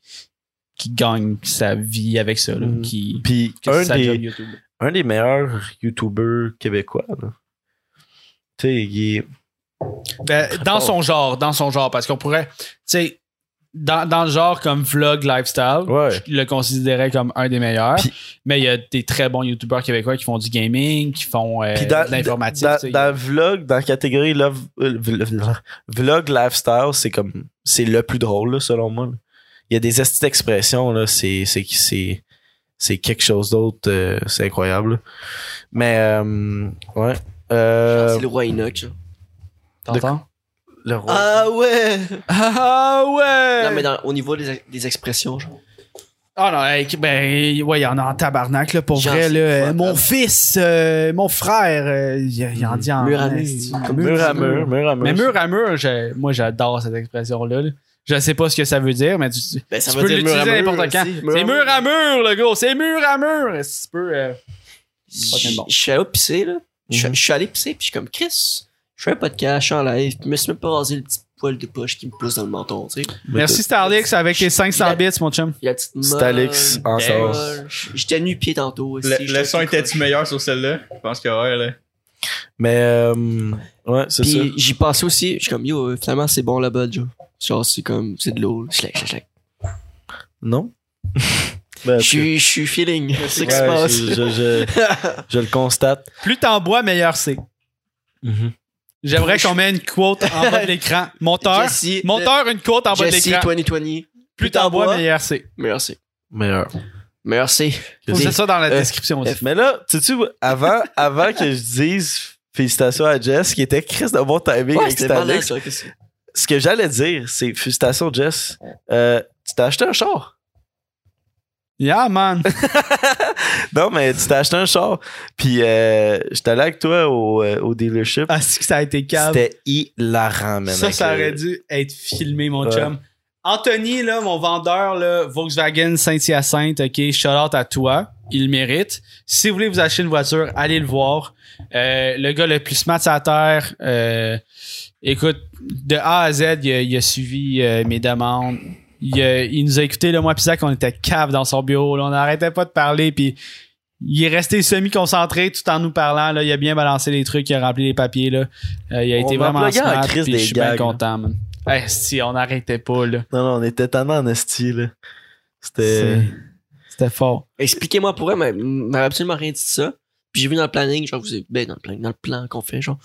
Speaker 2: qui gagne sa vie avec ça, là,
Speaker 1: Mm.
Speaker 2: qui
Speaker 1: Puis,
Speaker 2: que
Speaker 1: un
Speaker 2: c'est sa
Speaker 1: des,
Speaker 2: job YouTube.
Speaker 1: un des meilleurs YouTubers québécois. là. Tu sais, il est-
Speaker 2: Ben, dans
Speaker 1: fort.
Speaker 2: son genre, dans son genre, parce qu'on pourrait, tu sais, dans, dans le genre comme vlog lifestyle,
Speaker 1: Ouais.
Speaker 2: je le considérais comme un des meilleurs.
Speaker 1: Puis-
Speaker 2: mais il y a des très bons youtubeurs québécois qui font du gaming, qui font euh,
Speaker 1: Puis dans,
Speaker 2: de l'informatique.
Speaker 1: dans-
Speaker 2: tu sais.
Speaker 1: dans le vlog, dans la catégorie love- euh, vl- vl- vlog lifestyle, c'est comme c'est le plus drôle là, selon moi. là. Il y a des astuces d'expression là, c'est c'est c'est c'est quelque chose d'autre, euh, c'est incroyable. là. Mais euh, ouais, euh,
Speaker 3: Ah, C'est le roi Enoch. genre.
Speaker 2: T'entends?
Speaker 1: le roi.
Speaker 3: Ah ouais!
Speaker 2: Ah ouais!
Speaker 3: Non, mais dans- au niveau des, des expressions, genre.
Speaker 2: Ah non, hey, ben, ouais, il y en a en tabarnak, là, pour
Speaker 3: Genre,
Speaker 2: vrai,
Speaker 3: c'est
Speaker 2: là. Euh,
Speaker 3: fun,
Speaker 2: Mon
Speaker 3: hein.
Speaker 2: fils, euh, mon frère, euh, il y a- il y en dit en.
Speaker 3: Mur à Ah, mur.
Speaker 2: esti.
Speaker 3: Comme
Speaker 1: mur à mur, mur à mur.
Speaker 2: Mais mur à mur, j'ai- moi, j'adore cette expression-là. là. Je sais pas ce que ça veut dire, mais tu, tu
Speaker 3: Ben, ça
Speaker 2: peux
Speaker 3: veut dire mur à
Speaker 2: l'utiliser
Speaker 3: mur
Speaker 2: n'importe quand.
Speaker 3: aussi.
Speaker 2: C'est mur à mur, le gros, c'est mur à mur. Est-ce que tu peux. euh, Fucking
Speaker 3: Je
Speaker 2: bon.
Speaker 3: je suis allé pisser, là. Je
Speaker 1: Mhm.
Speaker 3: je suis allé pisser, puis je suis comme Chris. Je fais un podcast, je suis en live, puis je me suis même pas rasé le petit poil de poche qui me pousse dans le menton, tu sais.
Speaker 2: Merci, Starlix, avec les 500 bits, mon chum.
Speaker 3: Il y a la petite
Speaker 1: C'est
Speaker 3: molle,
Speaker 1: Alex en
Speaker 3: la petite
Speaker 1: sauce.
Speaker 3: molle. J- J'étais nu-pied tantôt aussi.
Speaker 4: Le, le
Speaker 3: j'étais
Speaker 4: son
Speaker 3: tout
Speaker 4: était-tu
Speaker 3: croche.
Speaker 4: meilleur sur celle-là? Je pense que ouais, là.
Speaker 1: Mais euh, ouais, c'est ça.
Speaker 3: Puis j'y pensais aussi, je suis comme yo, euh, finalement c'est bon là-bas, Joe. Genre, c'est comme, c'est de l'eau. là. Slack, slack, slack.
Speaker 1: Non. Ben,
Speaker 3: Je suis- je suis feeling. C'est ce qui se
Speaker 1: ouais,
Speaker 3: passe.
Speaker 1: je, je, je- je le constate.
Speaker 2: Plus t'en bois, meilleur c'est. J'aimerais qu'on mette une quote en bas de l'écran. Monteur,
Speaker 3: Jesse,
Speaker 2: monteur, une quote en bas de
Speaker 3: Jesse
Speaker 2: l'écran.
Speaker 3: 2020.
Speaker 2: Plus t'en bois, meilleur c'est.
Speaker 3: Meilleur c'est.
Speaker 1: Meilleur.
Speaker 3: Meilleur c'est.
Speaker 2: Faut
Speaker 1: Des-
Speaker 2: mettre ça dans la
Speaker 3: Euh,
Speaker 2: description aussi.
Speaker 1: Mais là, tu sais, avant, avant que je dise félicitations à Jess, qui était Chris de bon timing
Speaker 3: Ouais,
Speaker 1: avec
Speaker 3: c'était
Speaker 1: Stanley,
Speaker 3: malade, ça, qu'est-ce que c'est.
Speaker 1: ce que j'allais dire, c'est félicitations, Jess. Euh, tu t'es acheté un char.
Speaker 2: Yeah, man.
Speaker 1: Non, mais tu t'es acheté un char. Puis, euh, j'étais allé avec toi au, euh, au dealership.
Speaker 2: Ah, si que ça a été calme.
Speaker 1: C'était hilarant, man.
Speaker 2: Ça,
Speaker 1: avec
Speaker 2: ça
Speaker 1: le-
Speaker 2: aurait dû être filmé, mon
Speaker 1: Ouais.
Speaker 2: chum. Anthony, là, mon vendeur, là, Volkswagen Saint-Hyacinthe, OK, shout out à toi. Il le mérite. Si vous voulez vous acheter une voiture, allez le voir. Euh, le gars le plus smart à terre. euh, écoute, de A à Z, il a, il a suivi euh, mes demandes. Il, a- il nous a écouté, le moi pis Zach, on était cave dans son bureau. là. on n'arrêtait pas de parler, puis il est resté semi-concentré tout en nous parlant. Là, il a bien balancé les trucs, il a rempli les papiers. Là. Euh, il a
Speaker 1: On
Speaker 2: été
Speaker 1: va
Speaker 2: vraiment
Speaker 1: plugger en
Speaker 2: smart,
Speaker 1: crise
Speaker 2: puis
Speaker 1: des
Speaker 2: je suis bien
Speaker 1: gags, là.
Speaker 2: content, man. Hey, si, on n'arrêtait pas, là.
Speaker 1: Non, non, on était tellement en esti, là. C'était.
Speaker 2: C'est- C'était fort.
Speaker 3: Expliquez-moi pourquoi, mais il m'avait absolument rien dit de ça. Puis j'ai vu dans le planning, genre, vous avez, ben, dans le planning, dans le plan qu'on fait, genre.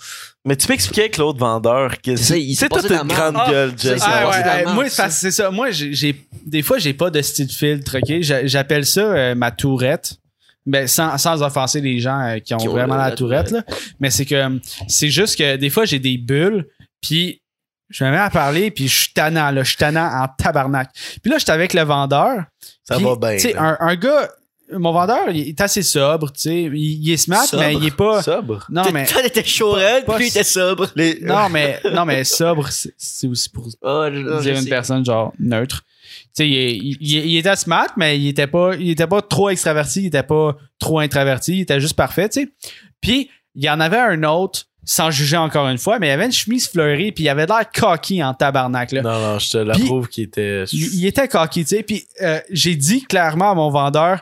Speaker 1: Mais tu m'expliquais que l'autre vendeur, que
Speaker 3: C'est ça, il s'est
Speaker 1: c'est toute
Speaker 3: passé de la
Speaker 1: une
Speaker 3: merde.
Speaker 1: grande
Speaker 2: Ah,
Speaker 1: gueule, Jess. là.
Speaker 3: c'est-
Speaker 2: Ah,
Speaker 3: passé
Speaker 2: ouais,
Speaker 3: de la
Speaker 2: hey,
Speaker 3: marde,
Speaker 2: moi,
Speaker 3: ça.
Speaker 2: ça, c'est ça. Moi, j'ai, j'ai- des fois, j'ai pas de style filtre, OK? J'a- J'appelle ça euh, ma tourette. Ben, sans, sans offenser les gens euh, qui ont
Speaker 3: Qui ont
Speaker 2: vraiment
Speaker 3: le-
Speaker 2: la,
Speaker 3: la
Speaker 2: tourette, là. Mais c'est que euh, c'est juste que des fois, j'ai des bulles, puis je me mets à parler, puis je suis tannant, là. Je suis tannant en tabarnak. Puis là, j'étais avec le vendeur.
Speaker 1: Ça
Speaker 2: Puis,
Speaker 1: va bien.
Speaker 2: Tu sais,
Speaker 1: là.
Speaker 2: un, un gars, mon vendeur, il est assez sobre, tu sais. Il, il est smart,
Speaker 3: Sobre.
Speaker 2: mais il est pas.
Speaker 1: Sobre.
Speaker 2: Non, mais.
Speaker 3: Tout le temps, il était chaud, raide,
Speaker 2: pas-
Speaker 3: puis il était sobre.
Speaker 1: Les-
Speaker 2: Non, mais, non, mais sobre, c'est- c'est aussi pour
Speaker 3: Ah, je- je
Speaker 2: dire une
Speaker 3: sais.
Speaker 2: personne genre neutre. Tu sais, il, est- il- il- il était smart, mais il était pas, il était pas trop extraverti, il était pas trop introverti, il était juste parfait, tu sais. Puis il y en avait un autre, sans juger encore une fois, mais il avait une chemise fleurie, puis il avait l'air cocky en tabarnak là.
Speaker 1: Non, non, je te l'approuve qu'il était.
Speaker 2: Il, il était cocky, tu sais. Puis euh, j'ai dit clairement à mon vendeur,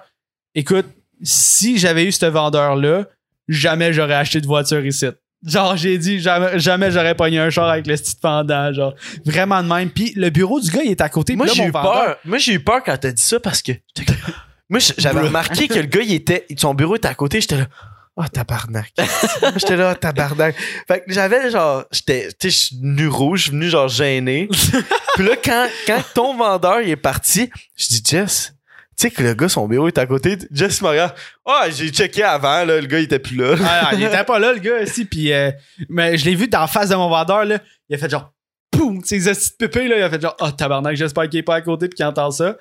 Speaker 2: écoute, si j'avais eu ce vendeur-là, jamais j'aurais acheté de voiture ici. Genre, j'ai dit, jamais, jamais j'aurais pogné un char avec le style pendant, genre, vraiment de même. Puis le bureau du gars, il est à côté.
Speaker 1: Moi,
Speaker 2: puis là,
Speaker 1: j'ai
Speaker 2: mon
Speaker 1: eu
Speaker 2: vendeur-
Speaker 1: peur. Moi, j'ai eu peur quand t'as dit ça parce que. Moi, j- j'avais remarqué que le gars, il était, son bureau était à côté. J'étais là, oh, tabarnak. j'étais là, oh, tabarnak. Fait que j'avais genre, j'étais, tu sais, je suis nu rouge, je suis venu genre gêné. Puis là, quand, quand ton vendeur il est parti, je dis, Jess, tu sais que le gars, son bureau est à côté. Jess me regarde, oh, j'ai checké avant, là, le gars, il était plus là.
Speaker 2: Ah, non, il était pas là, le gars, aussi. Puis, euh, mais je l'ai vu d'en face de mon vendeur, là. Il a fait genre, poum, tu sais, les hosties de pépé, là. Il a fait genre, oh, tabarnak, j'espère qu'il est pas à côté puis qu'il entend ça.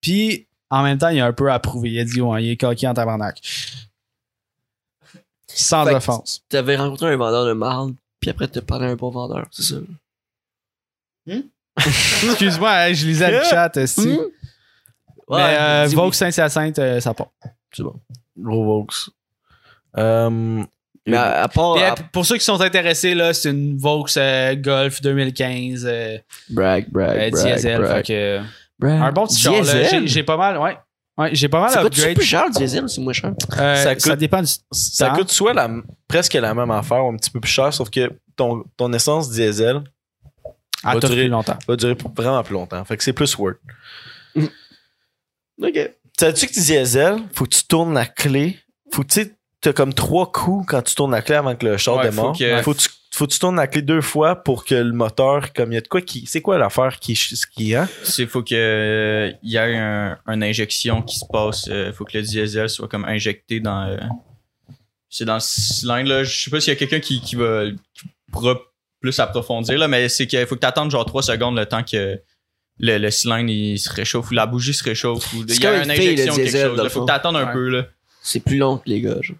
Speaker 2: Puis, en même temps, il a un peu approuvé. Il a dit, ouais, il est coquille en tabarnak. Sans
Speaker 3: Fait que-
Speaker 2: offense.
Speaker 3: T'avais rencontré un vendeur de marde, puis après t'as parlé à un bon vendeur, c'est ça.
Speaker 2: Excuse-moi, hein, je lisais le chat, aussi.
Speaker 3: Hmm?
Speaker 2: Mais
Speaker 3: Ouais,
Speaker 2: euh,
Speaker 3: dis oui.
Speaker 2: Vogue Saint-Hyacinthe, euh, ça part.
Speaker 3: C'est bon.
Speaker 1: Gros Vox. Euh,
Speaker 3: Mais à, à part.
Speaker 2: Puis,
Speaker 3: à-
Speaker 2: euh, Pour ceux qui sont intéressés, là, c'est une Vaux euh, Golf 2015 euh,
Speaker 3: Brag, brag,
Speaker 2: euh,
Speaker 3: brag,
Speaker 2: diesel.
Speaker 3: brag,
Speaker 2: fait que-
Speaker 3: brag.
Speaker 2: un bon petit char. là.
Speaker 3: Diesel?
Speaker 2: J'ai- J'ai pas mal, ouais. Ouais, j'ai pas mal
Speaker 3: C'est pas
Speaker 2: upgrade.
Speaker 3: plus cher le diesel, c'est moins cher.
Speaker 2: Euh, ça,
Speaker 1: Ça coûte-
Speaker 2: dépend du
Speaker 1: ça
Speaker 2: temps.
Speaker 1: coûte soit la, presque la même affaire, ou un petit peu plus cher, sauf que ton, ton essence diesel
Speaker 2: Ah,
Speaker 1: Va
Speaker 2: t'as
Speaker 1: durer-
Speaker 2: plus longtemps.
Speaker 1: va durer vraiment plus longtemps. Fait que c'est plus worth.
Speaker 3: Ok.
Speaker 1: Savais-tu que diesel, faut que tu tournes la clé. Faut que tu sais, t'as comme trois coups quand tu tournes la clé avant que le char
Speaker 4: Ouais,
Speaker 1: démarre.
Speaker 4: faut que-
Speaker 1: Faut que tu faut que tu tournes la clé deux fois pour que le moteur, comme il y a de quoi qui. C'est quoi l'affaire qui, qui hein?
Speaker 4: Il faut que euh, il y ait un, une injection qui se passe. Il faut que le diesel soit comme injecté dans. euh, c'est dans le cylindre. Là. Je sais pas s'il y a quelqu'un qui, qui va qui pourra plus approfondir, là, mais c'est qu'il faut que tu attendes genre 3 secondes le temps que le, le cylindre il se réchauffe ou la bougie se réchauffe. ou-
Speaker 3: C'est
Speaker 4: Il y a
Speaker 3: comme
Speaker 4: une
Speaker 3: une fille, le
Speaker 4: injection quelque
Speaker 3: diesel,
Speaker 4: chose.
Speaker 3: dans
Speaker 4: Il
Speaker 3: le
Speaker 4: faut
Speaker 3: fond.
Speaker 4: que tu attendes un
Speaker 2: Ouais.
Speaker 4: peu. Là.
Speaker 3: C'est plus long que les gars. genre.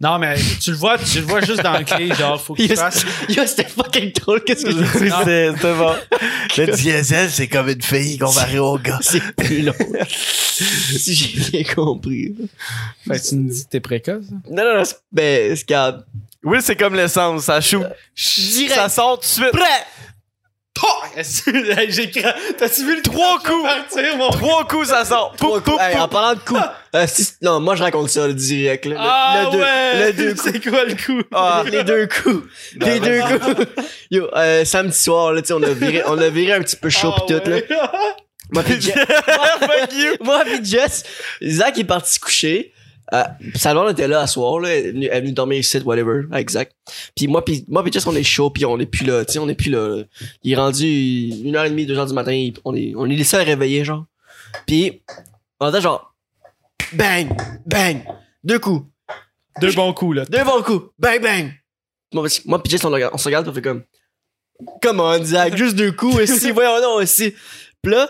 Speaker 2: Non, mais tu le vois, tu le vois juste dans le clé, genre, faut que tu
Speaker 3: Yes.
Speaker 2: fasses.
Speaker 3: Yo, c'était fucking drôle, qu'est-ce que je dis?
Speaker 1: c'est c'est bon. Le diesel, c'est comme une fille comparée au gars.
Speaker 3: C'est plus long. si j'ai bien compris.
Speaker 2: Fait que Ben, tu me dis que t'es précoce.
Speaker 3: Non, non, non, c'est- ben, c'est calme.
Speaker 1: Oui, c'est comme l'essence, ça choue.
Speaker 3: Direct.
Speaker 1: Ça sort tout de suite.
Speaker 2: J'ai cra... T'as-tu vu le
Speaker 1: Trois coups!
Speaker 2: partir, mon
Speaker 1: Trois coups, ça sort. Pou,
Speaker 3: Trois
Speaker 1: pou,
Speaker 3: coups. Hey,
Speaker 1: pou.
Speaker 3: en parlant de coups, euh, si- non, moi je raconte ça le direct. Là. Le, le deux, le Ben, deux coups.
Speaker 2: C'est quoi le coup?
Speaker 3: Ah, les deux coups. les deux coups. Yo, euh, samedi soir, là, tu sais, on a viré, on a viré un petit peu chaud pis tout, là. Moi pis Jess,
Speaker 1: Fuck you.
Speaker 3: moi pis Jess, Zach est parti se coucher. Euh, sa blonde était là à soir, là. Elle est venue- elle est venue dormir ici, whatever, avec Zach. Pis moi pis, moi pis Jess, on est chaud pis on est plus là, tu sais, on est plus là, là. Il est rendu une heure et demie, deux heures du matin, il- on est, on est les seuls réveillés, genre. Pis, on entend genre, bang, bang, deux coups.
Speaker 2: Deux bons coups, là.
Speaker 3: Deux bons coups. Bang, bang. Moi, parce que- moi pis Jess, on, le regarde- on se regarde, pis on fait comme. Come on, Zach, juste deux coups aussi. Voyons, non, aussi. Pis là,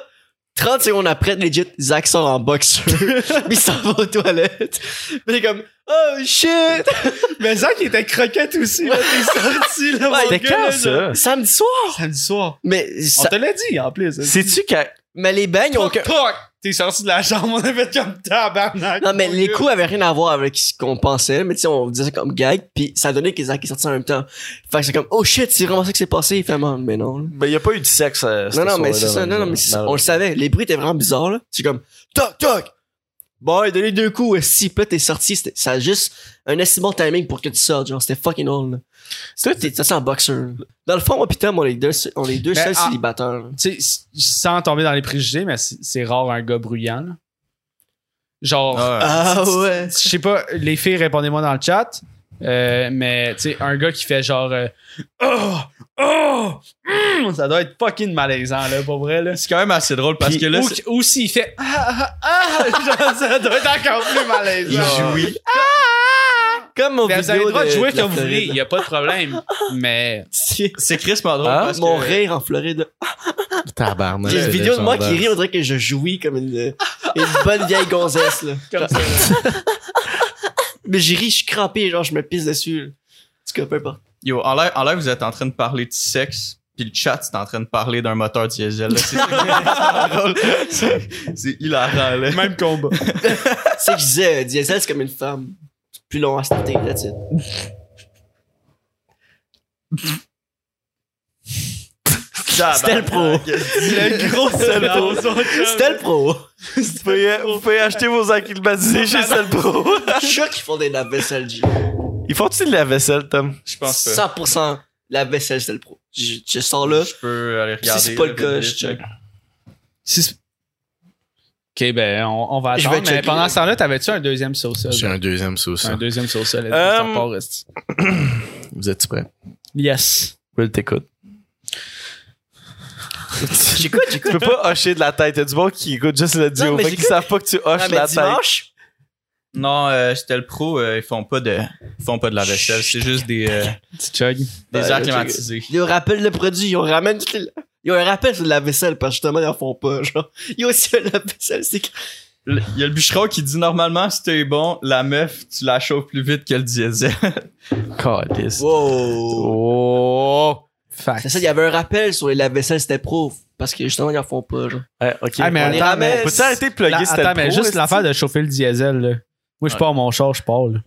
Speaker 3: 30 secondes après, legit, Zach sort en boxeur. pis il s'en va aux toilettes. Pis il est comme. Oh shit!
Speaker 2: Mais Zach, il était croquette aussi, là. T'es sorti, là, mon
Speaker 1: C'était
Speaker 2: gars,
Speaker 1: quand
Speaker 2: là,
Speaker 1: ça?
Speaker 3: Samedi soir!
Speaker 2: genre. Samedi soir.
Speaker 3: Mais,
Speaker 2: On
Speaker 3: hein. ça-
Speaker 2: te l'a dit, en plus.
Speaker 1: Sais-tu quand.
Speaker 3: mais les bangs ont aucun.
Speaker 2: Toc! T'es sorti de la chambre, on a fait comme tabarnak.
Speaker 3: Non, mais
Speaker 2: mon
Speaker 3: les
Speaker 2: gars.
Speaker 3: coups avaient rien à voir avec ce qu'on pensait, mais tu sais, on disait comme gag, pis ça donnait que Zach est sorti en même temps. Fait que c'est comme, oh shit, c'est vraiment ça qui s'est passé. Il fait, man, mais non, là.
Speaker 1: Ben, il n'y a pas eu de sexe. euh,
Speaker 3: Non,
Speaker 1: cette
Speaker 3: non,
Speaker 1: soirée-là,
Speaker 3: mais c'est ça. Non, non, mais c'est- on le
Speaker 1: malheureusement.
Speaker 3: savait. Les bruits étaient vraiment bizarres, là. C'est comme, toc, toc. Bon, il donnait deux coups, si Puis là, t'es sorti. c'était- Ça a juste un assez bon timing pour que tu sortes. Genre, c'était fucking old, là. Toi, t'es t'es en boxeur. là. Dans le fond, moi, putain, on est deux, on est deux
Speaker 2: Ben,
Speaker 3: seuls
Speaker 2: ah.
Speaker 3: célibataires, là.
Speaker 2: tu sais, s- sans tomber dans les préjugés, mais c'est c'est rare un gars bruyant. là. Genre,
Speaker 4: Ah,
Speaker 3: Ah ouais.
Speaker 2: je sais pas, les filles, répondez-moi dans le chat. euh, mais tu sais, un gars qui fait genre euh, Oh! Oh! mm, ça doit être fucking malaisant, là, pour vrai. Là.
Speaker 4: C'est quand même assez drôle parce
Speaker 1: Puis
Speaker 4: que là,
Speaker 2: ou
Speaker 4: c'est-
Speaker 2: ou s'il fait Ah! Ah! ah genre, ça doit être encore plus malaisant.
Speaker 1: Il
Speaker 2: Genre,
Speaker 1: jouit.
Speaker 3: Comme au
Speaker 2: mais Ben, vous avez
Speaker 3: vidéo
Speaker 2: le droit de jouer
Speaker 3: la
Speaker 2: comme vous voulez, il
Speaker 3: Floride.
Speaker 2: n'y a pas de problème. Mais
Speaker 3: Si.
Speaker 4: c'est crispement drôle
Speaker 1: Ah,
Speaker 4: parce
Speaker 3: Hein? Mon
Speaker 4: que
Speaker 3: rire en Floride.
Speaker 1: Tabarnak.
Speaker 3: Il y a une vidéo de moi qui rit, on dirait que je jouis comme une, une bonne vieille gonzesse, là.
Speaker 2: comme ça, là.
Speaker 3: Mais j'y ris, je suis crampé, genre, je me pisse dessus, là. En tout cas, peu importe.
Speaker 4: Yo, en live, en live, vous êtes en train de parler de sexe, puis le chat, c'est en train de parler d'un moteur diesel. là. C'est ça qui est drôle. C'est- C'est hilarant, là.
Speaker 2: même combat.
Speaker 3: C'est que je disais, euh, Diesel, c'est comme une femme. C'est plus long à se tenter, that's it. C'était le pro.
Speaker 2: le gros seul.
Speaker 3: C'était le pro.
Speaker 1: Vous pouvez, vous pouvez acheter vos aclimatisés chez Selpro.
Speaker 3: Je suis sûr qu'ils font des lave-vaisselle, G.
Speaker 1: Ils font-tu de la vaisselle, Tom?
Speaker 4: Je pense pas.
Speaker 3: 100% lave-vaisselle, c'est le pro. Je, je sors là.
Speaker 4: Je peux aller
Speaker 3: Si
Speaker 4: regarder.
Speaker 3: c'est pas
Speaker 4: là,
Speaker 3: le cas,
Speaker 4: vite,
Speaker 3: je
Speaker 4: vite,
Speaker 3: check.
Speaker 4: là.
Speaker 2: Si c'est- OK, ben, on, on va
Speaker 3: Je
Speaker 2: attendre.
Speaker 3: vais
Speaker 2: Mais
Speaker 3: checker.
Speaker 2: pendant ce temps-là, t'avais-tu un deuxième sauce?
Speaker 5: J'ai un deuxième sauce.
Speaker 2: Un deuxième sauce. là,
Speaker 1: Euh,
Speaker 2: ça part, esti.
Speaker 5: Vous êtes prêts?
Speaker 2: Yes.
Speaker 1: Will t'écoute.
Speaker 3: J'écoute,
Speaker 1: Tu
Speaker 3: j'écoute.
Speaker 1: peux pas hocher de la tête. Y'a du monde qui écoute juste le duo.
Speaker 3: mais
Speaker 1: fait qu'ils
Speaker 3: j'écoute.
Speaker 1: savent pas que tu hoches
Speaker 3: Ah, mais
Speaker 1: la tête.
Speaker 3: dimanche,
Speaker 4: Non, euh, c'était le pro, euh, ils font pas de ils font pas de la vaisselle, c'est juste des euh,
Speaker 2: Petit chug.
Speaker 4: des
Speaker 3: Ben,
Speaker 4: airs
Speaker 3: ok.
Speaker 4: climatisés.
Speaker 3: ils rappellent le produit, ils ramènent tout le- Ils ont un rappel sur de la vaisselle parce que justement, ils en font pas. Genre, il y a aussi un la vaisselle, c'est que-
Speaker 4: Le- Il y a le bûcheron qui dit normalement si t'es bon, la meuf, tu la chauffes plus vite que le diesel.
Speaker 1: Calice.
Speaker 3: Wow!
Speaker 1: Oh!
Speaker 2: Fact.
Speaker 3: C'est ça, il y avait un rappel sur les lave-vaisselle, c'était pro. Parce que justement, ils en font pas, genre.
Speaker 1: Ouais, ok.
Speaker 2: Ah, mais
Speaker 1: On
Speaker 2: attends,
Speaker 1: est-
Speaker 3: mais-
Speaker 1: Peux-tu arrêter de plugger
Speaker 2: La-
Speaker 1: cette
Speaker 2: attends, mais
Speaker 1: pro,
Speaker 2: juste
Speaker 1: esti?
Speaker 2: l'affaire de chauffer le diesel, là. Moi, je pars mon char, je pars, là.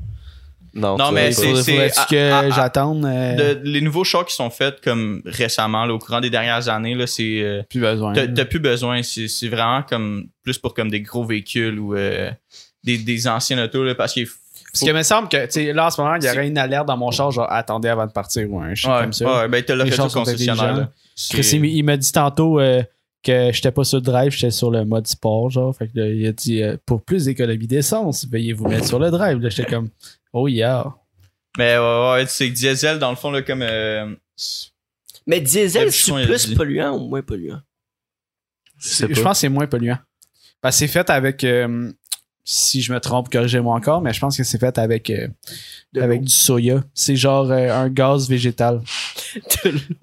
Speaker 1: Non,
Speaker 4: Non,
Speaker 1: tu
Speaker 4: mais
Speaker 1: vas-
Speaker 4: c'est-
Speaker 2: Faudrait- Faudrait-tu
Speaker 4: à- à-
Speaker 2: que
Speaker 4: à-
Speaker 2: j'attende? euh,
Speaker 4: De- les nouveaux chars qui sont faits comme récemment là, au courant des dernières années là, c'est euh,
Speaker 2: Plus besoin.
Speaker 4: T'as t'as plus besoin. C'est c'est vraiment comme plus pour comme des gros véhicules ou euh, des, des anciens autos là, parce qu'il faut-
Speaker 2: Parce que me semble que, tu sais, là, en ce moment, il y
Speaker 4: C'est-
Speaker 2: aurait une alerte dans mon char, genre, attendez avant de partir ou un shit
Speaker 4: ouais,
Speaker 2: comme ça.
Speaker 4: ouais, ben t'as le
Speaker 2: Les
Speaker 4: retour
Speaker 2: chars sont
Speaker 4: concessionnaire.
Speaker 2: intelligents.
Speaker 4: là.
Speaker 2: Chris,
Speaker 4: C'est-
Speaker 2: il, il m'a dit tantôt euh, que j'étais pas sur le drive, j'étais sur le mode sport, genre. Fait que là, il a dit, euh, pour plus d'économie d'essence, veuillez vous mettre sur le drive. Là, j'étais comme, oh yeah.
Speaker 4: Mais Ben, ouais, ouais, c'est que diesel dans le fond là comme euh,
Speaker 3: Mais diesel,
Speaker 4: Le
Speaker 3: c'est
Speaker 4: bouchon, il a
Speaker 3: plus
Speaker 4: dit.
Speaker 3: polluant ou moins polluant?
Speaker 5: sais
Speaker 2: Je pense que c'est moins polluant. Parce que c'est fait avec, euh, si je me trompe, corrigez-moi encore, mais je pense que c'est fait avec, euh,
Speaker 3: De
Speaker 2: avec
Speaker 3: l'eau.
Speaker 2: du soya. C'est genre euh, un gaz végétal.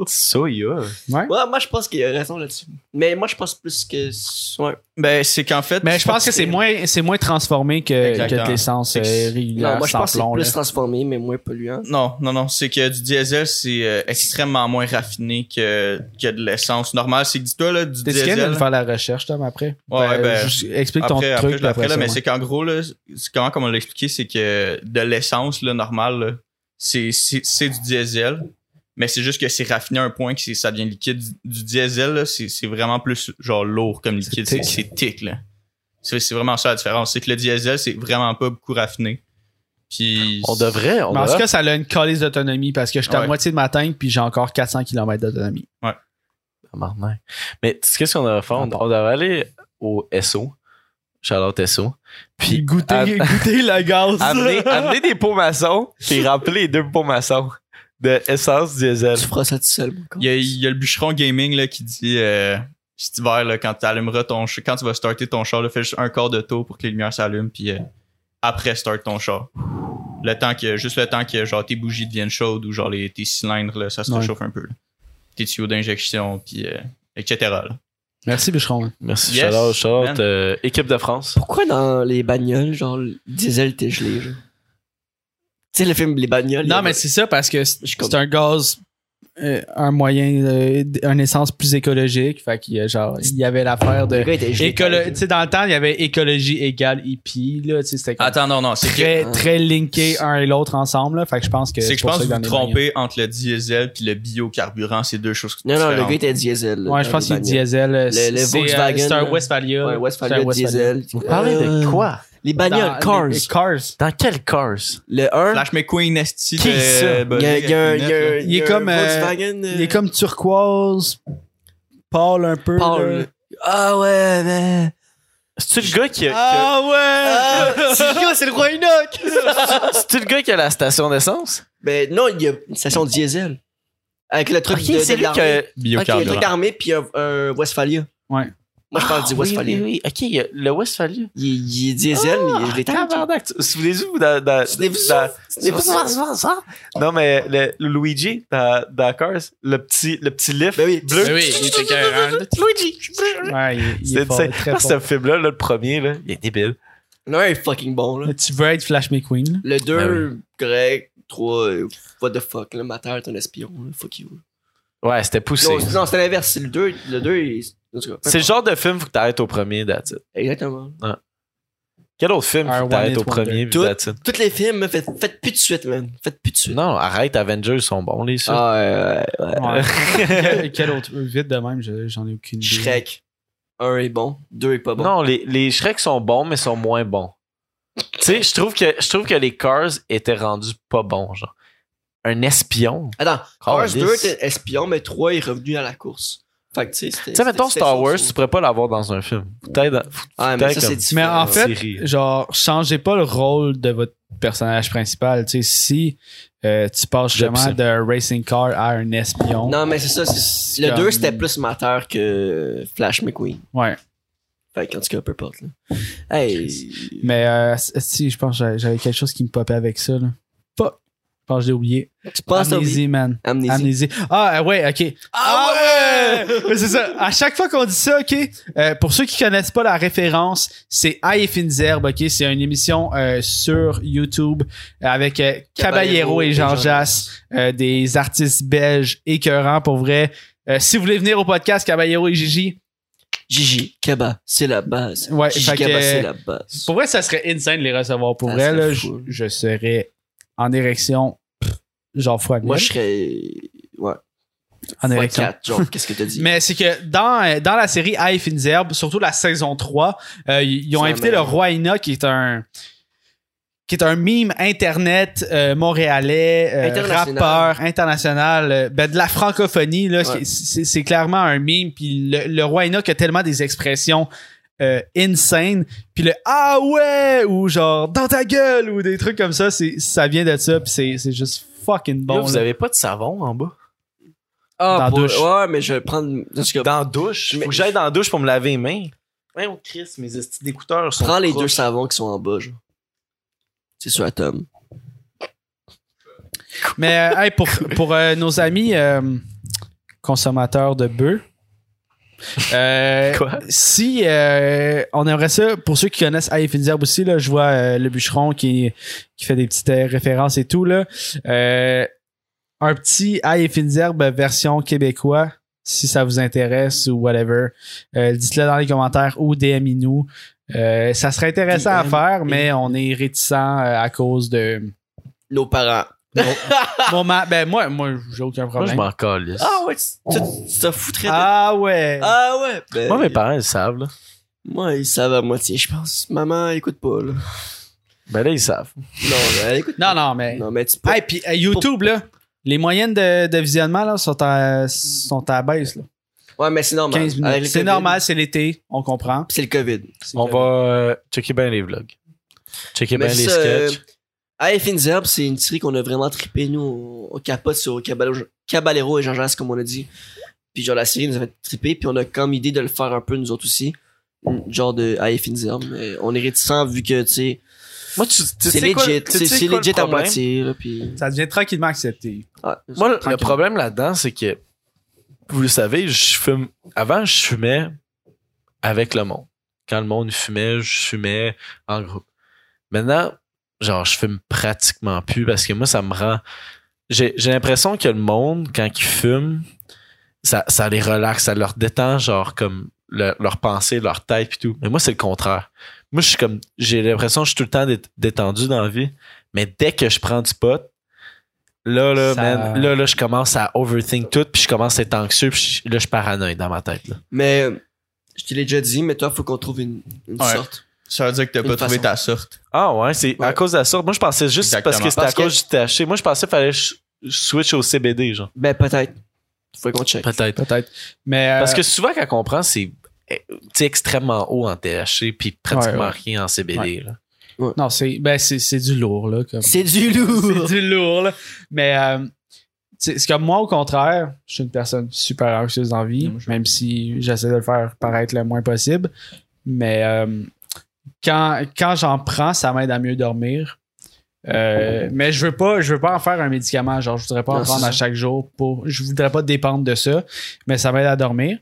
Speaker 1: Soya.
Speaker 3: Ouais, moi, je pense qu'il a raison là-dessus. Mais moi, je pense plus que. Ouais.
Speaker 4: ben c'est qu'en fait
Speaker 2: Mais je pense que c'est
Speaker 3: que-
Speaker 2: moins, c'est moins transformé que,
Speaker 4: Exactement.
Speaker 2: que de l'essence euh,
Speaker 4: C'est-
Speaker 2: régulière.
Speaker 3: Non, moi, je
Speaker 2: sans
Speaker 3: pense que c'est
Speaker 2: plomb,
Speaker 3: plus
Speaker 2: là.
Speaker 3: transformé, mais moins polluant.
Speaker 4: non non non c'est que du diesel c'est euh, extrêmement moins raffiné que que de l'essence normale c'est que dis-toi là du
Speaker 2: T'es capable
Speaker 4: diesel
Speaker 2: de faire la recherche, Tom, après?
Speaker 4: Ouais, ouais, ben,
Speaker 2: juste explique ton truc.
Speaker 4: après, après, je la
Speaker 2: après
Speaker 4: ferai, là,
Speaker 2: ça,
Speaker 4: mais
Speaker 2: ouais.
Speaker 4: c'est qu'en gros, là, c'est comment, comme on l'a expliqué, c'est que de l'essence, là, normale, là, c'est, c'est, c'est du diesel, mais c'est juste que c'est raffiné à un point que c'est, ça devient liquide. Du, du diesel, là, c'est, c'est vraiment plus, genre, lourd comme liquide. C'est,
Speaker 2: thick.
Speaker 4: c'est thick, là. C'est, c'est vraiment ça la différence. C'est que le diesel, c'est vraiment pas beaucoup raffiné. Puis.
Speaker 1: On devrait, on
Speaker 2: Mais en tout
Speaker 1: devrait.
Speaker 2: cas, ça a une colise d'autonomie parce que je suis à
Speaker 4: Ouais.
Speaker 2: moitié de ma tank puis j'ai encore 400 km d'autonomie.
Speaker 1: Tabarnak. Mais tu sais qu'est-ce qu'on devrait faire? On, on devrait aller au SO. Charlotte SO. Puis
Speaker 2: goûter,
Speaker 1: Am-
Speaker 2: goûter la gaz.
Speaker 1: amener, amener des pots maçons. Puis remplir les deux pots maçons de essence diesel.
Speaker 3: Tu feras ça tout seul, mon con.
Speaker 4: Il y, a, il y a le bûcheron gaming là, qui dit euh, cet hiver, là, quand tu allumeras ton ch- quand tu vas starter ton char, là, fais juste un quart de tour pour que les lumières s'allument, puis euh, après start ton char. Le temps que, juste le temps que genre tes bougies deviennent chaudes ou genre les, tes cylindres, là, ça se
Speaker 2: Ouais.
Speaker 4: réchauffe un peu. là. Tes tuyaux d'injection, puis euh, etc. là.
Speaker 2: Merci, bûcheron.
Speaker 1: Merci,
Speaker 4: Yes,
Speaker 1: Charlotte. Charlotte,
Speaker 4: man.
Speaker 1: euh, équipe de France.
Speaker 3: Pourquoi dans les bagnoles, genre, le diesel, t'es gelé, genre? Tu sais, le film Les bagnoles. il y
Speaker 2: Non,
Speaker 3: a-
Speaker 2: mais c'est ça parce que c'est
Speaker 3: Je suis comme-
Speaker 2: c'est un gaz, euh, un moyen, euh, d- une essence plus écologique. Fait qu'il y a genre, il y avait l'affaire
Speaker 3: Le
Speaker 2: de.
Speaker 3: gars était gelé.
Speaker 2: écolo- Tu sais, dans le temps, il y avait écologie égale hippie. Là, tu sais, c'était comme
Speaker 4: Attends, non, non, Ah, c'est que,
Speaker 2: très, très linké un et l'autre ensemble. là. Fait que je pense que.
Speaker 4: c'est que je
Speaker 2: pour
Speaker 4: pense
Speaker 2: ça
Speaker 4: que vous
Speaker 2: dans
Speaker 4: vous
Speaker 2: les bagnoles.
Speaker 4: trompez entre le diesel puis le biocarburant, c'est deux choses
Speaker 3: Non, non, le
Speaker 4: différentes.
Speaker 3: gars était diesel. là,
Speaker 2: Ouais, je
Speaker 3: dans
Speaker 2: pense
Speaker 3: les
Speaker 2: qu'il y
Speaker 3: bagnoles.
Speaker 2: a diesel. euh,
Speaker 3: Le-
Speaker 2: c'est-
Speaker 3: le
Speaker 2: c'est, euh,
Speaker 3: Volkswagen,
Speaker 2: C'est un
Speaker 3: là.
Speaker 2: Westphalia.
Speaker 3: Ouais,
Speaker 2: C'est
Speaker 3: Westphalia,
Speaker 2: un Westphalia.
Speaker 3: diesel.
Speaker 1: Vous parlez de
Speaker 3: Euh,
Speaker 1: quoi?
Speaker 3: Les
Speaker 2: Dans
Speaker 3: bagnoles,
Speaker 2: les-
Speaker 3: Cars.
Speaker 2: les Cars.
Speaker 1: Dans quel cars?
Speaker 3: Le 1,
Speaker 4: Flash McQueen, Esti,
Speaker 1: Qui ça?
Speaker 4: euh,
Speaker 3: il y a- il y a un- il y a un-
Speaker 2: Il est
Speaker 3: y a un
Speaker 2: comme, euh,
Speaker 3: Volkswagen.
Speaker 2: Il est
Speaker 3: euh,
Speaker 2: comme turquoise, pâle un peu.
Speaker 3: Paul.
Speaker 2: là.
Speaker 3: Ah ouais, mais.
Speaker 1: C'est-tu le gars qui a, qui a-
Speaker 2: Ah ouais!
Speaker 3: euh, c'est le gars, c'est le roi Enoch!
Speaker 1: c'est-tu le gars qui a la station d'essence?
Speaker 3: Ben non, il y a une station diesel. Avec le truc
Speaker 1: Ok,
Speaker 3: de,
Speaker 1: c'est lui
Speaker 3: de
Speaker 1: qui
Speaker 3: l'armée.
Speaker 1: a-
Speaker 3: Ok, le truc
Speaker 4: Biocarburant.
Speaker 3: d'armée puis un, un Westphalia.
Speaker 2: Ouais.
Speaker 3: Moi, je parle du
Speaker 1: Ah,
Speaker 3: Westphalia.
Speaker 1: Oui, oui, oui. Ok, il y a le Westphalia. Ah,
Speaker 3: Il, il est diesel, mais il est rétabli.
Speaker 1: Tabarnak, tu- Souvenez-vous dans, dans,
Speaker 3: Souvenez-vous.
Speaker 1: dans-
Speaker 3: C'est pas ça.
Speaker 1: Non, mais le, le Luigi dans, dans Cars, le petit, le petit lift
Speaker 3: Ben oui.
Speaker 1: bleu.
Speaker 2: Ben oui, il était écœurant.
Speaker 1: Luigi!
Speaker 2: Ouais, il, il est
Speaker 1: C'est
Speaker 2: fort,
Speaker 1: c'est-
Speaker 2: très
Speaker 1: parce que
Speaker 2: fort.
Speaker 1: ce film-là, là, le premier, là, il est débile.
Speaker 3: Non, il est fucking bon, là.
Speaker 2: Tu veux être Flash McQueen? là?
Speaker 3: Le 2, grec. 3, euh, what the fuck, là. Mater est un espion, là. Fuck you.
Speaker 1: Ouais, c'était poussé.
Speaker 3: Non, non, c'est l'inverse. C'est le 2. Le 2, il. en tout cas, peu
Speaker 1: C'est le
Speaker 3: importe.
Speaker 1: genre de film, faut que t'arrêtes au premier, that's it.
Speaker 3: Exactement.
Speaker 1: Quel autre film,
Speaker 2: Un
Speaker 1: faut
Speaker 2: one
Speaker 1: que t'arrêtes
Speaker 2: hit
Speaker 1: au premier,
Speaker 3: wonder.
Speaker 1: puis that's it.
Speaker 3: Tous les films, faites, faites plus de suite, man. Faites plus de suite.
Speaker 1: Non, arrête, Avengers sont bons, les ça.
Speaker 3: Ah, ouais, ouais, ouais.
Speaker 2: Ouais. Quel- Quel autre? Vite de même, je- j'en ai aucune idée.
Speaker 3: Shrek. 1 est bon, 2 est pas bon.
Speaker 1: Non, les, les Shrek sont bons, mais sont moins bons. tu sais, je trouve que, je trouve que les Cars étaient rendus pas bons, genre. Un espion.
Speaker 3: Attends,
Speaker 1: Oh,
Speaker 3: Cars 2
Speaker 1: lisse.
Speaker 3: était espion, mais 3 est revenu à la course. Fait que, tu sais, c'était-
Speaker 1: Tu sais, mettons
Speaker 3: c'était-
Speaker 1: Star
Speaker 3: c'était
Speaker 1: Wars,
Speaker 3: chaud,
Speaker 1: tu pourrais pas l'avoir dans un film. Peut-être.
Speaker 3: chaud. Ouais, mais
Speaker 1: peut-être
Speaker 3: ça, c'est
Speaker 1: comme-
Speaker 2: Mais
Speaker 3: différent.
Speaker 2: en fait,
Speaker 1: série.
Speaker 2: genre, changez pas le rôle de votre personnage principal. Tu sais, si euh, tu passes
Speaker 1: J'aime
Speaker 2: justement
Speaker 1: ça.
Speaker 2: de racing car à un espion.
Speaker 3: Non, mais c'est ça. c'est- Le
Speaker 2: comme-
Speaker 3: 2, c'était plus mateur que Flash McQueen.
Speaker 2: Ouais.
Speaker 3: Fait qu'en tout cas, peu importe. Là. Hey,
Speaker 2: Mais euh, si, je pense que j'avais- j'avais quelque chose qui me popait avec ça. Là. Fuck. Je pense que j'ai oublié.
Speaker 3: tu passes à
Speaker 2: Amnésie, man.
Speaker 3: Amnésie.
Speaker 2: Amnésie. Ah, euh, ouais, ok. Ah ouais! Mais c'est ça. À chaque fois qu'on dit ça, OK, euh, pour ceux qui connaissent pas la référence, c'est High et Fines Herbes, OK? C'est une émission euh, sur YouTube avec euh, Caballero et Jean Jass, euh, des artistes belges écœurants, pour vrai. Euh, si vous voulez venir au podcast Caballero et Gigi,
Speaker 3: Gigi, Kaba, c'est la base.
Speaker 2: Ouais,
Speaker 3: Gigi
Speaker 2: fait que-
Speaker 3: Kaba, c'est la base.
Speaker 2: pour vrai, ça serait insane de les recevoir. Pour
Speaker 3: Ça
Speaker 2: vrai,
Speaker 3: serait
Speaker 2: là, je,
Speaker 3: fou.
Speaker 2: je serais en érection, pff, genre fois
Speaker 3: Moi, je serais. Ouais.
Speaker 2: en
Speaker 3: fois
Speaker 2: érection.
Speaker 3: quatre, genre, qu'est-ce que t'as dit?
Speaker 2: Mais c'est que dans, euh, dans la série High Fins Herb, surtout la saison 3, euh, ils ils ont
Speaker 3: C'est la
Speaker 2: invité le
Speaker 3: meilleure.
Speaker 2: roi Ina qui est un qui est un mime internet euh, montréalais, euh,
Speaker 3: International.
Speaker 2: rappeur international, euh, ben, de la francophonie. là,
Speaker 3: Ouais.
Speaker 2: C'est c'est clairement un mime. Puis le, le roi Enoch a tellement des expressions euh, insane. Puis le « Ah ouais! » ou genre « Dans ta gueule! » ou des trucs comme ça, c'est- ça vient de ça. Puis c'est- c'est juste fucking bon.
Speaker 1: Là, vous
Speaker 2: là.
Speaker 1: avez pas de savon en bas?
Speaker 3: Ah,
Speaker 2: dans
Speaker 3: pour-
Speaker 2: douche.
Speaker 3: Ouais, mais je vais prendre. En tout cas,
Speaker 1: Dans la douche?
Speaker 3: Mais-
Speaker 1: Faut que j'aille dans la douche pour me laver les mains. Ouais, on crisse, mes estis d'écouteurs sont.
Speaker 3: prends les
Speaker 1: proches.
Speaker 3: deux savons qui sont en bas, genre. C'est sur Atom.
Speaker 2: Mais euh, hey, pour, pour euh, nos amis euh, consommateurs de bœufs, euh,
Speaker 1: Quoi?
Speaker 2: si euh, on aimerait ça, pour ceux qui connaissent Aïe Finzerbe aussi, là, je vois euh, le bûcheron qui, qui fait des petites euh, références et tout. Là, Euh, un petit Aïe Finzerbe version québécois, si ça vous intéresse ou whatever. Euh, Dites-le dans les commentaires ou DM-nous. Euh, ça serait intéressant à
Speaker 3: DM.
Speaker 2: faire, mais on est réticent euh, à cause de.
Speaker 3: Nos parents.
Speaker 2: Mon ma- ben moi, moi j'ai aucun
Speaker 5: Moi, je
Speaker 2: problème.
Speaker 5: m'en calisse.
Speaker 3: Ah ouais, tu tu- tu t'en foutrais de.
Speaker 2: ah ouais.
Speaker 3: Ah ouais! Ben,
Speaker 5: Moi, mes parents, ils savent, là.
Speaker 3: Moi, ils savent à moitié, je pense. Maman, écoute pas, là. Non,
Speaker 5: Ben là, ils savent.
Speaker 3: mais elle écoute.
Speaker 2: Non, non, mais.
Speaker 3: Non, mais tu peux.
Speaker 2: Hey, puis euh, YouTube, là, les moyennes de, de visionnement là, sont, à, sont à la baisse. là.
Speaker 3: Ouais, mais c'est normal.
Speaker 2: 15
Speaker 3: Avec
Speaker 2: minutes.
Speaker 3: le
Speaker 2: C'est
Speaker 3: COVID,
Speaker 2: normal, c'est l'été, on comprend.
Speaker 3: C'est le COVID.
Speaker 5: On va euh, checker bien les vlogs. Checker bien
Speaker 3: Mais
Speaker 5: les
Speaker 3: ça, euh,
Speaker 5: sketchs.
Speaker 3: Hey, Fins Herb, c'est une série qu'on a vraiment trippé, nous, on, on capote sur Caballero, Caballero et jean jacques comme on a dit. Puis genre, la série nous a fait tripper, puis on a comme idée de le faire un peu, nous autres aussi. Mm, Genre de Hey, Fins Herb, mais on est réticents vu que, tu sais,
Speaker 1: Moi, tu, tu
Speaker 3: c'est
Speaker 1: sais quoi-
Speaker 3: legit,
Speaker 1: tu
Speaker 3: c'est
Speaker 1: sais
Speaker 3: c'est
Speaker 1: quoi le
Speaker 3: legit à
Speaker 1: problème?
Speaker 3: moitié, là, puis...
Speaker 2: Ça devient tranquillement accepté.
Speaker 3: Ah,
Speaker 1: Moi, le- le
Speaker 2: Tranquille.
Speaker 1: problème là-dedans, c'est que, vous le savez, je fume. Avant, je fumais avec le monde. Quand le monde fumait, je fumais en groupe. Maintenant, genre, je fume pratiquement plus parce que moi, ça me rend. J'ai j'ai l'impression que le monde, quand ils fument, ça, ça les relaxe, ça leur détend, genre, comme le- leur pensée, leur tête, et tout. Mais moi, c'est le contraire. Moi, je suis comme. J'ai l'impression que je suis tout le temps dé- détendu dans la vie. Mais dès que je prends du pot, là, là,
Speaker 2: Ça-
Speaker 1: man, là, là, je commence à overthink tout, puis je commence à être anxieux, puis je- là, je suis paranoïaque dans ma tête. là.
Speaker 3: Mais, euh, je te l'ai déjà dit, mais toi, faut qu'on trouve une, une
Speaker 4: Ouais.
Speaker 3: sorte.
Speaker 4: Ça veut dire que t'as
Speaker 3: Une
Speaker 4: pas trouvé
Speaker 3: façon.
Speaker 4: ta sorte.
Speaker 1: Ah ouais, c'est à
Speaker 3: Ouais.
Speaker 1: cause de la sorte. Moi, je pensais juste
Speaker 4: Exactement.
Speaker 1: parce que c'était
Speaker 3: Parce
Speaker 1: à
Speaker 3: que-
Speaker 1: cause du THC. Moi, je pensais qu'il fallait que je je switch au CBD, genre.
Speaker 3: Ben, peut-être. Faut qu'on check.
Speaker 5: Peut-être.
Speaker 2: Peut-être. Mais. euh,
Speaker 1: Parce que souvent, quand on prend, c'est euh, tu sais, extrêmement haut en THC, puis pratiquement
Speaker 2: Ouais, ouais.
Speaker 1: rien en CBD. là.
Speaker 2: Non, c'est ben, c'est- c'est du lourd, là. Comme...
Speaker 3: C'est du lourd!
Speaker 2: C'est du lourd, là. Mais. euh, tu sais, c'est comme moi, au contraire, je suis une personne super anxieuse en vie,
Speaker 4: Non, moi, je-
Speaker 2: même si j'essaie de le faire paraître le moins possible. Mais euh, quand, quand j'en prends, ça m'aide à mieux dormir. Euh, mais je veux pas je veux pas en faire un médicament genre je voudrais pas en
Speaker 3: Non, c'est
Speaker 2: prendre à
Speaker 3: ça.
Speaker 2: chaque jour pour je voudrais pas dépendre de ça mais ça m'aide à dormir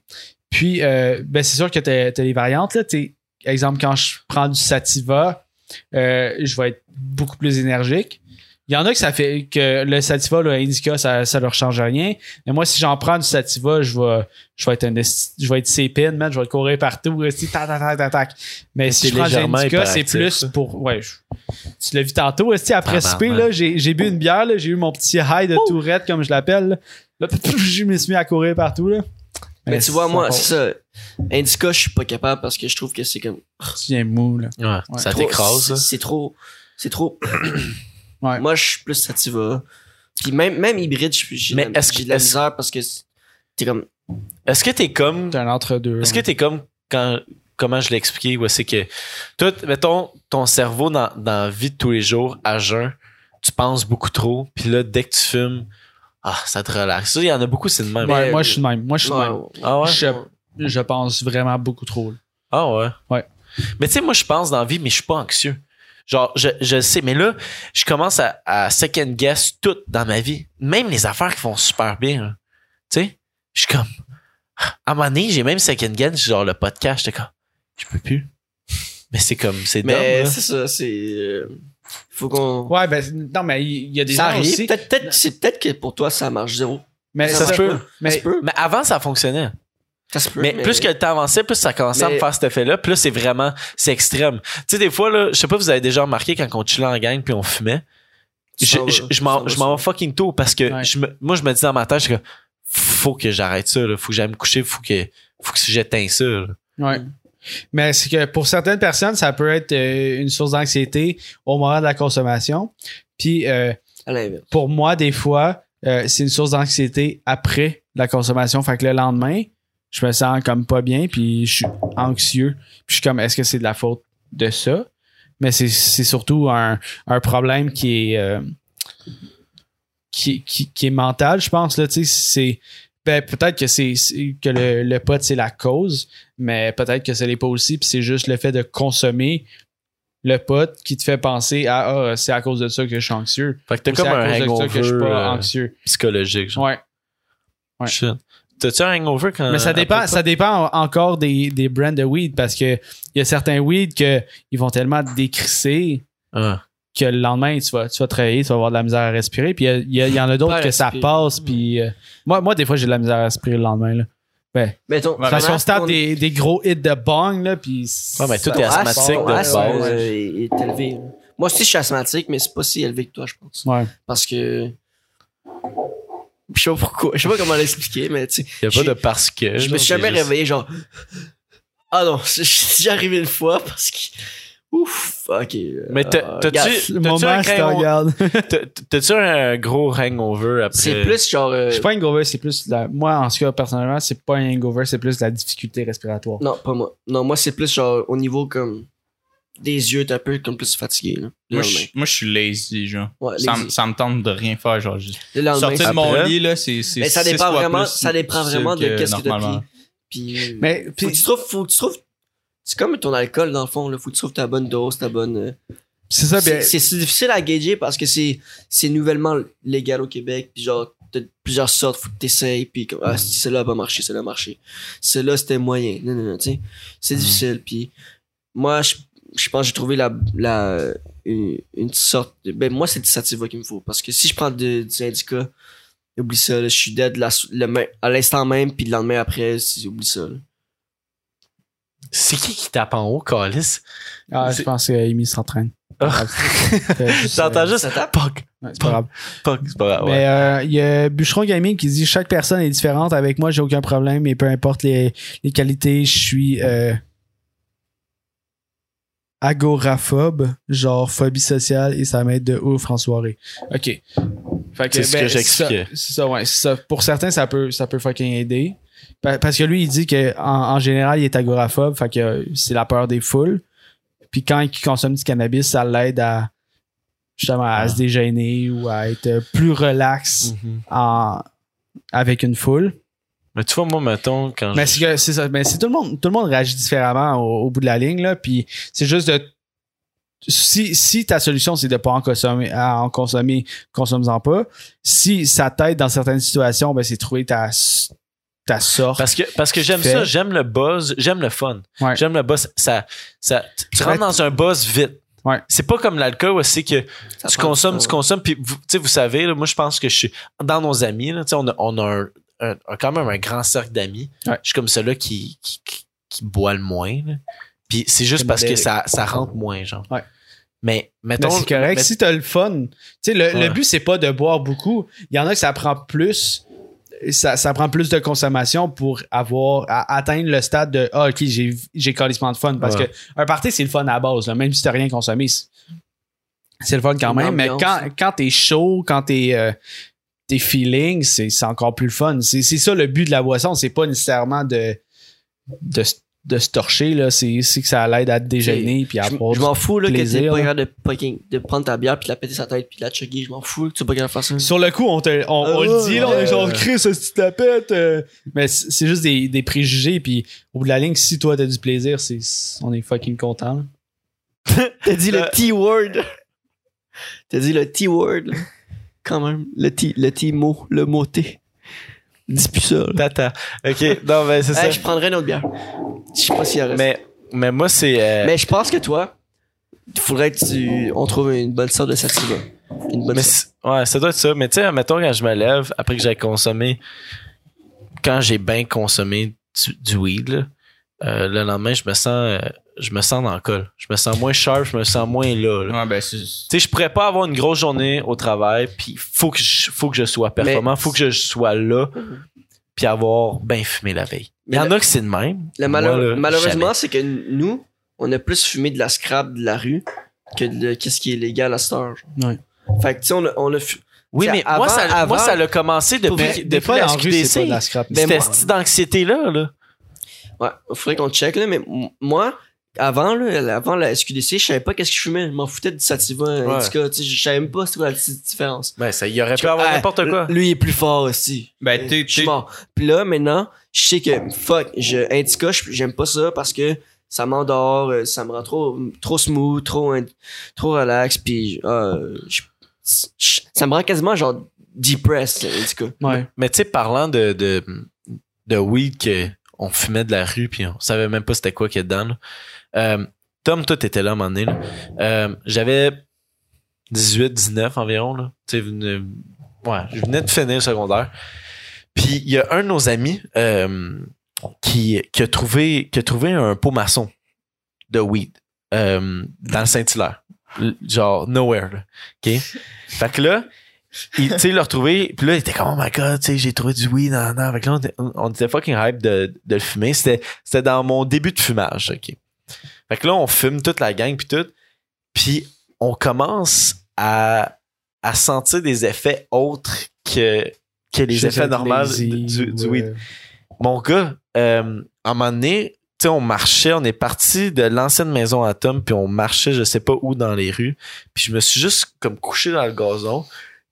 Speaker 2: puis euh, ben c'est sûr que t'as t'as les variantes là T'sais, exemple quand je prends du sativa euh, je vais être beaucoup plus énergique il y en a que ça fait que le sativa le indica ça ça leur change rien mais moi si j'en prends du sativa je vais je vais être un esti- je vais être sépine man je vais courir partout esti, tac tac tac tac tac mais si
Speaker 5: t'es
Speaker 2: je prends du
Speaker 5: légèrement
Speaker 2: indica c'est
Speaker 5: hyperactif,
Speaker 2: plus
Speaker 5: ça.
Speaker 2: pour ouais je- tu l'as vu tantôt, esti, après
Speaker 5: Tabarnak.
Speaker 2: souper, là, j'ai, j'ai bu une bière, là, j'ai eu mon petit high de tourette, comme je l'appelle. là. Là, je me suis mis à courir partout. Là.
Speaker 3: Mais tu vois,
Speaker 2: ça
Speaker 3: moi,
Speaker 2: part.
Speaker 3: c'est ça. Indica, je suis pas capable parce que je trouve que c'est comme.
Speaker 2: Tu viens mou, là.
Speaker 5: Ouais,
Speaker 2: Ouais.
Speaker 5: Ça
Speaker 3: trop-
Speaker 5: t'écrase,
Speaker 3: c'est-
Speaker 5: là.
Speaker 3: C'est trop. C'est trop.
Speaker 2: Ouais.
Speaker 3: Moi, je suis plus sativa. Puis même, même hybride, je suis- j'ai
Speaker 1: Mais
Speaker 3: de la-
Speaker 1: est-ce que-
Speaker 3: j'ai de la
Speaker 1: est-ce-
Speaker 3: misère parce que c'est- t'es comme.
Speaker 1: Est-ce que t'es comme.
Speaker 2: C'est un entre-deux.
Speaker 1: Est-ce que t'es comme quand. Comment je l'ai expliqué? Ouais, c'est que. Toi, t- mettons, ton cerveau dans, dans la vie de tous les jours, à jeun, tu penses beaucoup trop. Puis là, dès que tu fumes, ah, ça te relaxe. Ça, il y en a beaucoup, c'est le même.
Speaker 2: Ouais, moi, je suis le même. Moi, je suis le même.
Speaker 3: Non,
Speaker 1: Ah ouais?
Speaker 2: Je, je pense vraiment beaucoup trop. là.
Speaker 1: Ah ouais?
Speaker 2: Ouais.
Speaker 1: Mais tu sais, moi, je pense dans la vie, mais je suis pas anxieux. Genre, je, je sais, mais là, je commence à, à second guess tout dans ma vie. Même les affaires qui vont super bien. là. Tu sais, je suis comme. À un moment donné, j'ai même second guess, genre le podcast, j'étais comme. Je peux plus. Mais c'est comme. C'est
Speaker 3: mais
Speaker 1: dumb, là.
Speaker 3: c'est ça, c'est. euh, faut qu'on.
Speaker 2: Ouais, ben, non, mais il y a des
Speaker 3: ça
Speaker 2: gens
Speaker 3: arrive.
Speaker 2: aussi.
Speaker 3: Peut-être peut-être que c'est- peut-être que pour toi, ça marche zéro.
Speaker 2: Mais
Speaker 1: Ça se peut.
Speaker 2: Mais,
Speaker 3: ça se peut.
Speaker 1: Mais avant, ça fonctionnait.
Speaker 3: Ça se peut.
Speaker 1: Mais, plus que le temps avançait, plus ça commençait à
Speaker 3: Mais-
Speaker 1: me faire cet effet-là. Plus c'est vraiment, c'est extrême. Tu sais, des fois, là, je sais pas, vous avez déjà remarqué quand on chillait en gang puis on fumait.
Speaker 3: Tu
Speaker 1: Je,
Speaker 3: t'en vas,
Speaker 1: je, je
Speaker 3: tu t'en
Speaker 1: m'en
Speaker 3: vas
Speaker 1: je m'en
Speaker 3: sur-
Speaker 1: vais fucking tôt parce que
Speaker 2: Ouais.
Speaker 1: je me- moi, je me dis dans ma tête, je suis comme, faut que j'arrête ça, là. Faut que j'aille me coucher, faut que, faut que j'éteins ça, là.
Speaker 2: Ouais. Mais c'est que pour certaines personnes, ça peut être euh, une source d'anxiété au moment de la consommation. Puis euh,
Speaker 3: À l'inverse.
Speaker 2: pour moi, des fois, euh, c'est une source d'anxiété après la consommation. Fait que le lendemain, je me sens comme pas bien, puis je suis anxieux. Puis je suis comme, est-ce que c'est de la faute de ça? Mais c'est c'est surtout un, un problème qui est, euh, qui, qui- qui est mental, je pense. Là, tu sais, c'est ben, peut-être que c'est c'est- que le, le pot, c'est la cause, mais peut-être que ce n'est pas aussi, puis c'est juste le fait de consommer le pot qui te fait penser à Ah, c'est à cause de ça que je suis anxieux.
Speaker 1: Fait que t'as
Speaker 2: Ou
Speaker 1: comme
Speaker 2: c'est à
Speaker 1: un
Speaker 2: cause de ça
Speaker 1: hangover
Speaker 2: que je suis pas
Speaker 1: euh,
Speaker 2: anxieux.
Speaker 1: psychologique, genre.
Speaker 2: Ouais. ouais.
Speaker 1: Shit. T'as-tu un hangover quand.
Speaker 2: Mais ça dépend,
Speaker 1: Euh, après
Speaker 2: ça dépend en- encore des, des brands de weed parce que il y a certains weed que ils vont tellement te décrisser
Speaker 1: Ah.
Speaker 2: que le lendemain tu vas tu vas travailler, tu vas avoir de la misère à respirer. Puis il y a- il y, a- il y en a d'autres
Speaker 3: Pas
Speaker 2: que ça
Speaker 3: respirer.
Speaker 2: passe. Puis euh, moi moi des fois j'ai de la misère à respirer le lendemain là.
Speaker 3: Mettons,
Speaker 4: Ouais,
Speaker 2: Parce
Speaker 3: ton-
Speaker 2: qu'on se tape
Speaker 3: ton-
Speaker 2: des, des gros hits de bang là puis.
Speaker 1: Ouais, mais
Speaker 3: ton
Speaker 1: tout est
Speaker 3: asthme,
Speaker 1: asthmatique
Speaker 3: ton
Speaker 1: de
Speaker 3: asthme,
Speaker 1: base.
Speaker 3: euh, est- est élevé. Moi aussi, je suis asthmatique, mais c'est pas si élevé que toi, je pense.
Speaker 2: Ouais.
Speaker 3: Parce que. Je sais pas pourquoi. Je sais pas comment l'expliquer, mais tu sais.
Speaker 1: Y a
Speaker 3: Je-
Speaker 1: pas de parce que.
Speaker 3: Je me suis jamais réveillé, genre. Ah non, c'est- je suis déjà arrivé une fois parce que. Ouf, ok. euh,
Speaker 1: Mais t'as-
Speaker 3: euh,
Speaker 1: t'as-tu-
Speaker 3: gaffe.
Speaker 1: t'as-tu
Speaker 2: Le
Speaker 1: un
Speaker 2: moment si tu
Speaker 1: hangover-
Speaker 2: regardes.
Speaker 1: t'as- T'as-tu un gros hangover après?
Speaker 3: C'est plus genre. euh,
Speaker 2: Je suis pas un hangover, c'est plus la- moi en ce cas personnellement c'est pas un hangover, c'est plus la difficulté respiratoire.
Speaker 3: Non, pas moi. Non, moi, c'est plus genre au niveau comme. Des yeux, t'es un peu comme plus fatigué. Là, le
Speaker 4: Moi,
Speaker 3: lendemain.
Speaker 4: je, moi, je suis lazy, genre.
Speaker 3: Ouais,
Speaker 4: Ça,
Speaker 3: les-
Speaker 4: me- ça me tente de rien faire, genre. juste-
Speaker 3: le lendemain,
Speaker 4: Sortir
Speaker 3: c'est-
Speaker 4: de mon
Speaker 1: Après-
Speaker 4: lit, là, c'est. c'est
Speaker 3: Mais ça
Speaker 4: six
Speaker 3: dépend
Speaker 4: fois
Speaker 3: vraiment,
Speaker 4: plus
Speaker 3: ça dépend
Speaker 4: difficile
Speaker 3: vraiment de qu'est-ce que t'as
Speaker 4: normalement.
Speaker 3: pris. Puis, euh,
Speaker 2: Mais
Speaker 3: faut que tu trouves, faut que tu trouves. C'est comme ton alcool dans le fond, là. Faut que tu trouves ta bonne dose, ta bonne. euh,
Speaker 2: c'est ça
Speaker 3: c'est
Speaker 2: bien.
Speaker 1: ben,
Speaker 3: c'est si difficile à gager parce que c'est c'est nouvellement légal au Québec puis genre t'as plusieurs sortes faut que t'essayes puis comme ah si celle-là a pas marché celle-là a marché celle-là c'était moyen non non non tu sais c'est
Speaker 1: Mm-hmm.
Speaker 3: difficile puis moi je, je pense que j'ai trouvé la la une, une sorte de- ben moi c'est du sativa qu'il me faut parce que si je prends de- du syndicat oublie ça là, je suis dead la, le, main- à l'instant même puis le lendemain après c'est- oublie ça là.
Speaker 1: C'est qui qui tape en haut, Calis?
Speaker 2: Ah, je
Speaker 1: C'est-
Speaker 2: pense que Amy s'entraîne.
Speaker 1: Ah.
Speaker 2: Fait juste, euh,
Speaker 1: T'entends juste.
Speaker 3: ça tape?
Speaker 1: Poc,
Speaker 2: ouais, c'est pas grave.
Speaker 1: poc, c'est pas grave. Ah ouais.
Speaker 2: Mais euh, il y a Bûcheron Gaming qui dit chaque personne est différente. Avec moi, j'ai aucun problème. Et peu importe les, les qualités, je suis euh, agoraphobe, genre phobie sociale, et ça m'aide de ouf en soirée. Ok. Fait
Speaker 1: C'est ce que j'expliquais.
Speaker 2: ça- C'est ça, ouais. c'est ça. Pour certains, ça peut, ça peut fucking aider. Pa- Parce que lui, il dit que en, en général, il est agoraphobe, fait que euh, c'est la peur des foules. Puis quand il consomme du cannabis, ça l'aide à justement à
Speaker 1: Ah. Mm.
Speaker 2: se déjeuner ou à être plus relax en- avec une foule.
Speaker 1: Mais tu vois, moi, mettons, quand
Speaker 2: Mais
Speaker 1: je-
Speaker 2: c'est que- c'est ça. Mais c'est tout le monde, tout le monde réagit différemment au, au bout de la ligne là. Puis c'est juste de si, si ta solution c'est de pas en consommer, à en consommer, consomme-en pas. Si ça t'aide dans certaines situations, ben c'est trouver ta s- ta sorte.
Speaker 1: Parce que, parce que j'aime
Speaker 2: Fait.
Speaker 1: ça, j'aime le buzz, j'aime le fun.
Speaker 2: Ouais.
Speaker 1: J'aime le buzz. Ça, ça, tu- tu
Speaker 2: Ouais.
Speaker 1: rentres dans un buzz vite.
Speaker 2: Ouais.
Speaker 1: C'est pas comme l'alcool où c'est que
Speaker 3: Ça
Speaker 1: tu
Speaker 3: prend du
Speaker 1: consommes,
Speaker 3: temps.
Speaker 1: tu consommes, puis vous, tu sais, vous savez, là, moi je pense que je suis dans nos amis, là, tu sais, on a, on a un- un- un- quand même un grand cercle d'amis.
Speaker 2: Ouais.
Speaker 1: Je suis comme celui-là qui, qui, qui- qui boit le moins. là. Puis c'est
Speaker 2: C'est
Speaker 1: juste parce que
Speaker 2: modéré.
Speaker 1: ça, ça rentre moins, genre.
Speaker 2: Ouais.
Speaker 1: Mais
Speaker 2: Mais
Speaker 1: mettons.
Speaker 2: c'est correct.
Speaker 1: mais-
Speaker 2: Si t'as le fun, tu sais, le, le
Speaker 1: Ouais.
Speaker 2: but, c'est pas de boire beaucoup. Il y en a que ça prend plus. Ça, ça prend plus de consommation pour avoir à- atteindre le stade de Ah, ok, j'ai j'ai carrément de fun. Parce
Speaker 1: Ouais.
Speaker 2: que un party, c'est le fun à la base, là, même si t'as rien consommé. c'est- C'est le fun quand
Speaker 3: Une
Speaker 2: même. Mais
Speaker 3: ambiance.
Speaker 2: quand, quand t'es chaud, quand t'es. euh, tes feelings, c'est c'est encore plus le fun. C'est c'est ça le but de la boisson, c'est pas nécessairement de, de, s- de se torcher, là. C'est c'est que ça l'aide à te déjeuner puis à
Speaker 3: Je,
Speaker 2: boire
Speaker 3: je m'en fous là, que
Speaker 2: plaisir,
Speaker 3: t'es pas
Speaker 2: là.
Speaker 3: capable de, poking- de prendre ta bière puis de la péter sa tête puis de la chugger. Je m'en fous que tu sois pas capable de faire ça.
Speaker 2: Sur le coup, on, te- on- on
Speaker 3: Ah
Speaker 2: le
Speaker 3: ouais,
Speaker 2: dit, là, on est
Speaker 3: ouais.
Speaker 2: genre, Chris, ce petit tapette. euh. Mais c- c'est juste des, des préjugés, puis au bout de la ligne, si toi t'as du plaisir, c'est, on est fucking content. là.
Speaker 3: T'as dit
Speaker 1: Euh,
Speaker 3: le T-word. T'as dit le T-word. là. Quand même. Le T, le T-mot. Le mot T. Dis plus ça. là.
Speaker 1: Tata. OK, non, mais c'est ça.
Speaker 3: Hey, je prendrais une autre bière. Je sais pas s'il y en reste. Mais,
Speaker 1: Mais, mais moi, c'est... euh,
Speaker 3: je pense que toi, il faudrait que tu. On trouve une bonne sorte de sativa. Une bonne
Speaker 1: Mais
Speaker 3: sorte.
Speaker 1: c'est- ouais, ça doit être ça. Mais tu sais, mettons, quand je me lève, après que j'ai consommé, quand j'ai bien consommé du, du weed, là, euh, le lendemain, je me sens, euh, je me sens dans le col. Je me sens moins sharp, je me sens moins là. là.
Speaker 4: Ouais, ben, c'est.
Speaker 1: Tu sais, je pourrais pas avoir une grosse journée au travail, puis faut que je, faut que je sois performant, faut que je sois là, puis avoir bien fumé la veille. Il
Speaker 3: Mais
Speaker 1: y en
Speaker 3: le-
Speaker 1: a que c'est de même.
Speaker 3: Le malheur-
Speaker 1: Moi, là,
Speaker 3: malheureusement, c'est que nous, on a plus fumé de la scrap de la rue que de qu'est-ce qui est légal à cette heure. genre.
Speaker 2: Ouais.
Speaker 3: Fait que tu sais, on a, on a fu-
Speaker 1: Oui,
Speaker 3: T'sais,
Speaker 1: mais
Speaker 3: avant-
Speaker 1: moi, ça, moi,
Speaker 3: avant-
Speaker 1: ça a commencé
Speaker 2: Mais
Speaker 1: depuis,
Speaker 2: des
Speaker 1: depuis
Speaker 2: fois,
Speaker 1: la
Speaker 2: en rue, c'est pas
Speaker 1: SQDC.
Speaker 2: de la scrap.
Speaker 3: Ben,
Speaker 1: Cette
Speaker 3: moi-
Speaker 1: petite anxiété-là, là.
Speaker 3: Ouais, faudrait qu'on check, là, mais m- moi, avant, là, avant la SQDC, je savais pas qu'est-ce que je fumais. Je m'en foutais du sativa indica, tu sais, je savais même pas c'était quoi la petite différence.
Speaker 1: Ben, ça, il y aurait
Speaker 3: Je- Ah, Lui, il est plus fort aussi.
Speaker 4: Ben, t'es-
Speaker 3: Je suis
Speaker 4: t'es-
Speaker 3: mort. Puis là, maintenant, je sais que, fuck, je, indica, je- j'aime pas ça parce que ça m'endort, euh, ça me rend trop, trop smooth, trop, in- trop relax, puis euh, je- je- ça me rend quasiment, genre, depressed, indica.
Speaker 2: Ouais.
Speaker 1: Mais tu sais, parlant de, de, de weed que on fumait de la rue puis on savait même pas c'était quoi qu'il y a dedans. là. Euh, Tom, toi, t'étais là à un moment donné. là. Euh, J'avais 18, 19 environ. Là. Tu sais, venu- ouais, je venais de finir le secondaire. Puis il y a un de nos amis euh, qui, qui, a trouvé, qui a trouvé un pot maçon de weed euh, dans le Saint-Hilaire. L- Genre, nowhere. Là. OK? Fait que là, il, tu sais, il l'a retrouvé. Puis là, il était comme, oh my god, tu sais, j'ai trouvé du weed. Nan, nan. Fait que là, on était- on, on était fucking hype de, de le fumer. C'était, c'était dans mon début de fumage. OK? Fait que là, on fume toute la gang, puis tout. Puis on commence à, à sentir des effets autres que, que les effets normaux du, du weed mon gars, euh, à un moment donné, tu sais, on marchait, on est parti de l'ancienne maison à Tom, puis on marchait, je sais pas où, dans les rues. Puis je me suis juste comme couché dans le gazon.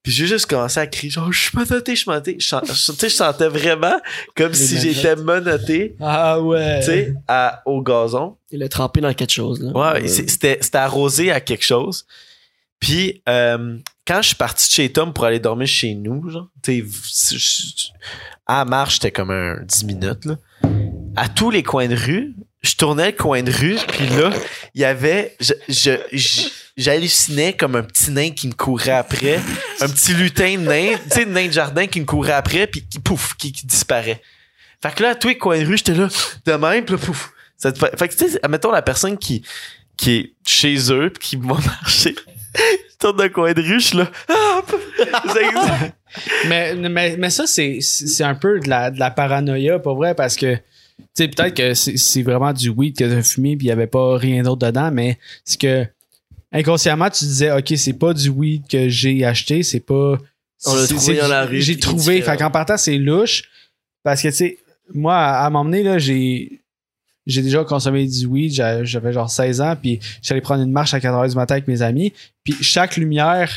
Speaker 1: Puis j'ai juste commencé à crier, genre, je suis menotté, je suis menotté. Je sent- je- tu sais, je sentais vraiment comme
Speaker 2: Les
Speaker 1: si
Speaker 2: menottes.
Speaker 1: j'étais menotté,
Speaker 2: Ah ouais.
Speaker 1: tu sais, à- au gazon.
Speaker 3: Il a trempé dans quelque chose, là.
Speaker 1: Ouais,
Speaker 3: Euh,
Speaker 1: c'est- c'était, c'était arrosé à quelque chose. Puis, euh, quand je suis parti de chez Tom pour aller dormir chez nous, genre, tu sais, v- je- je- à la marche, c'était comme un 10 minutes, là. À tous les coins de rue, je tournais le coin de rue, puis là, il y avait. je- je- je- j'hallucinais comme un petit nain qui me courait après, un petit lutin de nain, tu sais, de nain de jardin qui me courait après, puis qui, pouf, qui, qui disparaît. Fait que là, à tous les coins de rue, j'étais là, de même, puis là, pouf. Ça te fait, fait que, tu sais, admettons la personne qui, qui est chez eux puis qui vont marcher. Je tourne d'un coin de rue, je suis là. Ah, p- c'est-
Speaker 2: Mais, mais, mais ça, c'est, c'est un peu de la, de la paranoïa, pas vrai, parce que, tu sais, peut-être que c'est, c'est vraiment du weed que t'as fumé, puis il n'y avait pas rien d'autre dedans, mais c'est que, inconsciemment, tu disais, OK, c'est pas du weed que j'ai acheté, c'est pas.
Speaker 3: On l'a
Speaker 2: c'est-
Speaker 3: trouvé
Speaker 2: c'est-
Speaker 3: dans la rue,
Speaker 2: J'ai
Speaker 3: puis
Speaker 2: trouvé,
Speaker 3: différent.
Speaker 2: fait qu'en partant, c'est louche, parce que, tu sais, moi, à, à m'emmener, là, j'ai. J'ai déjà consommé du weed, j'a- j'avais genre 16 ans, puis j'allais prendre une marche à 4 heures du matin avec mes amis. Puis chaque lumière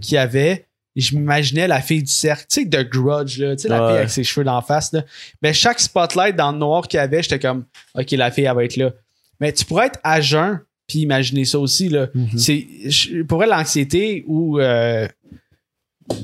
Speaker 2: qu'il y avait, je m'imaginais la fille du cercle, tu sais, de Grudge, là, tu sais, la
Speaker 1: Ouais.
Speaker 2: fille avec ses cheveux d'en face, là. Mais chaque spotlight dans le noir qu'il y avait, j'étais comme, OK, la fille, elle va être là. Mais tu pourrais être à jeun, puis imaginer ça aussi, là.
Speaker 1: Mm.
Speaker 2: C'est, je- pour elle, l'anxiété ou. euh,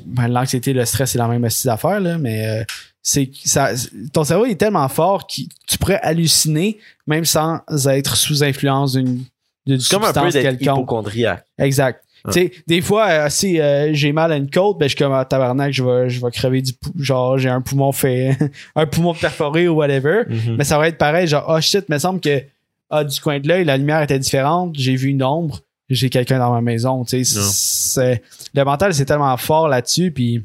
Speaker 2: ben, l'anxiété, le stress, c'est la même petite affaire, là, mais. euh, c'est que ça, ton cerveau est tellement fort que tu pourrais halluciner même sans être sous influence d'une, d'une
Speaker 1: C'est comme un peu
Speaker 2: substance
Speaker 1: d'être Ah.
Speaker 2: quelconque.
Speaker 1: hypochondriaque.
Speaker 2: Exact.
Speaker 1: Ouais.
Speaker 2: Tu sais, des fois, euh, si euh, j'ai mal à une côte, ben, je suis comme, ah, tabarnak, je vais, je vais crever du pou- Genre, j'ai un poumon fait, un poumon perforé ou whatever. Mais ça va être pareil, genre, oh shit, me semble que, ah, du coin de l'œil, la lumière était différente, j'ai vu une ombre, j'ai quelqu'un dans ma maison. Tu sais,
Speaker 1: Non.
Speaker 2: c'est- le mental, c'est tellement fort là-dessus, puis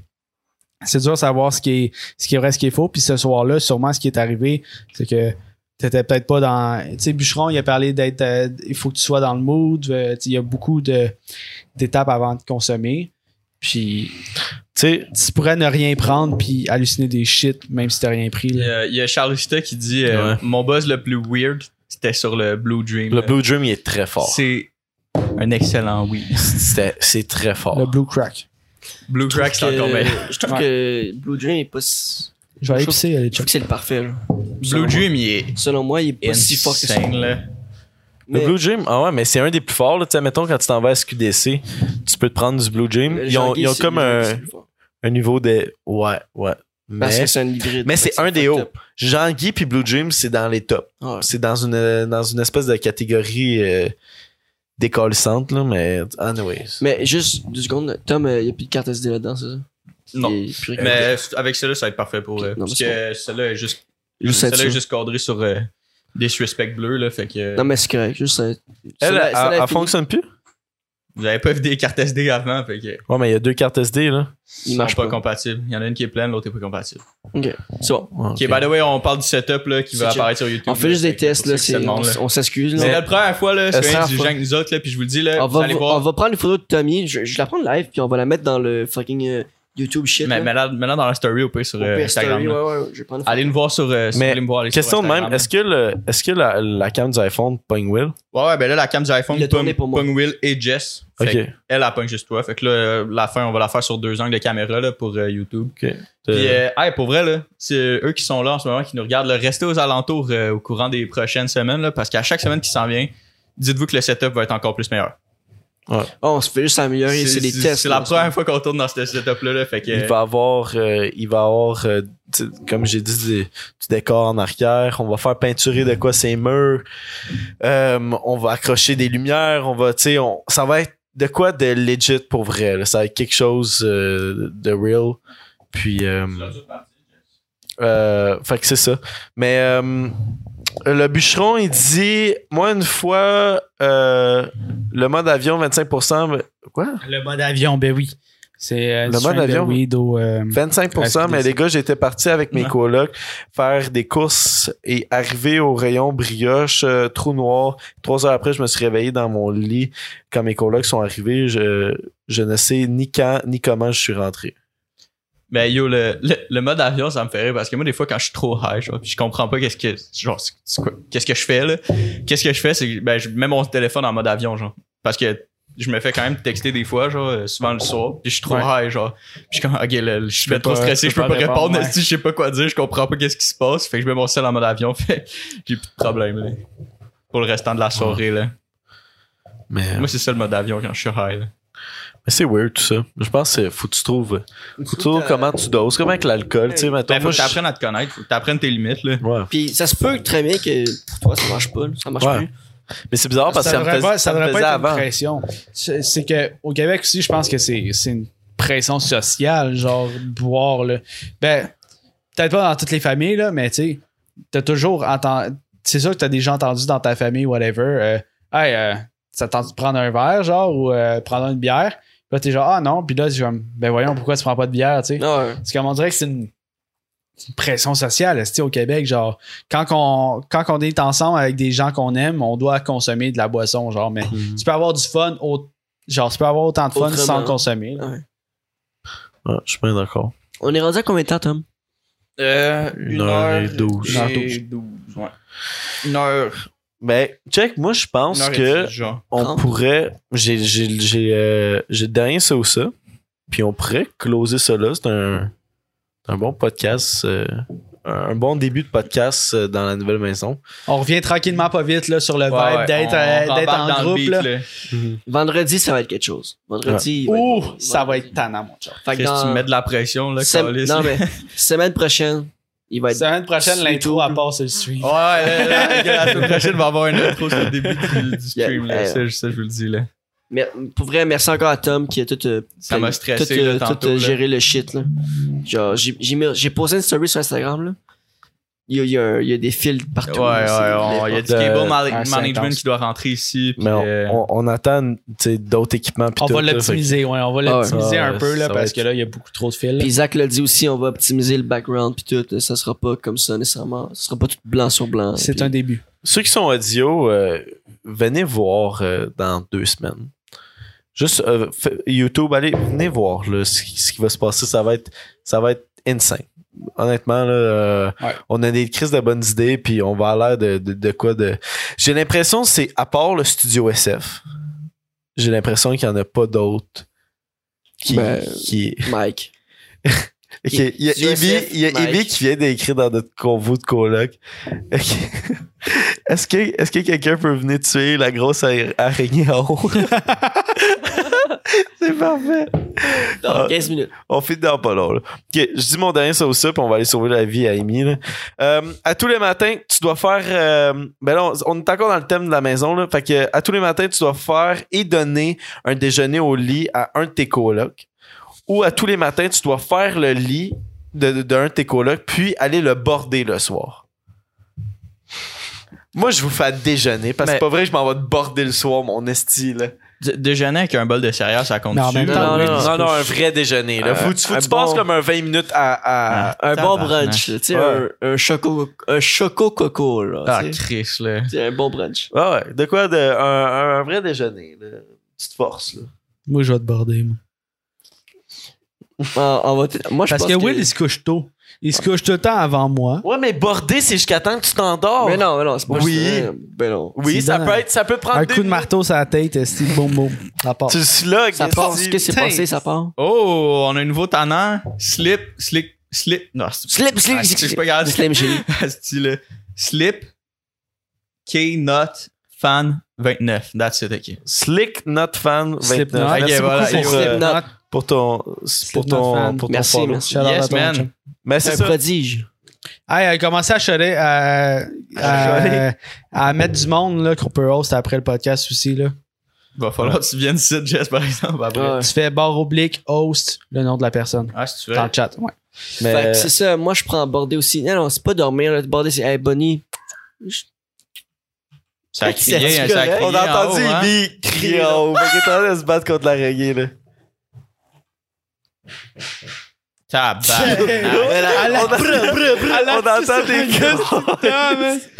Speaker 2: c'est dur de savoir ce qui, est, ce qui est vrai, ce qui est faux. Puis ce soir-là, sûrement, ce qui est arrivé, c'est que t'étais peut-être pas dans. Tu sais, Bûcheron, il a parlé d'être. euh, il faut que tu sois dans le mood. euh, tu sais, il y a beaucoup de d'étapes avant de consommer. Puis,
Speaker 1: Tu
Speaker 6: sais,
Speaker 2: Tu pourrais ne rien prendre puis halluciner des shit, même si t'as rien pris.
Speaker 4: Il y
Speaker 2: là.
Speaker 4: a, il y a Charles Husta qui dit euh,
Speaker 1: Ouais.
Speaker 4: Mon buzz le plus weird, c'était sur le Blue Dream.
Speaker 1: Le Blue Dream, il est très fort.
Speaker 4: C'est un excellent oui.
Speaker 1: C'était- C'est très fort.
Speaker 2: Le Blue Crack.
Speaker 4: Blue
Speaker 3: Je trouve
Speaker 4: Crack, c'est
Speaker 3: que-
Speaker 4: encore meilleur.
Speaker 3: Je trouve que Blue Dream est pas si-
Speaker 2: Je vais
Speaker 3: Je
Speaker 2: aller
Speaker 3: trouve-
Speaker 2: pisser, allez,
Speaker 3: Je trouve
Speaker 2: check.
Speaker 3: que c'est le parfait, là.
Speaker 4: Blue Dream, il est
Speaker 3: Selon moi, il est pas si fort que ça.
Speaker 4: insane, là.
Speaker 1: Le
Speaker 3: Mais
Speaker 1: Blue Dream, ah ouais, mais c'est un des plus forts. Là. Tu sais, mettons, quand tu t'en vas à SQDC, tu peux te prendre du Blue Dream.
Speaker 3: le
Speaker 1: Ils ont,
Speaker 3: Jean-Guy,
Speaker 1: ils ont
Speaker 3: c'est-
Speaker 1: comme
Speaker 3: le Jean-Guy,
Speaker 1: un,
Speaker 3: c'est le fort.
Speaker 1: un niveau de. Ouais, ouais.
Speaker 3: Parce
Speaker 1: Mais
Speaker 3: que c'est un hybride.
Speaker 1: mais c'est
Speaker 3: fait que
Speaker 1: un des
Speaker 3: fucked
Speaker 1: hauts.
Speaker 3: up.
Speaker 1: Jean-Guy puis Blue Dream, c'est dans les tops.
Speaker 3: Ouais.
Speaker 1: C'est dans une, dans une espèce de catégorie euh, décollissante, là, mais anyways.
Speaker 3: Mais juste deux secondes, Tom, euh, il n'y a plus de carte SD là-dedans, c'est ça?
Speaker 4: Non.
Speaker 3: Il est plus réglé.
Speaker 4: Mais avec celui-là, ça va être parfait pour. euh,
Speaker 3: Non,
Speaker 4: parce
Speaker 3: mais
Speaker 4: que celui-là est juste.
Speaker 3: Juste
Speaker 4: Celui-là est
Speaker 3: ceinture.
Speaker 4: juste cadré sur euh, Disrespect Bleu, là. Fait que.
Speaker 3: Non, mais c'est correct. Juste, euh,
Speaker 1: Elle,
Speaker 3: celle-là-
Speaker 1: elle,
Speaker 3: celle-là
Speaker 1: elle
Speaker 3: est finie.
Speaker 1: fonctionne plus?
Speaker 4: Vous avez pas vu des cartes SD avant, fait que.
Speaker 1: Ouais, mais il y a deux cartes SD, là.
Speaker 3: Il
Speaker 4: ils
Speaker 3: marche
Speaker 4: sont pas,
Speaker 3: pas.
Speaker 4: compatibles. Il y en a une qui est pleine, l'autre est pas compatible.
Speaker 3: C'est bon.
Speaker 1: Ouais, ok.
Speaker 4: Ok, by the way, on parle du setup là, qui
Speaker 3: C'est
Speaker 4: va
Speaker 3: chill.
Speaker 4: apparaître sur YouTube.
Speaker 3: On fait juste des
Speaker 4: que
Speaker 3: tests,
Speaker 4: pour
Speaker 3: là.
Speaker 4: ceux qui se
Speaker 3: c'est- Euh,
Speaker 4: demandent,
Speaker 3: On,
Speaker 4: là.
Speaker 3: s- on s'excuse,
Speaker 4: C'est
Speaker 3: là.
Speaker 4: la première fois, là,
Speaker 1: Ça
Speaker 4: c'est
Speaker 1: sera
Speaker 4: un du
Speaker 1: fun.
Speaker 4: gens que nous autres, là, puis je vous le dis, là,
Speaker 3: On
Speaker 4: vous
Speaker 3: va,
Speaker 4: allez
Speaker 3: on
Speaker 4: voir.
Speaker 3: va prendre une photo de Tommy. Je, je la prends live, puis on va la mettre dans le fucking euh, YouTube shit.
Speaker 4: Mais
Speaker 3: là.
Speaker 4: maintenant, maintenant dans la story, au pire, sur
Speaker 3: Au
Speaker 4: euh,
Speaker 3: pire,
Speaker 4: Instagram.
Speaker 3: story,
Speaker 4: là.
Speaker 3: ouais, ouais, je vais prendre une photo.
Speaker 4: Allez nous voir sur. euh, si
Speaker 1: Mais
Speaker 4: vous voulez me voir, allez sur
Speaker 1: Question de
Speaker 4: Instagram,
Speaker 1: même,
Speaker 4: là.
Speaker 1: est-ce que, le, est-ce que la, la cam du iPhone ping Will?
Speaker 4: Ouais, ouais, ben là, la cam du iPhone,
Speaker 3: Il l'a tourné
Speaker 4: Pung,
Speaker 3: pour moi.
Speaker 4: Pung Will et Jess. Fait
Speaker 1: Ok.
Speaker 4: que Elle, elle pogne juste toi. Fait que là, euh, la fin, on va la faire sur deux angles de caméra là, pour euh, YouTube. Puis,
Speaker 1: Euh,
Speaker 4: euh, hey, pour vrai, là, c'est eux qui sont là en ce moment, qui nous regardent. là, restez aux alentours euh, au courant des prochaines semaines, là, parce qu'à chaque semaine qui s'en vient, dites-vous que le setup va être encore plus meilleur.
Speaker 3: Oh, on se fait juste améliorer. C'est des tests.
Speaker 4: C'est la
Speaker 3: là.
Speaker 4: première fois qu'on tourne dans ce setup-là. là, fait que,
Speaker 1: Il va avoir, euh, il va avoir euh, tu sais, comme j'ai dit, du, du décor en arrière. On va faire peinturer de quoi ces murs. Euh, on va accrocher des lumières. On va, tu sais, on- ça va être de quoi de legit pour vrai. là. Ça va être quelque chose euh, de real. Puis, euh, euh, fait que c'est ça. Mais euh, le bûcheron, il dit, moi une fois, euh, le mode avion 25%, mais- quoi?
Speaker 2: Le mode avion, ben oui. C'est euh,
Speaker 1: Le
Speaker 2: du
Speaker 1: mode
Speaker 2: strain de
Speaker 1: avion?
Speaker 2: weed au, euh,
Speaker 1: 25 mais les gars, j'étais parti avec mes
Speaker 4: Ouais.
Speaker 1: colocs faire des courses et arrivé au rayon brioche, euh, trou noir. Trois heures après, je me suis réveillé dans mon lit. Quand mes colocs sont arrivés, je, je ne sais ni quand ni comment je suis rentré.
Speaker 4: Ben yo, le, le, le mode avion, ça me fait rire parce que moi, des fois, quand je suis trop high, genre, puis je comprends pas qu'est-ce que genre c'est- c'est quoi- qu'est-ce que je fais là. Qu'est-ce que je fais, c'est que ben, je mets mon téléphone en mode avion, genre. Parce que je me fais quand même texter des fois, genre, euh, souvent le soir, puis je suis trop high, genre. Puis je suis comme, ok, là, je suis
Speaker 2: peux
Speaker 4: trop
Speaker 2: pas-
Speaker 4: stressé, je peux pas, répondre,
Speaker 2: ouais.
Speaker 4: si je sais pas quoi dire, je comprends pas qu'est-ce qui se passe, fait que je mets mon sel en mode avion, fait j'ai plus de problème, là. Pour le restant de la soirée, là.
Speaker 1: Mais, euh,
Speaker 4: Moi, c'est ça le mode avion quand je suis high, là.
Speaker 1: mais c'est weird tout ça. Je pense que faut que tu trouves, faut que tu trouves
Speaker 3: Euh,
Speaker 1: comment tu doses, comment avec l'alcool, tu sais, mettons,
Speaker 4: Ben, faut
Speaker 1: moi,
Speaker 4: que
Speaker 1: je-
Speaker 4: t'apprennes à te connaître, faut que t'apprennes tes limites, là.
Speaker 1: Ouais.
Speaker 3: Puis ça se peut très bien que pour toi, ça marche pas. là. Ça marche
Speaker 1: Ouais.
Speaker 3: plus.
Speaker 1: Mais c'est bizarre parce que ça, me
Speaker 2: devrait
Speaker 1: faisait,
Speaker 2: pas, ça
Speaker 1: ça me
Speaker 2: devrait pas
Speaker 1: faisait
Speaker 2: être
Speaker 1: avant.
Speaker 2: une pression. C'est c'est que au Québec aussi, je pense que c'est c'est une pression sociale, genre boire là. Ben peut-être pas dans toutes les familles là, mais tu sais, t'as toujours entendu. C'est sûr que t'as déjà entendu dans ta famille whatever. euh, hey, euh, ça te tente de prendre un verre genre ou euh, prendre une bière. Puis Là t'es genre ah non, puis là c'est comme ben voyons pourquoi tu prends pas de bière, tu sais.
Speaker 3: Non, euh, ouais.
Speaker 2: Parce qu'on dirait que c'est une, c'est une pression sociale esti, au Québec. Genre, quand on, quand on est ensemble avec des gens qu'on aime, on doit consommer de la boisson. Genre, mais
Speaker 1: Mhm.
Speaker 2: tu peux avoir du fun, au- genre, tu peux avoir autant de fun
Speaker 3: Autrement.
Speaker 2: sans le consommer. là.
Speaker 1: Ouais, je suis bien d'accord.
Speaker 3: On est rendu à combien de temps, Tom?
Speaker 4: Euh,
Speaker 1: Une heure et douze.
Speaker 4: Une heure et douze, ouais. Une heure.
Speaker 1: Mais Ben, check, moi je pense
Speaker 4: une heure et
Speaker 1: que
Speaker 4: dix, genre.
Speaker 1: on
Speaker 3: Trente.
Speaker 1: pourrait. J'ai j'ai- j'ai, euh, j'ai dernier ça ou ça. Puis on pourrait closer ça là. C'est un, un bon podcast. euh, un bon début de podcast euh, dans la nouvelle maison.
Speaker 2: On revient tranquillement pas vite là, sur le
Speaker 4: Ouais,
Speaker 2: vibe
Speaker 4: ouais,
Speaker 2: d'être
Speaker 4: on-
Speaker 2: euh,
Speaker 4: on
Speaker 2: d'être
Speaker 4: embarque dans
Speaker 2: en
Speaker 4: le
Speaker 2: groupe.
Speaker 4: beat,
Speaker 2: là.
Speaker 4: là.
Speaker 3: Vendredi, ça va être quelque chose. Vendredi. il va être
Speaker 2: Ouh,
Speaker 3: bon.
Speaker 2: ça va être tannant, mon chat.
Speaker 3: Fait que
Speaker 4: Qu'est-ce que
Speaker 3: dans-
Speaker 4: tu mets de la pression, là,
Speaker 3: sem-
Speaker 4: câlisse,
Speaker 3: Non,
Speaker 4: là?
Speaker 3: mais semaine prochaine, il va être.
Speaker 2: Semaine prochaine,
Speaker 3: C'est
Speaker 2: l'intro
Speaker 3: tout.
Speaker 2: à part sur le stream.
Speaker 4: Ouais, ouais, la, la- la semaine prochaine, va avoir une intro sur le début du, du stream,
Speaker 3: Yeah.
Speaker 4: là. Ça, je- ça, je vous le dis, là.
Speaker 3: Mais pour vrai, merci encore à Tom qui a tout. euh,
Speaker 4: Ça m'a stressé,
Speaker 3: tout, euh,
Speaker 4: là,
Speaker 3: tout,
Speaker 4: tantôt,
Speaker 3: euh,
Speaker 4: là.
Speaker 3: géré le shit, là. Genre, j'ai- j'ai mis- j'ai posté une story sur Instagram, là. Il y a, il y a un- il y a des fils
Speaker 4: Ouais,
Speaker 3: partout.
Speaker 4: ouais,
Speaker 3: là,
Speaker 4: on-
Speaker 3: c'est-
Speaker 4: il y a du
Speaker 1: Euh,
Speaker 4: cable ma-
Speaker 2: ah, c'est
Speaker 4: management
Speaker 2: intense.
Speaker 4: qui doit rentrer ici. puis,
Speaker 1: Mais on,
Speaker 4: euh,
Speaker 1: on- on attend tu sais, d'autres équipements. puis
Speaker 2: On
Speaker 1: tout,
Speaker 2: va
Speaker 1: là,
Speaker 2: l'optimiser, ouais, on va
Speaker 3: Ah ouais.
Speaker 2: l'optimiser
Speaker 1: Ah,
Speaker 2: un peu là,
Speaker 1: ça va
Speaker 2: parce
Speaker 1: être-
Speaker 2: que là, il y a beaucoup trop de fils.
Speaker 3: Puis Zach l'a dit aussi, on va optimiser le background puis tout. Ça sera pas comme ça nécessairement. Ce sera pas tout blanc sur blanc.
Speaker 2: C'est
Speaker 3: puis-
Speaker 2: un début.
Speaker 1: Ceux qui sont audio, euh, venez voir euh, dans deux semaines. Juste euh, f- YouTube, allez, venez voir là, ce, qui- ce qui va se passer. Ça va être, ça va être insane. Honnêtement, là, euh,
Speaker 4: Ouais.
Speaker 1: on a des crises de bonnes idées, puis on va à l'air de, de, de quoi de. J'ai l'impression que c'est à part le studio SF. J'ai l'impression qu'il n'y en a pas d'autres qui,
Speaker 3: Ben,
Speaker 1: qui,
Speaker 3: Mike.
Speaker 1: Ok, Il y a
Speaker 3: Joseph
Speaker 1: Evie, il y a
Speaker 3: Mike.
Speaker 1: Evie qui vient d'écrire dans notre convo de coloc. Ok. Est-ce que, est-ce que quelqu'un peut venir tuer la grosse ara- araignée en haut? C'est parfait.
Speaker 2: Ah.
Speaker 3: Dans 15 minutes.
Speaker 1: On fait dans pas long. là. Ok, je dis mon dernier ça ou ça, puis on va aller sauver la vie à Amy. là. Euh, à tous les matins, tu dois faire. euh, ben là, on, on est encore dans le thème de la maison. Là, fait que à tous les matins, tu dois faire et donner un déjeuner au lit à un de tes colocs. Ou à tous les matins, tu dois faire le lit de- de- d'un de, tes colocs, puis aller le border le soir. Moi, je vous fais à déjeuner, parce que
Speaker 4: Mais-
Speaker 1: c'est pas vrai, je m'en vais te border le soir, mon esti. là.
Speaker 4: Dé- Déjeuner avec un bol de céréales, ça compte
Speaker 2: Mais en même temps,
Speaker 1: Non,
Speaker 2: oui,
Speaker 1: non,
Speaker 2: tu
Speaker 1: non,
Speaker 2: peux-
Speaker 1: non, un vrai déjeuner. Là.
Speaker 3: Euh,
Speaker 1: faut, faut
Speaker 3: un
Speaker 1: que tu passes
Speaker 3: bon-
Speaker 1: comme un 20 minutes à- à,
Speaker 3: Un bon
Speaker 4: tabarnak.
Speaker 3: brunch, là, tu sais,
Speaker 1: Ouais.
Speaker 3: un, un choco, un choco coco, là.
Speaker 4: Ah,
Speaker 3: tu sais.
Speaker 4: Chris, là.
Speaker 3: C'est un bon brunch.
Speaker 1: Ah Ouais, ouais. De quoi de, un, un- un vrai déjeuner. Là. Petite force. Là.
Speaker 2: Moi, je vais te border, moi.
Speaker 3: Ah, on va t- Moi, je
Speaker 2: Parce
Speaker 3: pense Ah.
Speaker 2: que Will, il se couche tôt. Il se couche tout le temps avant moi.
Speaker 1: Ouais, mais border, c'est jusqu'à temps que tu t'endors.
Speaker 3: Mais non, mais non, c'est pas
Speaker 1: Oui.
Speaker 3: juste, euh, Ben non.
Speaker 1: Oui,
Speaker 2: Tu
Speaker 1: ça
Speaker 2: donnes
Speaker 1: peut,
Speaker 2: un-
Speaker 1: être, ça peut prendre
Speaker 2: Un
Speaker 1: deux
Speaker 2: coup de
Speaker 1: minutes.
Speaker 2: marteau sur la tête, esti, boum boum. Ça part.
Speaker 1: Tu le slugs,
Speaker 3: Ça part.
Speaker 1: esti.
Speaker 3: Qu'est-ce qui s'est passé, ça part?
Speaker 4: Oh, on a un nouveau tannant. Slip, slip, slip. Non, c'est-
Speaker 3: Slip, slip,
Speaker 4: Ah, c'est- je
Speaker 3: slip,
Speaker 4: suis pas capable de-
Speaker 3: Slim Jimmy.
Speaker 4: Asti, là. Slip, K-Not, Fan 29. That's it, ok.
Speaker 1: Slick Not Fan 29.
Speaker 2: Slip Not.
Speaker 1: Merci
Speaker 4: Ok,
Speaker 1: beaucoup
Speaker 4: voilà,
Speaker 1: pour,
Speaker 4: yo,
Speaker 1: euh,
Speaker 4: Slip
Speaker 3: Not.
Speaker 1: pour ton, pour
Speaker 2: Not
Speaker 1: ton,
Speaker 2: Fan.
Speaker 1: pour ton
Speaker 3: Merci,
Speaker 1: follow.
Speaker 3: merci.
Speaker 2: Shout-out à
Speaker 4: Yes,
Speaker 2: ton
Speaker 4: man.
Speaker 2: chum.
Speaker 1: Mais
Speaker 3: C'est
Speaker 1: c'est
Speaker 3: un
Speaker 1: ça.
Speaker 3: prodige.
Speaker 2: Hey, elle commence à chorer, à, à-
Speaker 1: Chorer.
Speaker 2: à mettre du monde là, qu'on peut host après le podcast aussi. Là.
Speaker 4: Va falloir que tu viennes ici, Jess, par exemple, après.
Speaker 3: Ouais.
Speaker 2: Tu fais barre oblique, host, le nom de la personne
Speaker 4: Ah, si tu veux.
Speaker 2: dans le chat. Ouais.
Speaker 1: Mais-
Speaker 3: Fait que c'est ça, moi, je prends border aussi. Non, non, c'est pas dormir, là. Border, c'est, hey, Bonnie.
Speaker 4: Ça a crié,
Speaker 3: C'est
Speaker 4: hein, ça a
Speaker 3: correct.
Speaker 4: crié
Speaker 1: On a
Speaker 4: en
Speaker 1: entendu
Speaker 4: haut, hein.
Speaker 1: Evie crier en haut. Fait qu'il est en train de se battre contre l'araignée. là.
Speaker 4: Tabarnak.
Speaker 1: On a- On entend des cusses.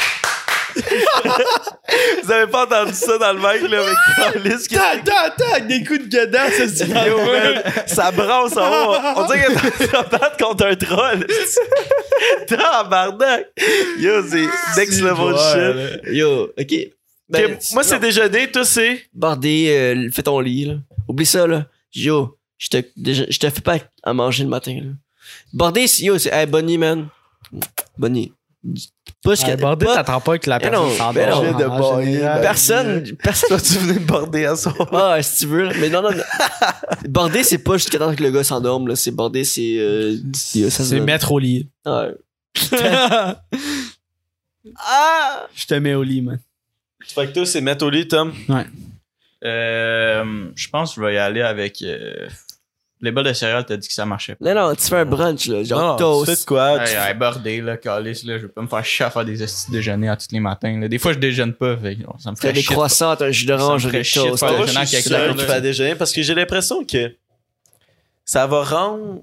Speaker 1: Vous avez pas entendu ça dans le mic, là, avec Carlis qui
Speaker 2: des coups de guedasse, c'est
Speaker 1: Yo, man, ça brasse en haut. On dirait que t'es en battre contre un troll. Tabarnak. Yo, c'est next level shit.
Speaker 4: Ouais, là.
Speaker 3: Yo, ok. Ben,
Speaker 1: Euh, Ok, moi, c'est déjeuner, toi, c'est.
Speaker 3: Bordé, euh, fais ton lit, là. Oublie ça, là. Yo, je te, déjà- je te fais pas à manger le matin, là. Bordé, c'est- yo, c'est, hey, Bonnie, man. Bonnie. Pas ce que-
Speaker 2: Bordé,
Speaker 3: pas-
Speaker 2: t'attends pas que la
Speaker 3: Mais
Speaker 2: personne
Speaker 3: non,
Speaker 2: s'endorme.
Speaker 3: mais non.
Speaker 2: en
Speaker 1: Je viens de
Speaker 2: général.
Speaker 1: barrer, ben.
Speaker 3: personne, personne.
Speaker 1: Toi, tu venais me border à soir.
Speaker 3: Ah, si tu veux, là. Mais non, non, non. Bordé, c'est pas jusqu'à temps que le gars s'endorme, là. C'est bordé, c'est, euh, yo, ça se
Speaker 2: C'est
Speaker 3: donne.
Speaker 2: mettre au lit.
Speaker 3: Ouais.
Speaker 2: Je
Speaker 3: Ah!
Speaker 2: te mets au lit, man.
Speaker 1: Fait que toi, c'est mettre au lit, Tom.
Speaker 4: Euh, je pense que je vais y aller avec. euh, les bols de céréales, t'as dit que ça marchait pas.
Speaker 3: Non, non, tu fais un brunch, là. Genre,
Speaker 1: tu fais
Speaker 3: toast.
Speaker 1: de quoi? Ah, Tu-
Speaker 4: Hey, hey, bordé, là, calice, là, je vais pas me faire chier à faire des astuces déjeuner à tous les matins. là. Des fois, je déjeune pas, fait que, non, ça me
Speaker 3: T'as
Speaker 4: ferait
Speaker 3: des
Speaker 4: chier.
Speaker 3: croissants, t'as un jus d'orange,
Speaker 4: Ça me ferait
Speaker 3: des
Speaker 4: chier de
Speaker 3: toasts.
Speaker 4: faire
Speaker 1: Moi,
Speaker 4: Ouais,
Speaker 1: je
Speaker 4: j'en ai
Speaker 1: suis
Speaker 4: quelques
Speaker 1: sûr
Speaker 4: heures,
Speaker 1: que
Speaker 4: là.
Speaker 1: tu vas déjeuner parce que j'ai l'impression que ça va rendre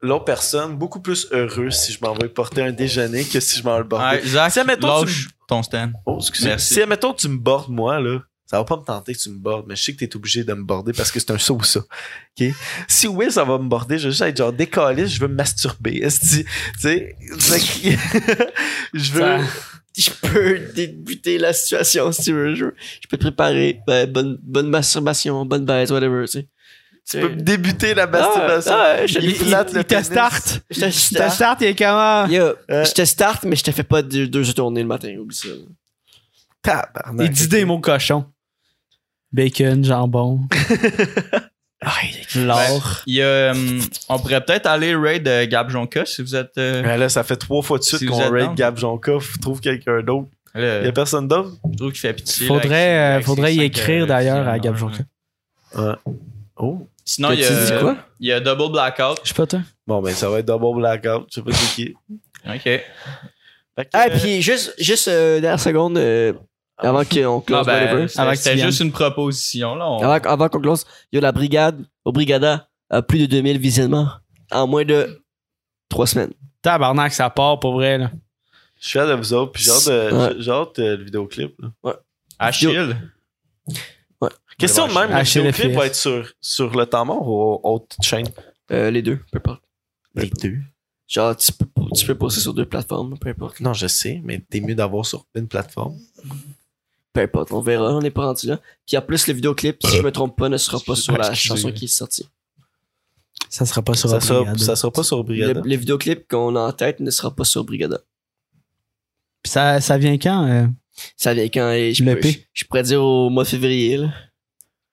Speaker 1: l'autre personne beaucoup plus heureuse si je m'en vais porter un déjeuner que si je m'en vais le border.
Speaker 4: Hey, Zach,
Speaker 1: Si, admettons, tu-
Speaker 4: Ah, lâche ton stand.
Speaker 1: Oh, excusez.
Speaker 4: Merci.
Speaker 1: Si, admettons, tu me bordes, moi, là, ça va pas me tenter que tu me bordes, mais je sais que t'es obligé de me border parce que c'est un ça ou ça. OK? Si oui, ça va me border, je vais juste être genre décalé, je veux me masturber. Est-ce que tu tu sais, fait que- je veux.
Speaker 2: Ça-
Speaker 3: je peux débuter la situation si tu veux. Je, je peux te préparer. Ben, bonne, bonne masturbation, bonne baisse, whatever, tu sais.
Speaker 1: Tu peux me débuter la masturbation.
Speaker 3: Ah, ah, je,
Speaker 1: Il-
Speaker 2: Il,
Speaker 1: il- il te
Speaker 2: te
Speaker 1: start.
Speaker 2: start.
Speaker 3: je te
Speaker 2: Il te
Speaker 3: start.
Speaker 2: start, il est comment?
Speaker 3: Yo,
Speaker 1: Euh.
Speaker 3: je te start, mais je te fais pas deux, deux tournées le matin, oublie ça.
Speaker 1: Tabarnak.
Speaker 2: Il dit des mots cochons. Bacon, jambon. L'or.
Speaker 4: Il y a, hum, on pourrait peut-être aller raid euh, Gab Jonka si vous êtes. euh,
Speaker 1: Mais là, ça fait trois fois de suite
Speaker 4: Si vous
Speaker 1: qu'on
Speaker 4: êtes
Speaker 1: raid
Speaker 4: down.
Speaker 1: Gab Jonka. Faut trouve quelqu'un d'autre.
Speaker 4: là,
Speaker 1: Y a personne d'autre?
Speaker 4: Je trouve qu'il fait pitié. là, avec ses-
Speaker 2: Faudrait, euh,
Speaker 4: avec ses
Speaker 2: faudrait y
Speaker 4: cinq,
Speaker 2: écrire
Speaker 4: euh,
Speaker 2: d'ailleurs
Speaker 4: filles,
Speaker 2: à
Speaker 4: là,
Speaker 2: Gab
Speaker 4: ouais.
Speaker 2: Jonka.
Speaker 1: Oh.
Speaker 4: Sinon, il y
Speaker 3: T'as-tu dit
Speaker 4: a,
Speaker 3: quoi?
Speaker 4: il y a Double Blackout.
Speaker 2: Je sais pas, toi.
Speaker 1: Bon, ben, ça va être double blackout. Je sais pas c'est qui.
Speaker 4: Ok. Ah,
Speaker 1: Fait que,
Speaker 3: Ah,
Speaker 1: euh,
Speaker 3: puis juste, juste euh, dernière seconde euh, avant qu'on
Speaker 4: Non,
Speaker 3: close, whatever. Ah
Speaker 4: ben,
Speaker 2: Avant que tu
Speaker 4: C'était
Speaker 2: viennes.
Speaker 4: juste une proposition. là. on-
Speaker 3: Avant, avant qu'on close, yo, la brigade, au Brigada, a plus de 2000 visionnements en moins de trois semaines.
Speaker 2: Tabarnak, ça part pour vrai, là.
Speaker 1: euh, je suis fier de vous autres. Puis j'ai hâte de-
Speaker 3: Ouais.
Speaker 1: j'ai- j'ai hâte, euh, le vidéoclip. là.
Speaker 4: Achille.
Speaker 1: Question de même, la
Speaker 3: Ah,
Speaker 2: Acheter
Speaker 1: vidéo
Speaker 2: le
Speaker 1: clip
Speaker 2: PS.
Speaker 1: va être sur, sur le temps mort ou autre chaîne?
Speaker 3: Euh, les deux, peu importe.
Speaker 5: Les deux.
Speaker 3: Genre, tu peux, tu peux poster sur deux plateformes, peu importe.
Speaker 5: Non, je sais, mais t'es mieux d'avoir sur une plateforme.
Speaker 3: Peu importe, on verra, on n'est pas rendu là. Puis en plus, le vidéoclip, si je me trompe pas, ne sera pas sur la
Speaker 1: Excusez.
Speaker 3: chanson qui est sortie.
Speaker 2: Ça sera pas sur
Speaker 1: Ça sera, ça sera pas sur Brigada.
Speaker 3: Le, le vidéoclip qu'on a en tête ne sera pas sur Brigada.
Speaker 2: Ça, ça vient quand? euh,
Speaker 3: Ça vient quand et je,
Speaker 2: Le
Speaker 3: peux-
Speaker 2: EP.
Speaker 3: je, je pourrais dire au mois de février, là.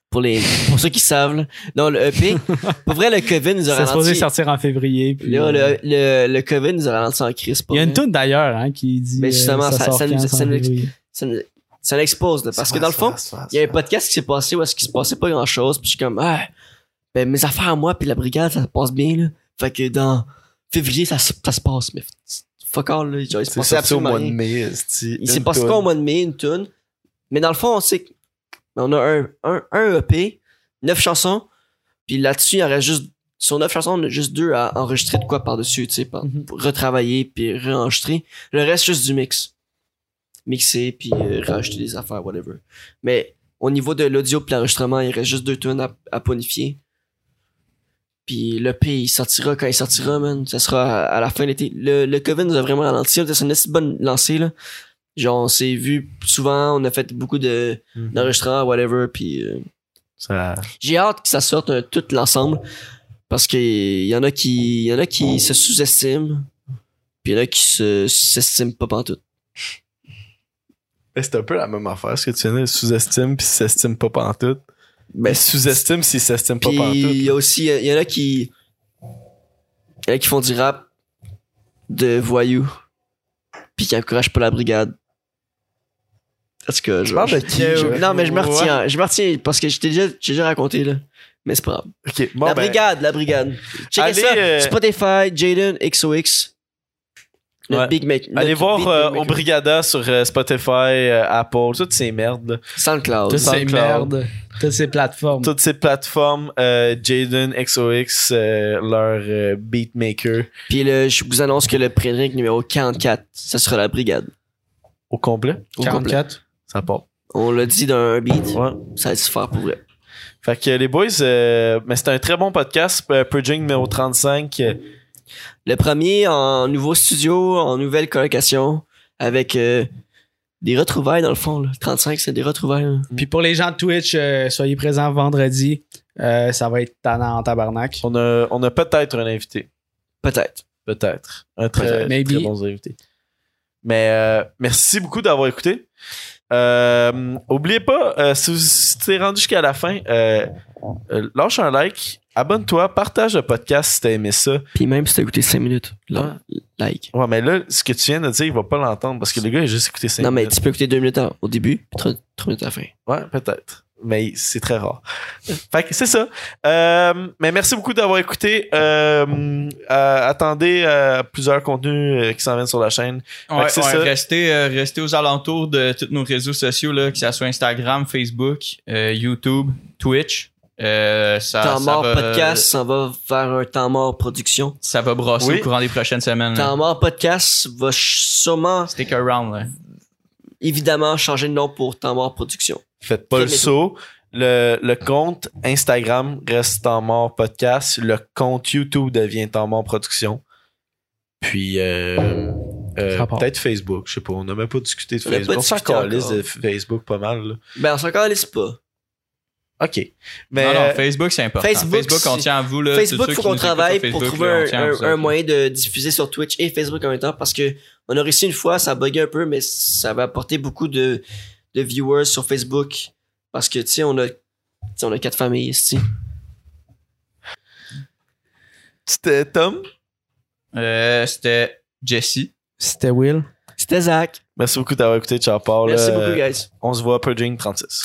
Speaker 3: Pour, les, pour ceux qui savent, là. Non, le EP, pour vrai, le COVID nous a
Speaker 2: C'est supposé
Speaker 3: ralenti.
Speaker 2: sortir en février. puis,
Speaker 3: Là,
Speaker 2: euh,
Speaker 3: le, le, le COVID nous a ralenti en crise. pour
Speaker 2: Il y a une
Speaker 3: vrai.
Speaker 2: toune d'ailleurs hein, qui dit.
Speaker 3: Mais
Speaker 2: euh,
Speaker 3: justement, ça-
Speaker 2: sort
Speaker 3: ça nous-
Speaker 2: quand,
Speaker 3: ça nous-
Speaker 2: en février.
Speaker 3: ça, nous- ça l'expose, là, parce que dans le fond, il y a un podcast qui s'est passé où est-ce qu'il se passait pas grand chose, puis je suis comme, ah, ben mes affaires à moi, puis la brigade, ça se passe bien, là. Fait que dans février, ça, se- ça se passe, mais f- fuck all, là. Genre, il se
Speaker 1: C'est sorti
Speaker 3: passait
Speaker 1: au
Speaker 3: absolument
Speaker 1: mois de
Speaker 3: rien.
Speaker 1: mai. esti,
Speaker 3: Il s'est
Speaker 1: une
Speaker 3: passé
Speaker 1: toune.
Speaker 3: quoi au mois de mai, une tune. Mais dans le fond, on sait que- on a un, un, un EP, neuf chansons, puis là-dessus, il y aurait juste, sur neuf chansons, on a juste deux à enregistrer de quoi par-dessus, tu sais, par-
Speaker 2: Mhm.
Speaker 3: pour retravailler, puis réenregistrer. Le reste, juste du mix. Mixer, puis euh, rajouter des affaires, whatever. Mais au niveau de l'audio puis l'enregistrement, il reste juste deux tonnes à, à bonifier. Puis le P, il sortira quand il sortira, man. Ça sera à, à la fin de l'été. Le, le COVID nous a vraiment ralenti. On était sur une assez bonne lancée, là. Genre, on s'est vu souvent, on a fait beaucoup de-
Speaker 1: Mhm.
Speaker 3: d'enregistrements, whatever. Puis euh,
Speaker 5: Ça...
Speaker 3: j'ai hâte que ça sorte euh, tout l'ensemble. Parce qu'il y en a qui, il y en a qui se sous-estiment. Puis il y en a qui se s'estiment pas pantoute.
Speaker 1: Ben, C'est un peu la même affaire, ce que tu viens de dire, sous-estime puis s'estime pas pantoute.
Speaker 3: Ben,
Speaker 1: Sous-estime s'il s'estime pas
Speaker 3: Puis
Speaker 1: pantoute.
Speaker 3: il y a aussi, il y en a qui, il y en a qui font du rap de voyous, puis qui encouragent pas la brigade. Parce que je,
Speaker 1: parles de
Speaker 3: je-
Speaker 1: qui,
Speaker 3: Euh,
Speaker 1: Joël?
Speaker 3: Non, mais je me
Speaker 1: Ouais.
Speaker 3: retiens, je me retiens parce que je t'ai déjà, j'ai déjà raconté là. Mais c'est pas grave.
Speaker 1: Ok, bon,
Speaker 3: la
Speaker 1: ben,
Speaker 3: brigade, la brigade. Checkez
Speaker 1: Allez,
Speaker 3: ça.
Speaker 1: euh,
Speaker 3: Spotify, Jaden, XOX. Notre
Speaker 1: Ouais.
Speaker 3: big mec.
Speaker 1: Allez
Speaker 3: notre big
Speaker 1: voir euh,
Speaker 3: maker.
Speaker 1: au Brigada sur euh, Spotify, euh, Apple, toutes ces merdes. là.
Speaker 3: SoundCloud.
Speaker 2: Toutes ces
Speaker 1: SoundCloud.
Speaker 2: merdes, toutes ces plateformes.
Speaker 1: Toutes ces plateformes, euh, Jaden, XOX, euh, leur euh, beatmaker
Speaker 3: Puis le- je vous annonce que le pré-drink numéro 44, ce sera la brigade.
Speaker 1: au complet.
Speaker 3: Au complet.
Speaker 2: 44.
Speaker 1: Ça part.
Speaker 3: On l'a dit dans un beat.
Speaker 1: Ouais.
Speaker 3: Ça va se faire pour vrai.
Speaker 1: Fait que les boys, euh, mais c'était un très bon podcast, euh, Purging numéro 35. euh,
Speaker 3: Le premier en nouveau studio, en nouvelle colocation, avec euh, des retrouvailles dans le fond. là. 35, c'est des retrouvailles. là.
Speaker 2: Puis pour les gens de Twitch, euh, soyez présents vendredi. Euh, ça va être tannant en tabarnak.
Speaker 1: on a, on a peut-être un invité.
Speaker 3: Peut-être.
Speaker 1: Peut-être. Un très,
Speaker 2: Peut-être. Maybe.
Speaker 1: très bon invité. Mais euh, merci beaucoup d'avoir écouté. Euh, oubliez pas, euh, si vous si t'es rendu jusqu'à la fin, euh, euh, lâche un like, abonne-toi, partage le podcast si t'as aimé ça.
Speaker 3: Puis même si t'as écouté 5 minutes, là, like.
Speaker 1: Ouais, mais là, ce que tu viens de dire, il va pas l'entendre parce que le gars a juste écouté 5
Speaker 3: Non, mais
Speaker 1: minutes.
Speaker 3: tu peux écouter 2 minutes en- au début, 3 minutes à la fin.
Speaker 1: Ouais, peut-être. Mais c'est très rare. fait que c'est ça. Euh, mais merci beaucoup d'avoir écouté. Euh, euh, attendez euh, plusieurs contenus euh, qui s'en viennent sur la chaîne.
Speaker 4: Ouais,
Speaker 1: que c'est
Speaker 4: ouais,
Speaker 1: ça.
Speaker 4: restez, euh, restez aux alentours de tous nos réseaux sociaux, là, que ce soit Instagram, Facebook, euh, YouTube, Twitch. Euh, ça,
Speaker 3: temps
Speaker 4: ça
Speaker 3: mort
Speaker 4: va- euh,
Speaker 3: podcast, ça va faire un temps mort production.
Speaker 4: Ça va brosser
Speaker 1: Oui.
Speaker 4: au courant des prochaines semaines. là.
Speaker 3: Temps mort podcast va ch- sûrement,
Speaker 4: Stick around. Là.
Speaker 3: évidemment, changer de nom pour temps mort production.
Speaker 1: Faites pas le
Speaker 3: Faites-le.
Speaker 1: saut. Le, le compte Instagram reste en mort podcast. Le compte YouTube devient en mort production. Puis euh, euh,
Speaker 2: Rapport.
Speaker 1: peut-être Facebook, je sais pas. On n'a même pas discuté de
Speaker 3: On n'a pas
Speaker 1: Facebook. On s'en
Speaker 3: discuté
Speaker 1: calisse
Speaker 3: encore.
Speaker 1: de Facebook pas mal. là.
Speaker 3: Ben, on s'en calisse
Speaker 4: Euh,
Speaker 3: pas.
Speaker 1: OK. Mais
Speaker 4: non,
Speaker 1: euh,
Speaker 4: non, Facebook, c'est important.
Speaker 3: Facebook,
Speaker 4: Facebook, on
Speaker 3: c'est-
Speaker 4: tient à vous. Là,
Speaker 3: Facebook,
Speaker 4: Tous
Speaker 3: il faut
Speaker 4: ceux qui
Speaker 3: qu'on
Speaker 4: nous écoutent sur
Speaker 3: travaille
Speaker 4: Facebook,
Speaker 3: pour trouver
Speaker 4: là, on
Speaker 3: un,
Speaker 4: tient à vous
Speaker 3: un- un
Speaker 4: autres.
Speaker 3: moyen de diffuser sur Twitch et Facebook en même temps parce que on a réussi une fois, ça a bugué un peu, mais ça va apporter beaucoup de, de viewers sur Facebook parce que, tu sais, on a, tu sais, on a quatre familles ici.
Speaker 1: c'était Tom.
Speaker 4: Euh, C'était Jesse.
Speaker 2: C'était Will.
Speaker 3: C'était Zach.
Speaker 1: Merci beaucoup d'avoir écouté. Ciao, Paul.
Speaker 3: Merci
Speaker 1: Euh,
Speaker 3: beaucoup, guys.
Speaker 1: On se voit Purging 36.